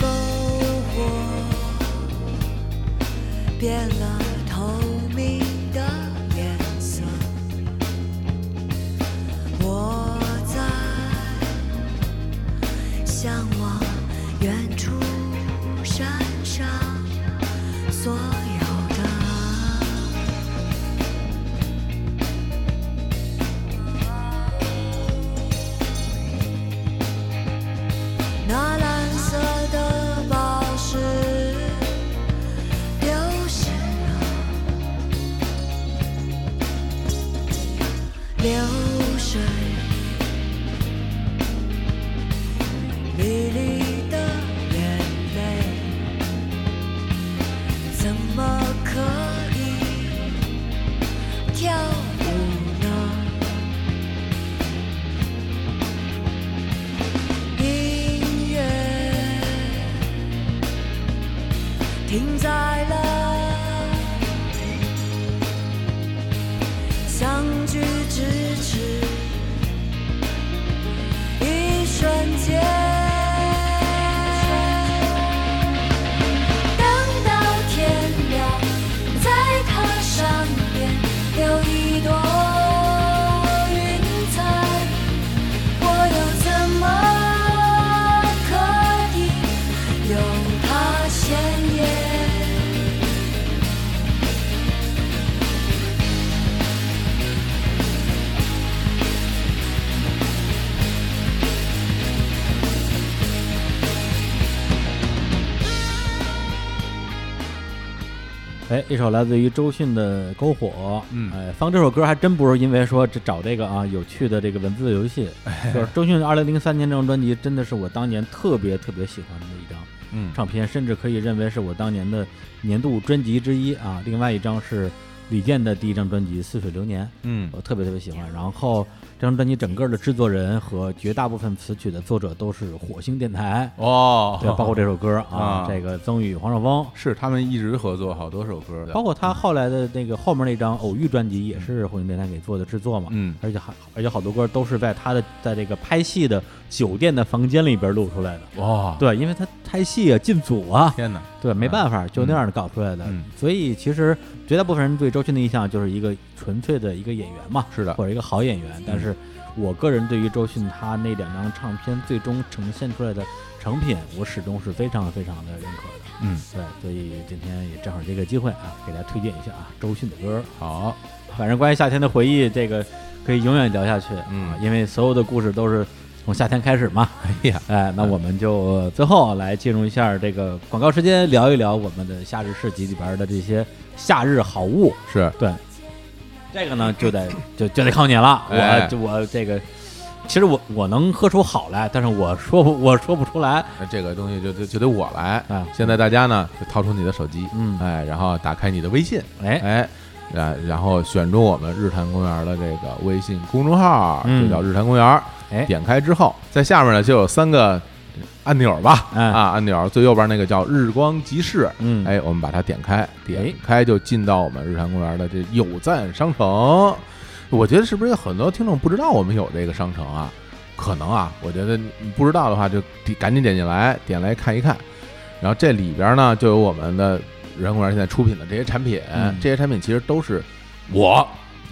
篝火变了透明的颜色，我在向往远处山上所有的爱。那蓝色的宝石丢失了，流水沥沥的眼泪，怎么可以跳舞呢？音乐停在了相聚咫尺
哎，一首来自于周迅的《篝火》。
嗯
哎，放这首歌还真不是因为说这找这个啊有趣的这个文字游戏，
哎
就是周迅二零零三年这张专辑真的是我当年特别特别喜欢的一张
嗯
唱片，甚至可以认为是我当年的年度专辑之一啊。另外一张是李健的第一张专辑《似水流年》，
嗯
我特别特别喜欢。然后这张专辑整个的制作人和绝大部分词曲的作者都是火星电台，
哦，
对，包括这首歌啊
啊，
这个曾宇、黄少峰，
是他们一直合作好多首歌的，
包括他后来的那个后面那张《偶遇》专辑也是火影电台给做的制作嘛，
嗯
而且还而且好多歌都是在他的在这个拍戏的酒店的房间里边录出来的。
哇，
对，因为他拍戏啊，进组啊，
天哪，
对，没办法，就那样搞出来的。
嗯
所以其实绝大部分人对周迅的印象就是一个纯粹的一个演员嘛，
是的嗯
或者一个好演员。但是我个人对于周迅她那两张唱片最终呈现出来的成品，我始终是非常非常的认可的。
嗯，
对，所以今天也正好这个机会啊，给大家推荐一下啊周迅的歌。
好，
反正关于夏天的回忆，这个可以永远聊下去，
嗯
啊，因为所有的故事都是从夏天开始嘛。
哎呀，
哎，那我们就呃最后来进入一下这个广告时间，聊一聊我们的夏日市集里边的这些夏日好物。
是
对，这个呢就得 就就得靠你了。
哎
我我这个，其实我我能喝出好来，但是我说不我说不出来。
那这个东西就就就得我来
啊
现在大家呢就掏出你的手机，
嗯
哎，然后打开你的微信，
哎
哎。然然后选中我们日坛公园的这个微信公众号，
嗯
就叫日坛公园。
哎
点开之后，在下面呢就有三个按钮吧，
哎
啊，按钮最右边那个叫日光集市，
嗯
哎，我们把它点开，点开就进到我们日坛公园的这有赞商城。我觉得是不是有很多听众不知道我们有这个商城啊？可能啊，我觉得你不知道的话就点赶紧点进来，点来看一看。然后这里边呢就有我们的日坛公园现在出品的这些产品，
嗯
这些产品其实都是我。啊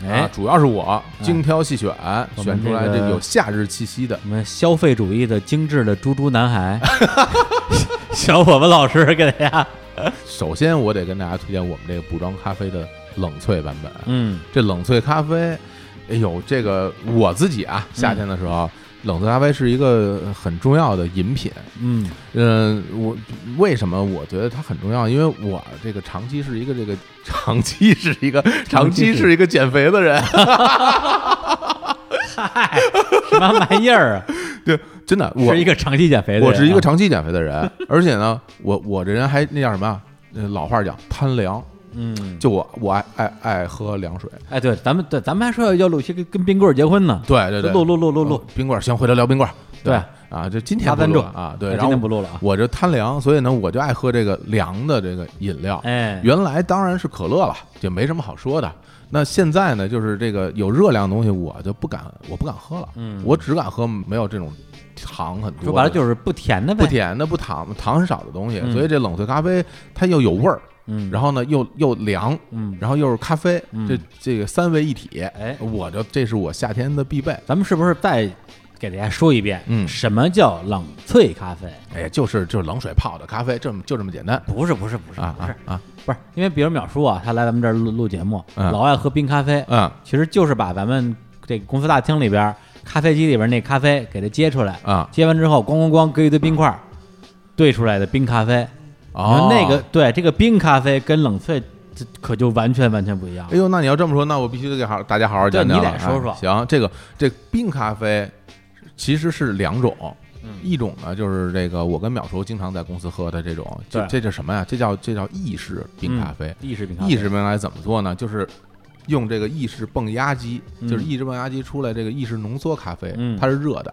哎，
主要是我精挑细选，
我们
选出来
这个
这有夏日气息的
我们消费主义的精致的猪猪男 孩，小我们老师给大家，
首先，我得跟大家推荐我们这个补妆咖啡的冷萃版本。
嗯
这冷萃咖啡，哎呦，这个我自己啊，夏天的时候，冷萃咖啡是一个很重要的饮品。
嗯
嗯，我为什么我觉得它很重要？因为我这个长期是一个这个长期是一个长期是一个减肥的人，
什么玩意儿啊？
对，真的，我
是一个长期减肥的人啊，
我是一个长期减肥的人，而且呢，我我这人还那叫什么啊？呃老话讲贪凉，
嗯，
就我我爱爱爱喝凉水。
哎，对，咱们对，咱们还说要要录些跟跟冰棍儿结婚呢，
对对对，
录录录录录
哦，冰棍儿，行，回头聊冰棍儿。
对
啊，就今天
发
不
赞助
录了啊，对，
哎
然
今
后
天不录了啊，
我这贪凉，所以呢，我就爱喝这个凉的这个饮料。
哎，
原来当然是可乐了，就没什么好说的。那现在呢，就是这个有热量的东西，我就不敢，我不敢喝了。
嗯
我只敢喝没有这种糖很多的。
说白了就是不甜的呗，
不，甜的、不糖、糖很少的东西，
嗯
所以这冷萃咖啡它又有味儿，
嗯，
然后呢又又凉，
嗯，
然后又是咖啡，
嗯
这这个三位一体，
哎
我就这是我夏天的必备。
咱们是不是再给大家说一遍，
嗯
什么叫冷萃咖啡？
哎呀，就是就是冷水泡的咖啡，这么就这么简单
不是不是不是
啊
不是
啊啊！
不是，因为比如淼叔啊，他来咱们这儿录录节目，
嗯
老爱喝冰咖啡，
嗯
其实就是把咱们这个公司大厅里边儿咖啡机里边儿那咖啡给它接出来，
啊
接完之后咣咣咣搁一堆冰块儿，兑出来的冰咖啡。你说，
哦
那个对这个冰咖啡跟冷萃，这可就完全完全不一样
哎。呦，那你要这么说，那我必须得给好大家好好讲讲
对
了。
你得说说
哎行，这个这冰咖啡其实是两种。
嗯
一种呢，就是这个我跟淼叔经常在公司喝的这种，这
对嗯
这叫什么呀？这叫这叫意式冰咖啡。
意式冰咖啡，
意式冰来怎么做呢？就是用这个意式泵压机，就是意式泵压机出来这个意式浓缩咖啡，
嗯
它是热的。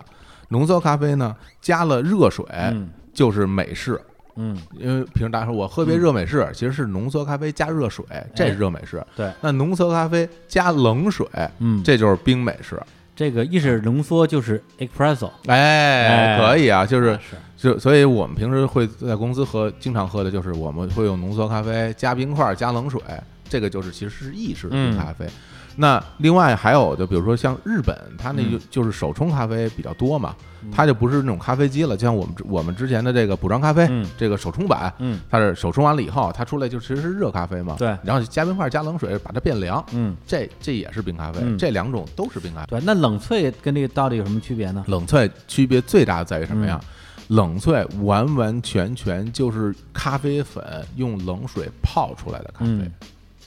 浓缩咖啡呢，加了热水，
嗯
就是美式。
嗯，
因为平时大家说我喝杯热美式，其实是浓缩咖啡加热水，这是热美式。
对，
那浓缩咖啡加冷水，
嗯
这就是冰美式。
这个意式浓缩就是 espresso，哎
哎，可以啊，就是
是
就所以我们平时会在公司喝，经常喝的就是我们会用浓缩咖啡加冰块加冷水，这个就是其实是意式的
嗯
咖啡。那另外还有就比如说像日本，它那
嗯
就就是手冲咖啡比较多嘛，它就不是那种咖啡机了，就像我们之我们之前的这个补妆咖啡
嗯，
这个手冲版，
嗯
它是手冲完了以后，它出来就其实是热咖啡嘛，
对
然后加冰块加冷水把它变凉，
嗯，
这这也是冰咖啡，
嗯
这两种都是冰咖啡。
对。那冷萃跟这个到底有什么区别呢？嗯
冷萃区别最大在于什么呀？冷萃完完全全就是咖啡粉用冷水泡出来的咖啡，
嗯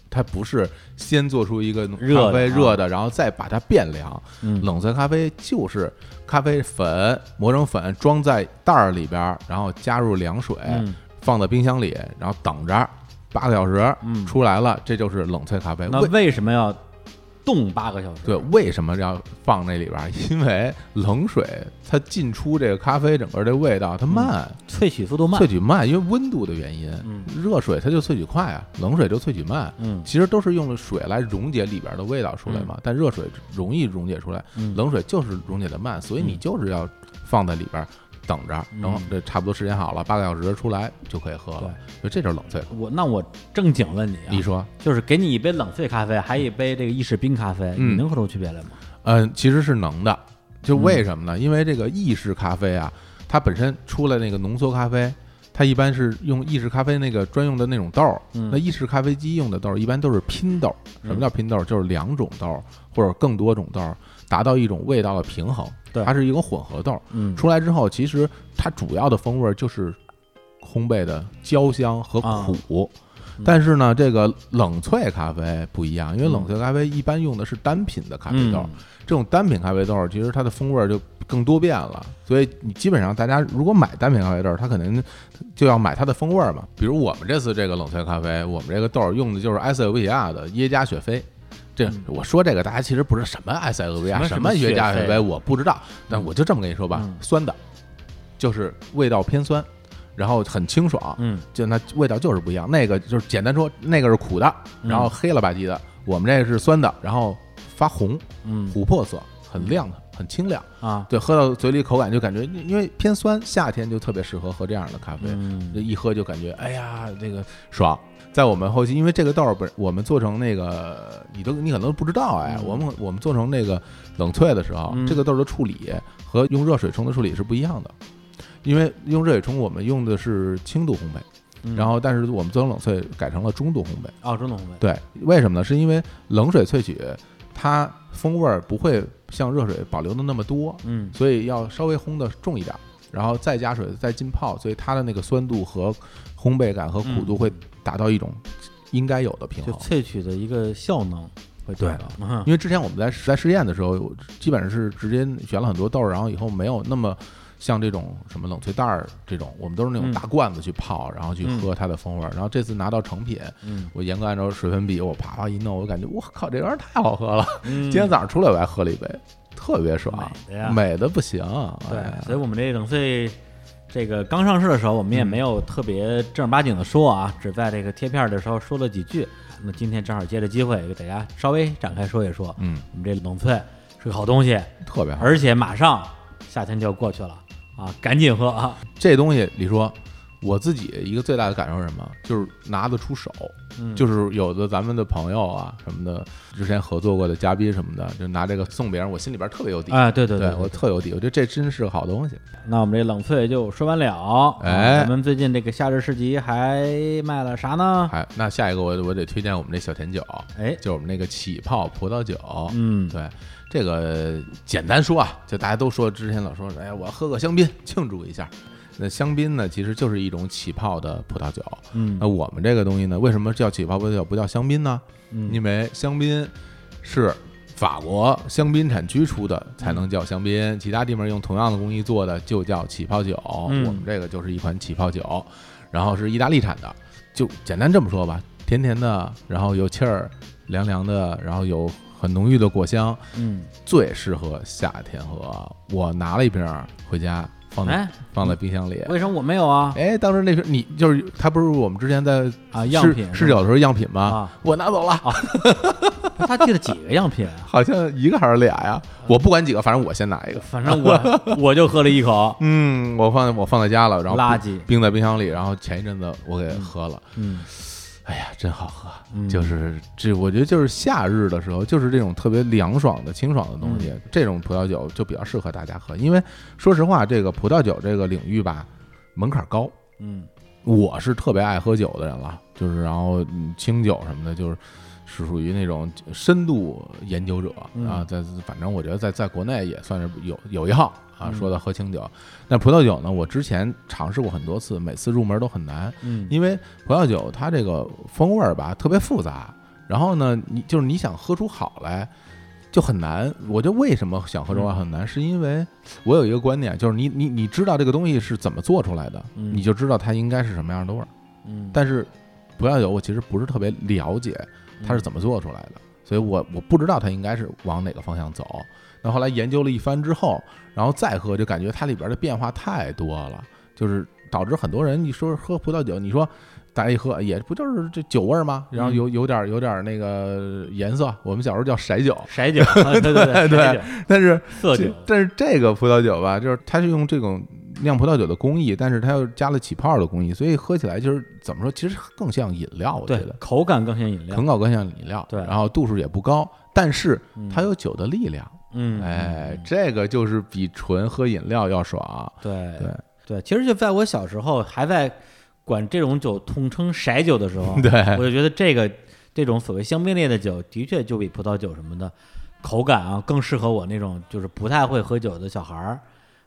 它不是先做出一个
热的
咖啡
啊
热的，然后再把它变凉。
嗯
冷萃咖啡就是咖啡粉磨成粉，装在袋儿里边儿，然后加入凉水，
嗯
放到冰箱里，然后等着八个小时，
嗯
出来了，这就是冷萃咖啡。
那
为
为什么要冻八个小时？
对，为什么要放那里边儿？因为冷水它进出这个咖啡整个这味道它慢，
萃取速度嗯慢
萃。取慢，因为温度的原因，
嗯
热水它就萃取快啊，冷水就萃取慢。
嗯
其实都是用了水来溶解里边的味道出来嘛，但热水容易溶解出来，
嗯
冷水就是溶解的慢，所以你
嗯
就是要放在里边等着，
嗯
然后这差不多时间好了，八个小时出来就可以喝了，就这就是冷萃。
我那我正经问你啊，
你说，
就是给你一杯冷萃咖啡，还一杯这个意式冰咖啡，
嗯
你能喝出区别来吗？
嗯，其实是能的，就为什么
嗯
呢？因为这个意式咖啡啊，它本身出来那个浓缩咖啡。它一般是用意式咖啡那个专用的那种豆儿，
嗯
那意式咖啡机用的豆儿一般都是拼豆儿。什么叫拼豆儿？就是两种豆儿或者更多种豆儿达到一种味道的平衡，
对
它是一种混合豆儿。
嗯，
出来之后，其实它主要的风味儿就是烘焙的焦香和苦。
嗯
但是呢，这个冷萃咖啡不一样，因为冷萃咖啡一般用的是单品的咖啡豆，
嗯
这种单品咖啡豆其实它的风味儿就更多变了。所以你基本上大家如果买单品咖啡豆，它可能就要买它的风味儿嘛。比如我们这次这个冷萃咖啡，我们这个豆儿用的就是埃塞俄比亚的耶加雪菲。这我说这个，大家其实不知道什么埃塞俄比亚
嗯什
什
么
么耶加
雪
雪
菲
菲，我不知道。但我就这么跟你说吧，
嗯
酸的，就是味道偏酸，然后很清爽，
嗯
就那味道就是不一样。那个就是简单说，那个是苦的，
嗯
然后黑了吧唧的，我们这个是酸的，然后发红，
嗯
琥珀色，很亮的，很清亮。
啊，
对，喝到嘴里口感就感觉，因为偏酸，夏天就特别适合喝这样的咖啡，
嗯
这一喝就感觉，哎呀，这个爽。在我们后期，因为这个豆儿本我们做成那个，你都你可能都不知道哎，
嗯
我们我们做成那个冷萃的时候，
嗯
这个豆儿的处理和用热水冲的处理是不一样的，因为用热水冲我们用的是轻度烘焙，
嗯
然后但是我们做成冷萃改成了中度烘焙。
澳洲的红味，
对，为什么呢？是因为冷水萃取，它风味儿不会像热水保留的那么多，
嗯
所以要稍微烘的重一点儿，然后再加水再浸泡，所以它的那个酸度和烘焙感和苦度会达到一种应该有的平
就
衡。
萃取的一个效能会
对
达到嗯
因为之前我们在在试验的时候，我基本上是直接选了很多豆儿，然后以后没有那么像这种什么冷萃袋儿这种，我们都是那种
嗯
大罐子去泡，然后去
嗯
喝它的风味儿。然后这次拿到成品，
嗯
我严格按照水粉比，我啪啪一弄，我感觉我靠，这玩意儿太好喝了。
嗯，
今天早上出来我还喝了一杯，特别爽，
美的呀
美的不行。哎
对，所以我们这冷萃这个刚上市的时候，我们
嗯
也没有特别正儿八经的说啊，只在这个贴片儿的时候说了几句。那今天正好借着机会给大家稍微展开说一说，
嗯，
我们这冷萃是个好东西，
特别好。
而且马上夏天就要过去了啊，赶紧喝啊！
这东西，你说我自己一个最大的感受是什么？就是拿得出手，
嗯
就是有的咱们的朋友啊什么的，之前合作过的嘉宾什么的，就拿这个送别人，我心里边特别有底。
啊，对对
哎对
对，
我特有底，我觉得这真是个好东西。
那我们这冷萃就说完了。啊
哎
咱们最近这个夏日市集还卖了啥呢？
哎，那下一个我我得推荐我们这小甜酒，
哎，
就是我们那个起泡葡萄酒。
嗯，
对，这个简单说啊，就大家都说之前老说，哎，我喝个香槟庆祝一下。那香槟呢，其实就是一种起泡的葡萄酒。
嗯
那我们这个东西呢，为什么叫起泡葡萄酒不叫香槟呢？
嗯
因为香槟是法国香槟产区出的才
嗯
能叫香槟，其他地方用同样的工艺做的就叫起泡酒。
嗯
我们这个就是一款起泡酒，然后是意大利产的。就简单这么说吧，甜甜的，然后有气儿，凉凉的，然后有很浓郁的果香，
嗯，
最适合夏天喝。我拿了一瓶儿回家，放在、
哎
放在冰箱里。
为什么我没有啊？
哎，当时那瓶你就是它不是我们之前在
啊
试
样品是
试
吗
酒的时候样品吗？
啊
我拿走了，
他寄了几个样品啊？
好像一个还是俩呀？
嗯
我不管几个，反正我先拿一个。
反正 我我就喝了一口，
嗯，我放我放在家了，然后
垃
冰
圾
冰在冰箱里，然后前一阵子我给喝了，
嗯
哎呀，真好喝！
嗯
就是这，我觉得就是夏日的时候，就是这种特别凉爽的、清爽的东
嗯
西，这种葡萄酒就比较适合大家喝。因为说实话，这个葡萄酒这个领域吧，门槛高。
嗯
我是特别爱喝酒的人了，就是然后嗯清酒什么的，就是是属于那种深度研究者
嗯
啊，在反正我觉得在在国内也算是有有一号
嗯
啊。说到喝清酒，那葡萄酒呢，我之前尝试过很多次，每次入门都很难，
嗯
因为葡萄酒它这个风味儿吧特别复杂，然后呢，你就是你想喝出好来。就很难，我觉得为什么想喝出来很难，是因为我有一个观点，就是你你你知道这个东西是怎么做出来的，
嗯
你就知道它应该是什么样的味儿。
嗯，
但是葡萄酒我其实不是特别了解它是怎么做出来的，所以我我不知道它应该是往哪个方向走。那后来研究了一番之后，然后再喝，就感觉它里边的变化太多了，就是导致很多人你说喝葡萄酒，你说大家一喝也不就是这酒味儿吗？然后有有点有点那个颜色，我们小时候叫色酒，
色酒，对对对
对
色酒
但是
色
这
酒，
但是这个葡萄酒吧，就是它是用这种酿葡萄酒的工艺，但是它又加了起泡的工艺，所以喝起来就是怎么说，其实更像饮料，我觉
对
得
口感更像饮料
很，搞更像饮料。
对
然后度数也不高，但是
嗯
它有酒的力量，
嗯，哦
哎，这个就是比纯喝饮料要爽。
对
对，
对，其实就在我小时候还在管这种酒统称色酒的时候
对
我就觉得这个这种所谓香槟类的酒，的确就比葡萄酒什么的口感啊更适合我那种就是不太会喝酒的小孩儿。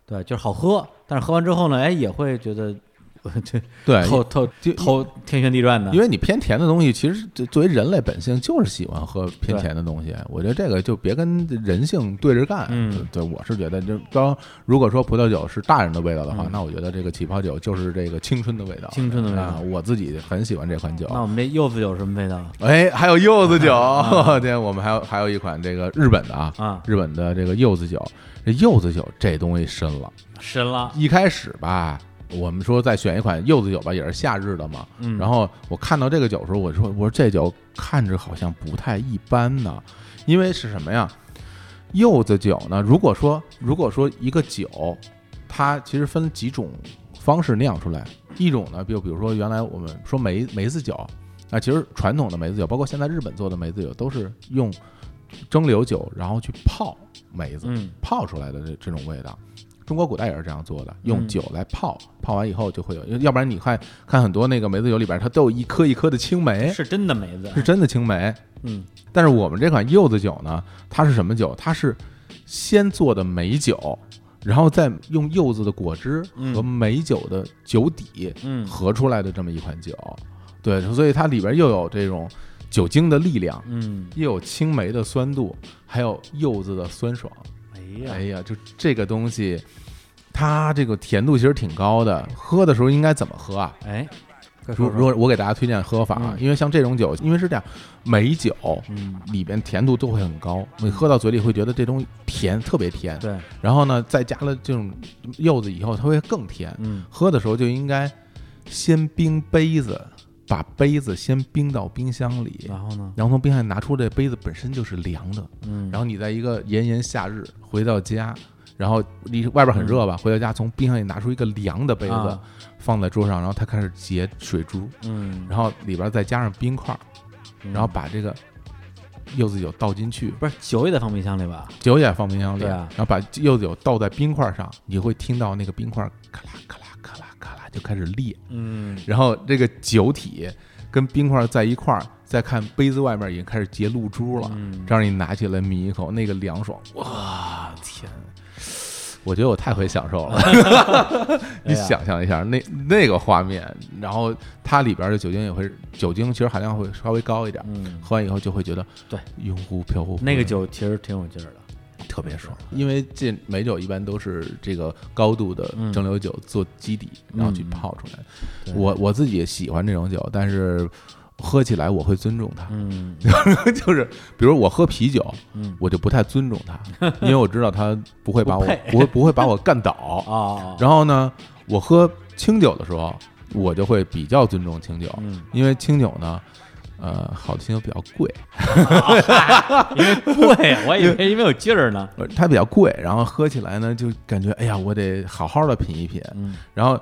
对，就是好喝，但是喝完之后呢，哎，也会觉得这
对，
透透
就
透天旋地转的，
因为你偏甜的东西，其实这作为人类本性就是喜欢喝偏
对
甜的东西。我觉得这个就别跟人性对着干。
嗯
对，我是觉得这当如果说葡萄酒是大人的味道的话，
嗯
那我觉得这个起泡酒就是这个青春的味道，
青春的味道
啊我自己很喜欢这款酒。
那我们这柚子有什么味道？
哎，还有柚子酒， 对，我们还有还有一款这个日本的啊，
啊
日本的这个柚子酒，这柚子酒这东西深了。
深了，
一开始吧，我们说再选一款柚子酒吧，也是夏日的嘛。
嗯
然后我看到这个酒的时候，我说我说这酒看着好像不太一般呢，因为是什么呀？柚子酒呢，如果说如果说一个酒，它其实分几种方式酿出来，一种呢，就比如说原来我们说梅梅子酒。啊，其实传统的梅子酒，包括现在日本做的梅子酒，都是用蒸馏酒，然后去泡梅子，
嗯
泡出来的这这种味道。中国古代也是这样做的，用
嗯
酒来泡，泡完以后就会有，要不然你看看很多那个梅子酒里边，它都有一颗一颗的青梅，
是真的梅子，
是真的青梅。
嗯
但是我们这款柚子酒呢，它是什么酒？它是先做的梅酒，然后再用柚子的果汁
嗯
和梅酒的酒底
嗯
合出来的这么一款酒。对，所以它里边又有这种酒精的力量，
嗯，
又有青梅的酸度，还有柚子的酸爽。
哎
哎
呀，
呀，就这个东西，它这个甜度其实挺高的，喝的时候应该怎么喝啊？
哎，快
如
说
如
说，
果我给大家推荐喝法啊，
嗯
因为像这种酒，因为是这样，美酒
嗯，
里边甜度都会很高，你喝到嘴里会觉得这东西甜，特别甜。
对，
然后呢，再加了这种柚子以后，它会更甜。
嗯
喝的时候就应该先冰杯子，把杯子先冰到冰箱里，
然后呢？
然后从冰箱里拿出这杯子本身就是凉的，
啊嗯，
然后你在一个炎炎夏日回到家，然后离外边很热吧，回到家从冰箱里拿出一个凉的杯子、
嗯啊
放在桌上，然后它开始结水珠，
嗯，
然后里边再加上冰块，
嗯
然后把这个柚子酒倒进去，
不是酒也得放冰箱里吧？
酒也放冰箱里，
对啊
然后把柚子酒倒在冰块上，你会听到那个冰块咔啦咔啦咔啦咔啦就开始裂，
嗯，
然后这个酒体跟冰块在一块儿，再看杯子外面已经开始结露珠了，
嗯
这样你拿起来抿一口，那个凉爽，哇天！我觉得我太会 享受
哎
了， 你想象一下那那个画面，然后它里边的酒精也会，酒精其实含量会稍微高一点，
嗯，
喝完以后就会觉得
对
晕乎飘忽，
那个酒其实挺有劲儿的。
特别爽，因为这美酒一般都是这个高度的
嗯
蒸馏酒做基底，然后去
嗯
泡出来的。
对
我我自己也喜欢这种酒，但是喝起来我会尊重它。
嗯
就是比如我喝啤酒，
嗯
我就不太尊重 它，因为我知道它不会把我
不配
不会不会把我 干倒。
哦，
然后呢，我喝清酒的时候，我就会比较尊重清酒，
嗯
因为清酒呢。呃，好的清酒比较贵，
对，我以哦为因为有劲儿呢。
呃它比较贵，然后喝起来呢，就感觉哎呀，我得好好的品一品。
嗯
然后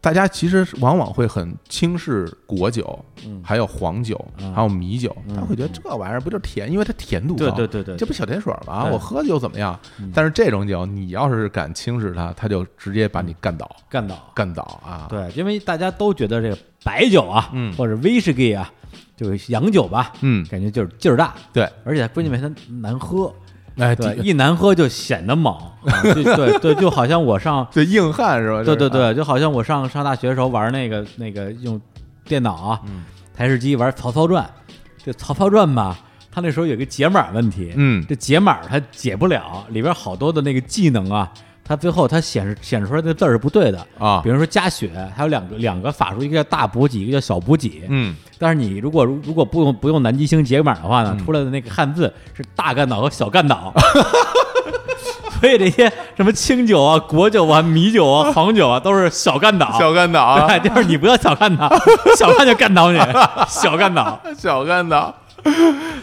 大家其实往往会很轻视果酒，
嗯，
还有黄酒，
嗯
还有米酒，
嗯
他会觉得这玩意儿不就是甜，因为它甜度高，
对对对对，
这不小甜水儿吗？
对
我喝又怎么样？
嗯
但是这种酒，你要是敢轻视它，它就直接把你干倒，
干倒。
干倒啊！
对，因为大家都觉得这个白酒啊，
嗯
或者威士忌啊，就是洋酒吧，
嗯
感觉就是劲儿大，
对，
而且关键它难喝，
哎，
对，
这
一难喝就显得猛，啊就 对对，就好像我上
这硬汉是吧？
对
这
对
是，啊
对，就好像我上上大学的时候玩那个那个用电脑啊，
嗯
台式机玩《曹操传》，这《曹操传》吧，它那时候有一个解码问题，
嗯
这解码它解不了，里边好多的那个技能啊，它最后它显示显示出来的字儿是不对的
啊
比如说加血，还有两个两个法术，一个叫大补给，一个叫小补给，
嗯，
但是你如果如果不用不用南极星解码的话呢，
嗯
出来的那个汉字是大干岛和小干岛。 所以这些什么清酒啊、果酒啊、米酒啊、黄酒啊，都是小干岛。
小干 岛啊，
对，就是你不要小干岛， 小干就干倒你，小干岛。
小干岛。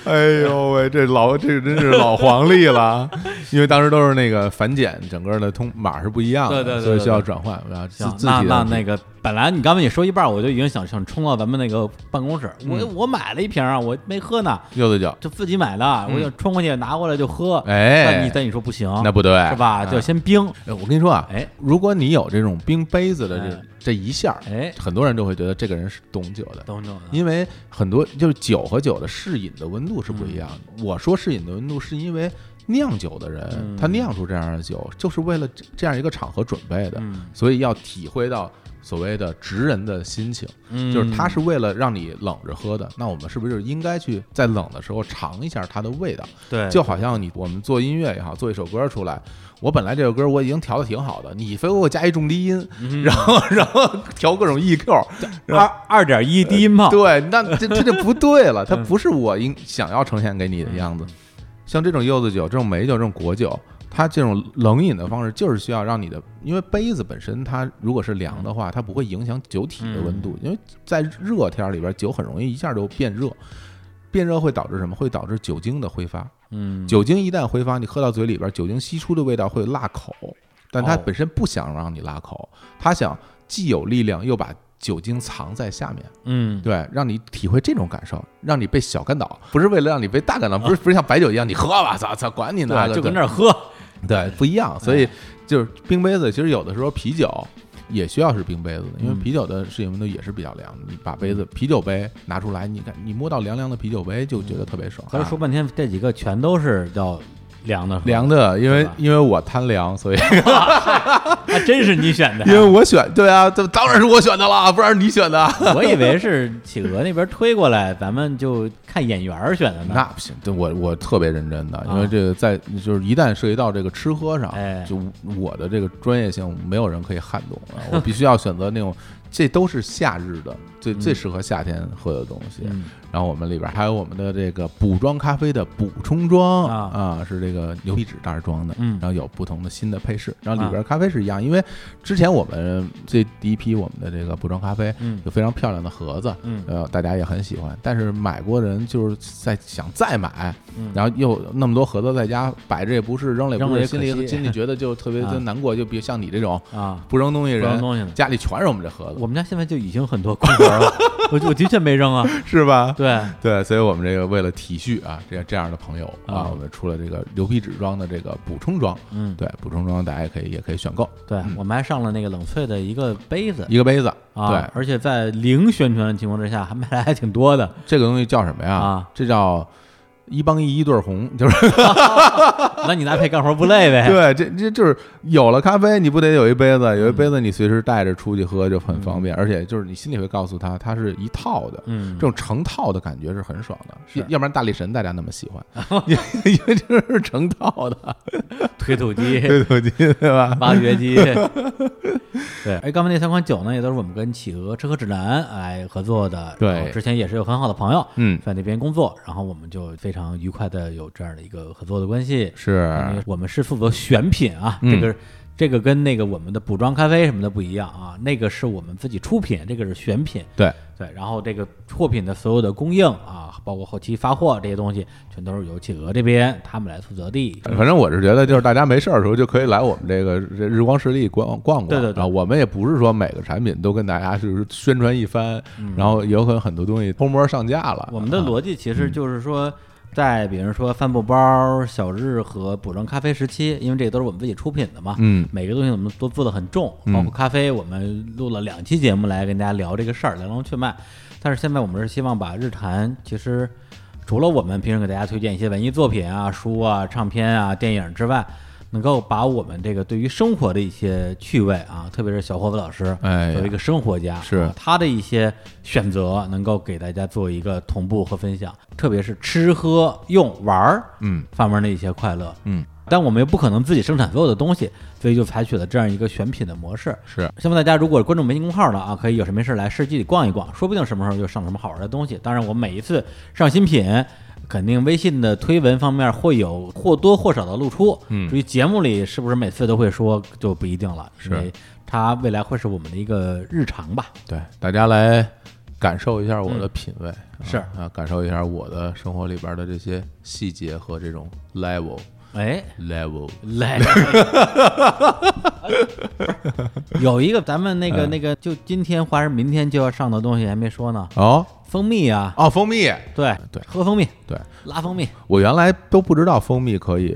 哎呦喂，这老这真是老黄 历了，因为当时都是那个繁简，整个的通码是不一样的，
对对对
所以
对
需要
对
转换，然后字
行，
字
那
体
那
的
那个，本来你刚才你说一半，我就已经想想冲到咱们那个办公室，
嗯
我我买了一瓶啊，我没喝呢，
右对角，
就自己买的，我就冲过去拿过来就喝。
嗯哎
但你但你说不行，
那不对，
是吧？
嗯
就先冰。
哎我跟你说啊，
哎，
如果你有这种冰杯子的这
哎
这一下儿，
哎啊
很多人都会觉得这个人是懂酒的，
懂懂。
因为很多就是酒和酒的适饮的温度是不一样的。我说适饮的温度，是因为酿酒的人、
嗯
他酿出这样的酒，就是为了这这样一个场合准备的，
嗯
所以要体会到所谓的职人的心情，
嗯
就是他是为了让你冷着喝的。那我们是不是就应该去在冷的时候尝一下它的味道？
哎对，
就好像你我们做音乐也好，做一首歌出来，我本来这首歌我已经调的挺好的，你非给我加一重低音，
嗯
然后然后调各种 E EQ，然
二
后。
二点一低音炮，
对，那这这就不对 了，它不是我应想要呈现给你的样子。
嗯
像这种柚子酒、这种梅酒、这种果酒，它这种冷饮的方式，就是需要让你的，因为杯子本身它如果是凉的话，它不会影响酒体的温
嗯
度，因为在热天里边，酒很容易一下就变热，变热会导致什么？会导致酒精的挥发。
嗯，
酒精一旦挥发，你喝到嘴里边，酒精析出的味道会辣口，但它
哦
本身不想让你辣口，它想既有力量又把酒精藏在下面。
嗯，
对，让你体会这种感受，让你被小干倒，不是为了让你被大干倒，不是不是像白酒一样，你喝吧，操操，管你呢，
啊对，就跟
这
那儿哎喝，
对不一样，所以就是冰杯子，其实有的时候啤酒。也需要是冰杯子的，因为
嗯
啤酒的适应温度也是比较凉的。你把杯子啤酒杯拿出来，你看你摸到凉凉的啤酒杯就觉得特别爽。
咱
啊
说半天这几个全都是要凉的，
凉的，因为
吧
因为我贪凉，所以
还真是你选的
因为我选对啊，这当然是我选的啦，不然是你选 的。啊
我以为是企鹅那边推过来，咱们就看眼缘儿选的
那
呢。啊
不行，对我我特别认真的，因为这个在就是一旦涉及到这个吃喝上，
哎
就我的这个专业性没有人可以撼动了， 我必须要选择那种，这都是夏日的最最适合夏天喝的东西。啊
嗯
然后我们里边还有我们的这个补妆咖啡的补充装
啊
啊是这个牛皮纸袋装的，
嗯啊
然后有不同的新的配饰，然后里边咖啡是一样，因为之前我们这第一批我们的这个补妆咖啡，
嗯
有非常漂亮的盒子，
嗯
呃，大家也很喜欢，但是买过的人就是在想再买，
嗯
然后又那么多盒子在家摆着也不是，扔了也
扔
不
了
是，
也
心
可惜
里心里觉得就特别
啊
就难过，就比如像你这种
啊，
不扔东西
不扔
人，
东西了
家里全是我们这盒子，
我们家现在就已经很多空盒了，我我的确没扔啊。
是吧？
对，
对，所以我们这个为了体恤啊，这这样的朋友啊，
啊
我们出了这个牛皮纸装的这个补充装，
嗯，
对，补充装大家也可以也可以选购
对，我们还上了那个冷萃的一个杯子
一个杯子，
啊，
对，
而且在零宣传的情况之下，还卖的还挺多的。
这个东西叫什么呀？
啊
这叫一帮一一对儿红， 就是
那你搭配干活不累呗？
对，这这就是有了咖啡，你不得有一杯子？有一杯子你随时带着出去喝就很方便，而且就是你心里会告诉他，它是一套的，
嗯
这种成套的感觉是很爽的，
是
要要不然大力神大家那么 喜欢，因为因为这是成套的
推土机，
推土机，对 吧？
挖掘机。对，哎，刚才那三款酒呢，也都是我们跟企鹅车和指南哎合作的。
对
然后之前也是有很好的朋友，
嗯
在那边工作，然后我们就非常愉快的有这样的一个合作的关系。
是
因为我们是负责选品啊，
嗯
这个这个跟那个我们的补妆咖啡什么的不一样啊，那个是我们自己出品，这个是选品。
对，
对，然后这个货品的所有的供应啊，包括后期发货这些东西，全都是由企鹅这边他们来负责的。
反正我是觉得，就是大家没事儿的时候就可以来我们这个这日光势力逛逛逛。
对对对
啊，我们也不是说每个产品都跟大家就是宣
嗯
传一番，然后有可能很多东西偷摸上架了。啊嗯
我们的逻辑其实就是说，在比如说帆布包、小日和补妆咖啡时期，因为这个都是我们自己出品的嘛，
嗯
每个东西我们都做的很重，包括咖啡，我们录了两期节目来跟大家聊这个事儿，来龙去脉。但是现在我们是希望把日坛其实。除了我们平时给大家推荐一些文艺作品啊、书啊、唱片啊、电影之外，能够把我们这个对于生活的一些趣味啊，特别是小伙子老师，
哎呀
作为一个生活家，
是
啊他的一些选择，能够给大家做一个同步和分享，特别是吃喝用玩儿，
嗯，
方面的一些快乐，
嗯。
但我们又不可能自己生产所有的东西，所以就采取了这样一个选品的模式。
是
希望大家如果关注微信公号了啊，可以有什么事来市集里逛一逛，说不定什么时候就上什么好玩的东西。当然，我们每一次上新品，肯定微信的推文方面会有或多或少的露出。嗯，至于节目里是不是每次都会说，就不一定了，因为它未来会是我们的一个日常吧。
对，大家来感受一下我的品味，
嗯是
啊啊，感受一下我的生活里边的这些细节和这种 level
哎，
level。
来，有一个咱们那
嗯
个那个，就今天还是明天就要上的东西还没说呢，
哦
蜂蜜啊，
哦，蜂蜜，
对
对
喝蜂蜜，
对
拉蜂蜜，
我原来都不知道蜂蜜可以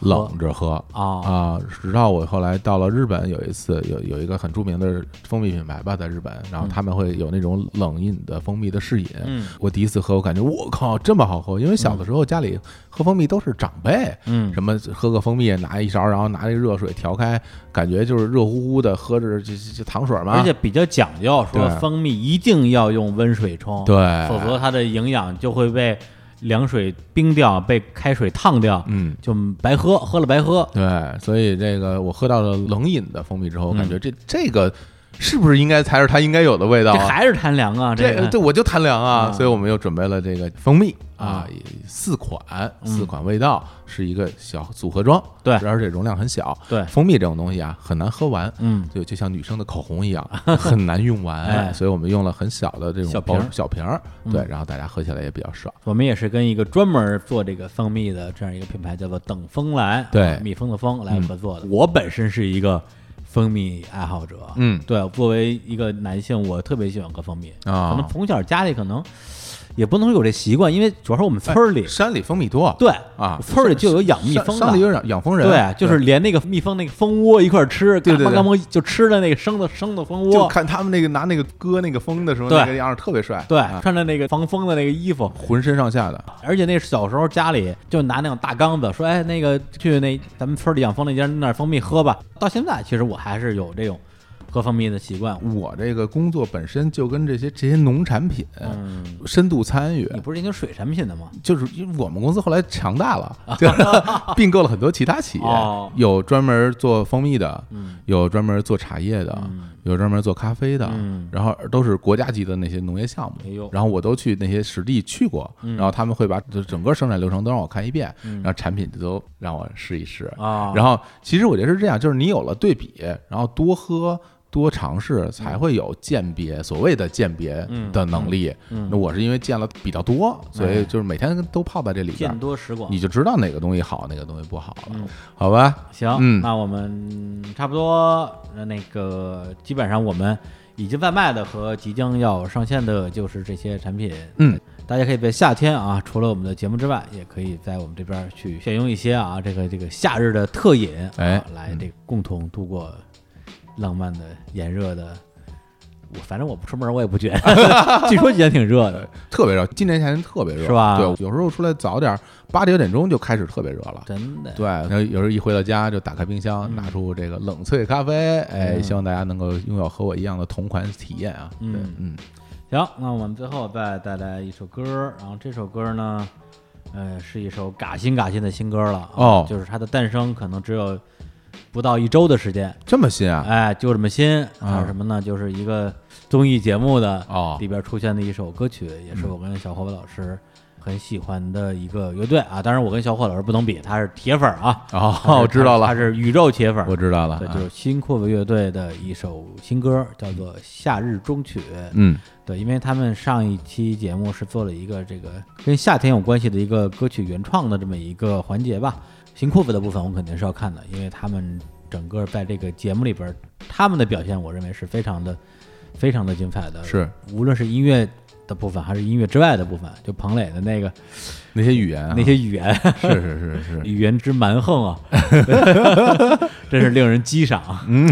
冷着喝
哦
啊，直到我后来到了日本，有一次有有一个很著名的蜂蜜品牌吧，在日本，然后他们会有那种冷饮的蜂蜜的试饮。
嗯
我第一次喝，我感觉我靠这么好喝，因为小的时候家里喝蜂蜜都是长辈，
嗯
什么喝个蜂蜜拿一勺，然后拿那热水调开，感觉就是热乎乎的，喝着就就就糖水嘛。
而且比较讲究，说
啊对
蜂蜜一定要用温水冲，
对，
否则它的营养就会被凉水冰掉，被开水烫掉，
嗯。
就白喝，喝了白喝。
对，所以这个我喝到了冷饮的蜂蜜之
嗯
后，我感觉这、这个是不是应该才是它应该有的味道
这
啊？
还是贪凉啊！
这
个
这我就贪凉啊，
啊
所以我们又准备了这个蜂蜜啊，
嗯
也四款四款味道是一个小组合装，
对
而且容量很小。
对
蜂蜜这种东西啊，很难喝完，
嗯，
就就像女生的口红 一样，很难用完，
哎
所以我们用了很小的这种
小
包
瓶儿嗯
小瓶儿，对，然后大家喝起来也比较爽。
我们也是跟一个专门做这个蜂蜜的这样一个品牌，叫做等风兰，
对
啊蜜蜂的蜂来合作的。嗯我本身是一个蜂蜜爱好者，
嗯
对，作为一个男性，我特别喜欢喝蜂蜜
啊
可能从小家里可能也不能说有这习惯，因为主要是我们村儿里，
山里蜂蜜多，
对
啊
村儿里就有养蜜
山
蜂的，
山里有养养蜂人，
对，啊就是连那个蜜蜂那个蜂窝一块儿吃，
对对
嘎嘣
对
嘎嘣就吃的那个生的生的蜂
就
窝，
看他们那个拿那个割那个风的时候，
对
那个样儿特别帅，
对，
啊
穿着那个防风的那个衣服，
浑身上下的，
而且那小时候家里就拿那种大缸子，说哎那个去那咱们村里养蜂那家那儿蜂蜜喝吧。到现在其实我还是有这种喝蜂蜜的习惯。
我这个工作本身就跟这些这些农产品深度参与，
嗯你不是研究水产品的吗？
就是因为我们公司后来强大 了，就是并购了很多其他企业
哦，嗯
有专门做蜂蜜的，有专门做茶叶的，有专门做咖啡的，然后都是国家级的那些农业项
嗯哎
目
呦，嗯
然后我都去那些实地去过，然后他们会把就整个生产流程都让我看一遍，然后产品都让我试一试
啊
然后其实我觉得是这样，就是你有了对比，然后多喝。多尝试才会有鉴别，所谓的鉴别的能力。
嗯
那我是因为见了比较多，所以就是每天都泡在这里
哎见
边儿，
多嗯识广
你，就知道哪个东西好，哪个东西不好了，好吧？
行，
嗯
那我们差不多，呃那个基本上我们已经贩卖的和即将要上线的就是这些产品。
嗯，
大家可以在夏天啊，除了我们的节目之外，也可以在我们这边去选用一些啊，这个这个夏日的特饮、啊，
哎
来这个共同度过浪漫的炎热的。我反正我不出门，我也不觉得。 据说今天挺热的，
特别热，今年夏天特别热，
是吧
对，有时候出来早点儿，八九点钟就开始特别热了。
真的。
对，然后有时候一回到家就打开冰箱，
嗯
拿出这个冷萃咖啡，哎，希望大家能够拥有和我一样的同款体验啊！对
嗯
嗯，
行，那我们最后再带来一首歌，然后这首歌呢，呃，是一首嘎新嘎新的新歌了啊
哦
就是它的诞生可能只有不到一周的时间，
这么新啊？
哎，就这么新，还
啊
有什么呢？就是一个综艺节目的
哦嗯
里边出现的一首歌曲，也是我跟小伙伴老师很喜欢的一个乐队啊。当然，我跟小伙老师不能比，他是铁粉儿啊，
哦
他是
我知道了
他是宇宙铁粉儿，
我知道了
对，
啊
就是新裤子乐队的一首新歌，叫做《夏日中曲》。
嗯，
对，因为他们上一期节目是做了一个这个跟夏天有关系的一个歌曲原创的这么一个环节吧。新裤子的部分我肯定是要看的，因为他们整个在这个节目里边儿，他们的表现我认为是非常的、非常的精彩的。
是，
无论是音乐的部分，还是音乐之外的部分，就彭磊的那个
那些语言啊，
那些语言，
是是是是，
语言之蛮横啊， 真是令人激赏。嗯，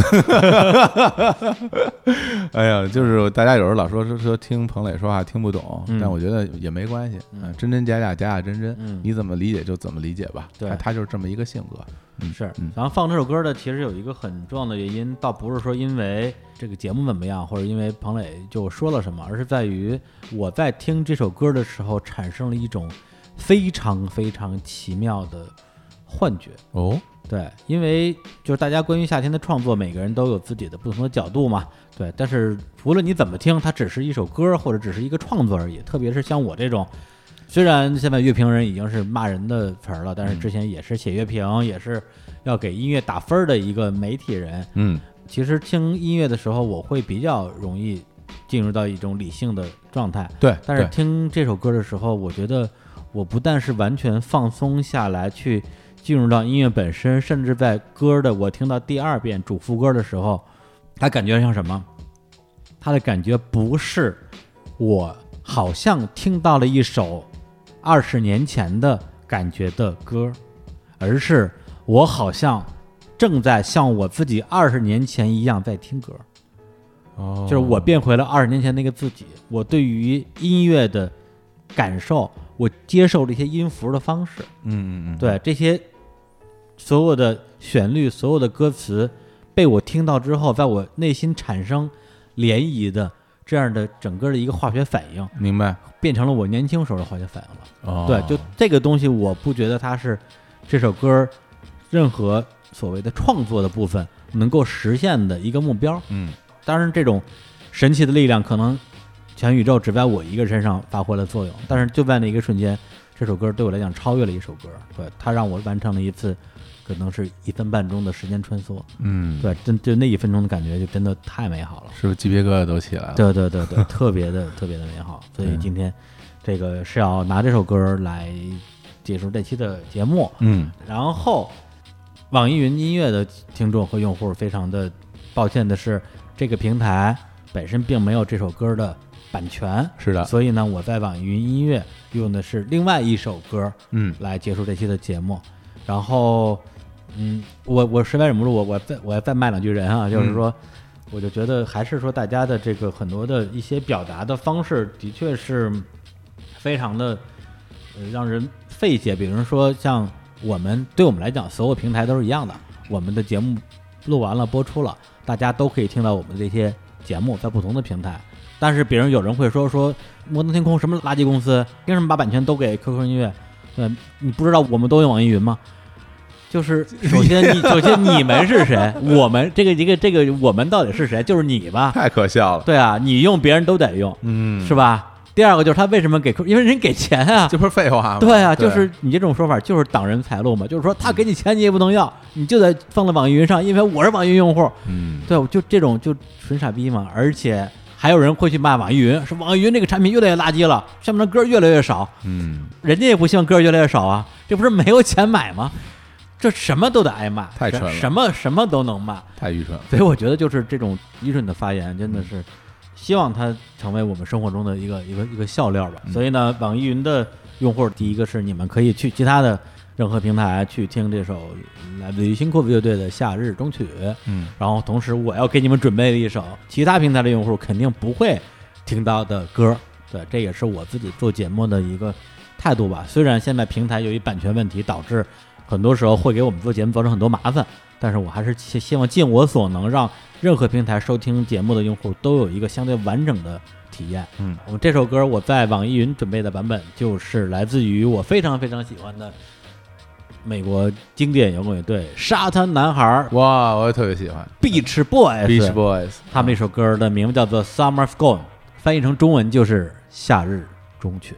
哎呀，就是大家有时候老说说说听彭磊说话听不懂，
嗯
但我觉得也没关系，嗯，真真假假，假假真真，你怎么理解就怎么理解吧，
嗯对
他他就是这么一个性格，
是。然后放这首歌的其实有一个很重要的原因，倒不是说因为这个节目怎么样，或者因为彭磊就说了什么，而是在于我在听这首歌的时候产生了一种非常非常奇妙的幻觉。
哦，
对，因为就是大家关于夏天的创作，每个人都有自己的不同的角度嘛。对，但是无论你怎么听，它只是一首歌或者只是一个创作而已。特别是像我这种，虽然现在乐评人已经是骂人的词儿了，但是之前也是写乐评，也是要给音乐打分儿的一个媒体人。
嗯，
其实听音乐的时候，我会比较容易进入到一种理性的状态。
对，
但是
对
听这首歌的时候，我觉得我不但是完全放松下来，去进入到音乐本身，甚至在歌的我听到第二遍主副歌的时候，它感觉像什么？它的感觉不是我好像听到了一首二十年前的感觉的歌，而是我好像正在像我自己二十年前一样在听歌。
哦
就是我变回了二十年前那个自己。我对于音乐的感受，我接受这些音符的方式，
嗯嗯嗯，
对这些所有的旋律、所有的歌词，被我听到之后，在我内心产生涟漪的这样的整个的一个化学反应，
嗯明白，
变成了我年轻时候的化学反应了。
哦，
对，就这个东西，我不觉得它是这首歌任何所谓的创作的部分能够实现的一个目标。
嗯，
当然，这种神奇的力量可能全宇宙只在我一个身上发挥了作用，但是就在那一个瞬间，这首歌对我来讲超越了一首歌，对它让我完成了一次可能是一分半钟的时间穿梭，
嗯，
对，真就那一分钟的感觉就真的太美好了。
是不是鸡皮疙瘩都起来了？，
对对对 对，特别的特别的美好。所以今天这个是要拿这首歌来结束这期的节目。
嗯，
然后，网易云音乐的听众和用户非常的抱歉的是，这个平台本身并没有这首歌的版权。
是的，
所以呢，我在网易云音乐用的是另外一首歌，
嗯
来结束这期的节目。然后，嗯，我我实在忍不住，我我再我再卖两句人啊，就是说，我就觉得还是说大家的这个很多的一些表达的方式，的确是非常的呃让人费解。比如说像我们对我们来讲，所有平台都是一样的，我们的节目录完了播出了，大家都可以听到我们这些节目在不同的平台。但是别人有人会说说摩登天空什么垃圾公司，凭什么把版权都给 QQ 音乐？嗯，你不知道我们都用网易云吗？就是首先你首先你们是谁？我们这个一个这个我们到底是谁？就是你吧？
太可笑了，
对啊，你用别人都得用，
嗯，
是吧？第二个就是他为什么给 Q，因为人给钱啊，
这不是废话吗？
对啊，就是你这种说法就是挡人财路嘛，就是说他给你钱你也不能要，你就得放在网易云上，因为我是网易云用户。
嗯，
对，我就这种就纯傻逼嘛，而且还有人会去骂网易云，说网易云这个产品越来越垃圾了，上面的歌越来越少，
嗯，
人家也不希望歌越来越少啊，这不是没有钱买吗？这什么都得挨骂，
太蠢了
什么什么都能骂，
太愚蠢了，
所以我觉得就是这种愚蠢的发言，真的是希望它成为我们生活中的一个一个一个笑料吧。
嗯
所以呢，网易云的用户，第一个是你们可以去其他的任何平台去听这首来自于新裤子乐队的《夏日中曲》，
嗯，
然后同时我要给你们准备了一首其他平台的用户肯定不会听到的歌。对，这也是我自己做节目的一个态度吧。虽然现在平台由于版权问题导致很多时候会给我们做节目造成很多麻烦，但是我还是希希望尽我所能让任何平台收听节目的用户都有一个相对完整的体验。
嗯，
我们这首歌我在网易云准备的版本就是来自于我非常非常喜欢的美国经典摇滚乐队沙滩男孩儿
哇，我也特别喜欢
Beach Boys。
Beach Boys，
他们那首歌的名字叫做《Summer's Gone》，翻译成中文就是《夏日中曲》。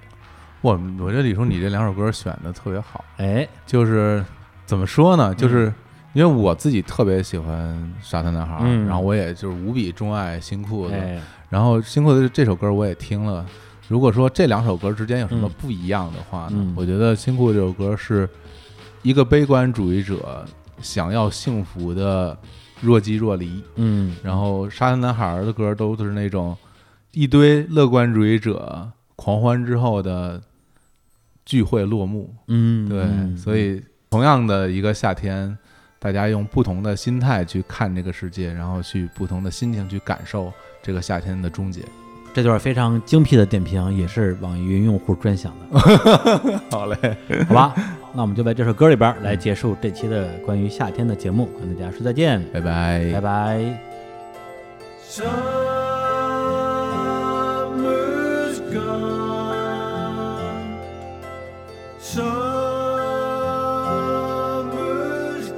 我我觉得李叔你这两首歌选的特别好，
哎，
就是怎么说呢，就是。因为我自己特别喜欢沙滩男孩儿，
嗯
然后我也就是无比钟爱新裤子，
哎，
然后新裤子这首歌我也听了。如果说这两首歌之间有什么
嗯
不一样的话呢？
嗯
我觉得新裤子这首歌是一个悲观主义者想要幸福的若即若离，
嗯，
然后沙滩男孩儿的歌都是那种一堆乐观主义者狂欢之后的聚会落幕。
嗯，
对，
嗯
所以同样的一个夏天，大家用不同的心态去看这个世界，然后去不同的心情去感受这个夏天的终结。
这段非常精辟的点评也是网易云用户专享的，
好嘞，
好吧？那我们就在这首歌里边儿来结束这期的关于夏天的节目，跟大家说再见，
拜拜
拜拜。
Summer's gone. Summer's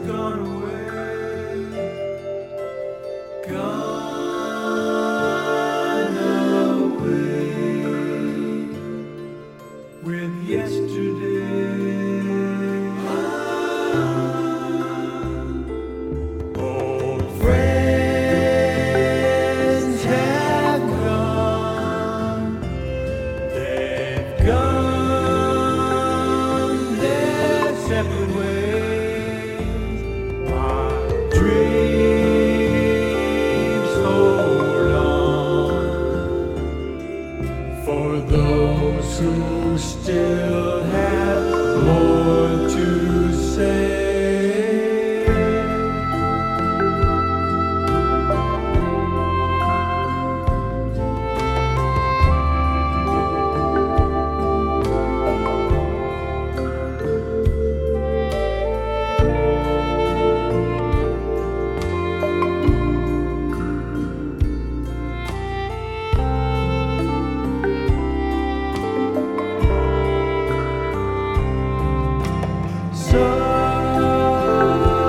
gone away. Gone away with yesterday. Old friends have gone. They've gone their separate ways. My dreams hold on for those who still have more to say.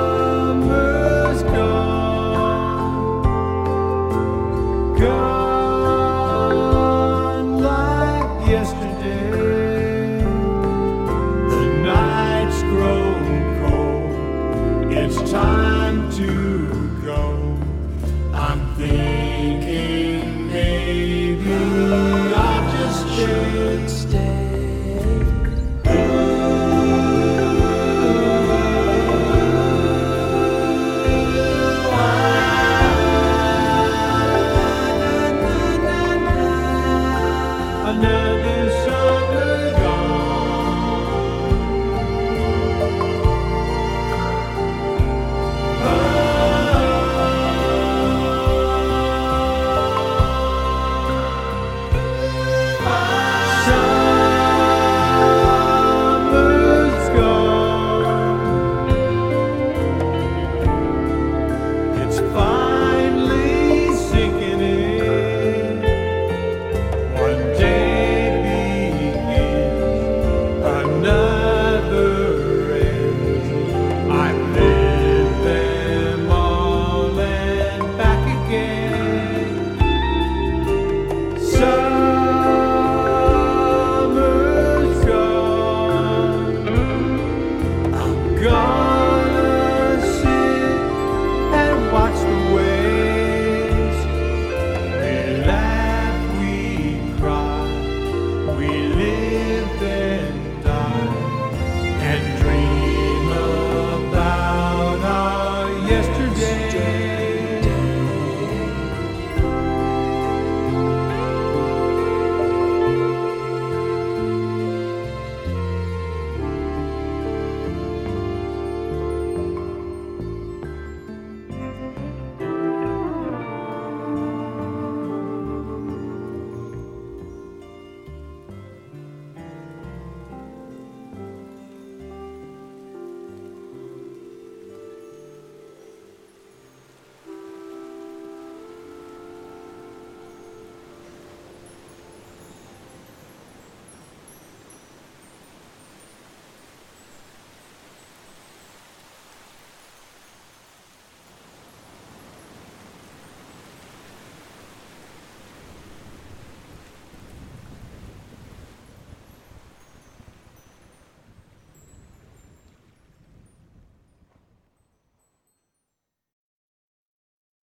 Summer's gone, gone like yesterday. The night's grown cold. It's time to go. I'm thinking maybe I just should stay. Oh.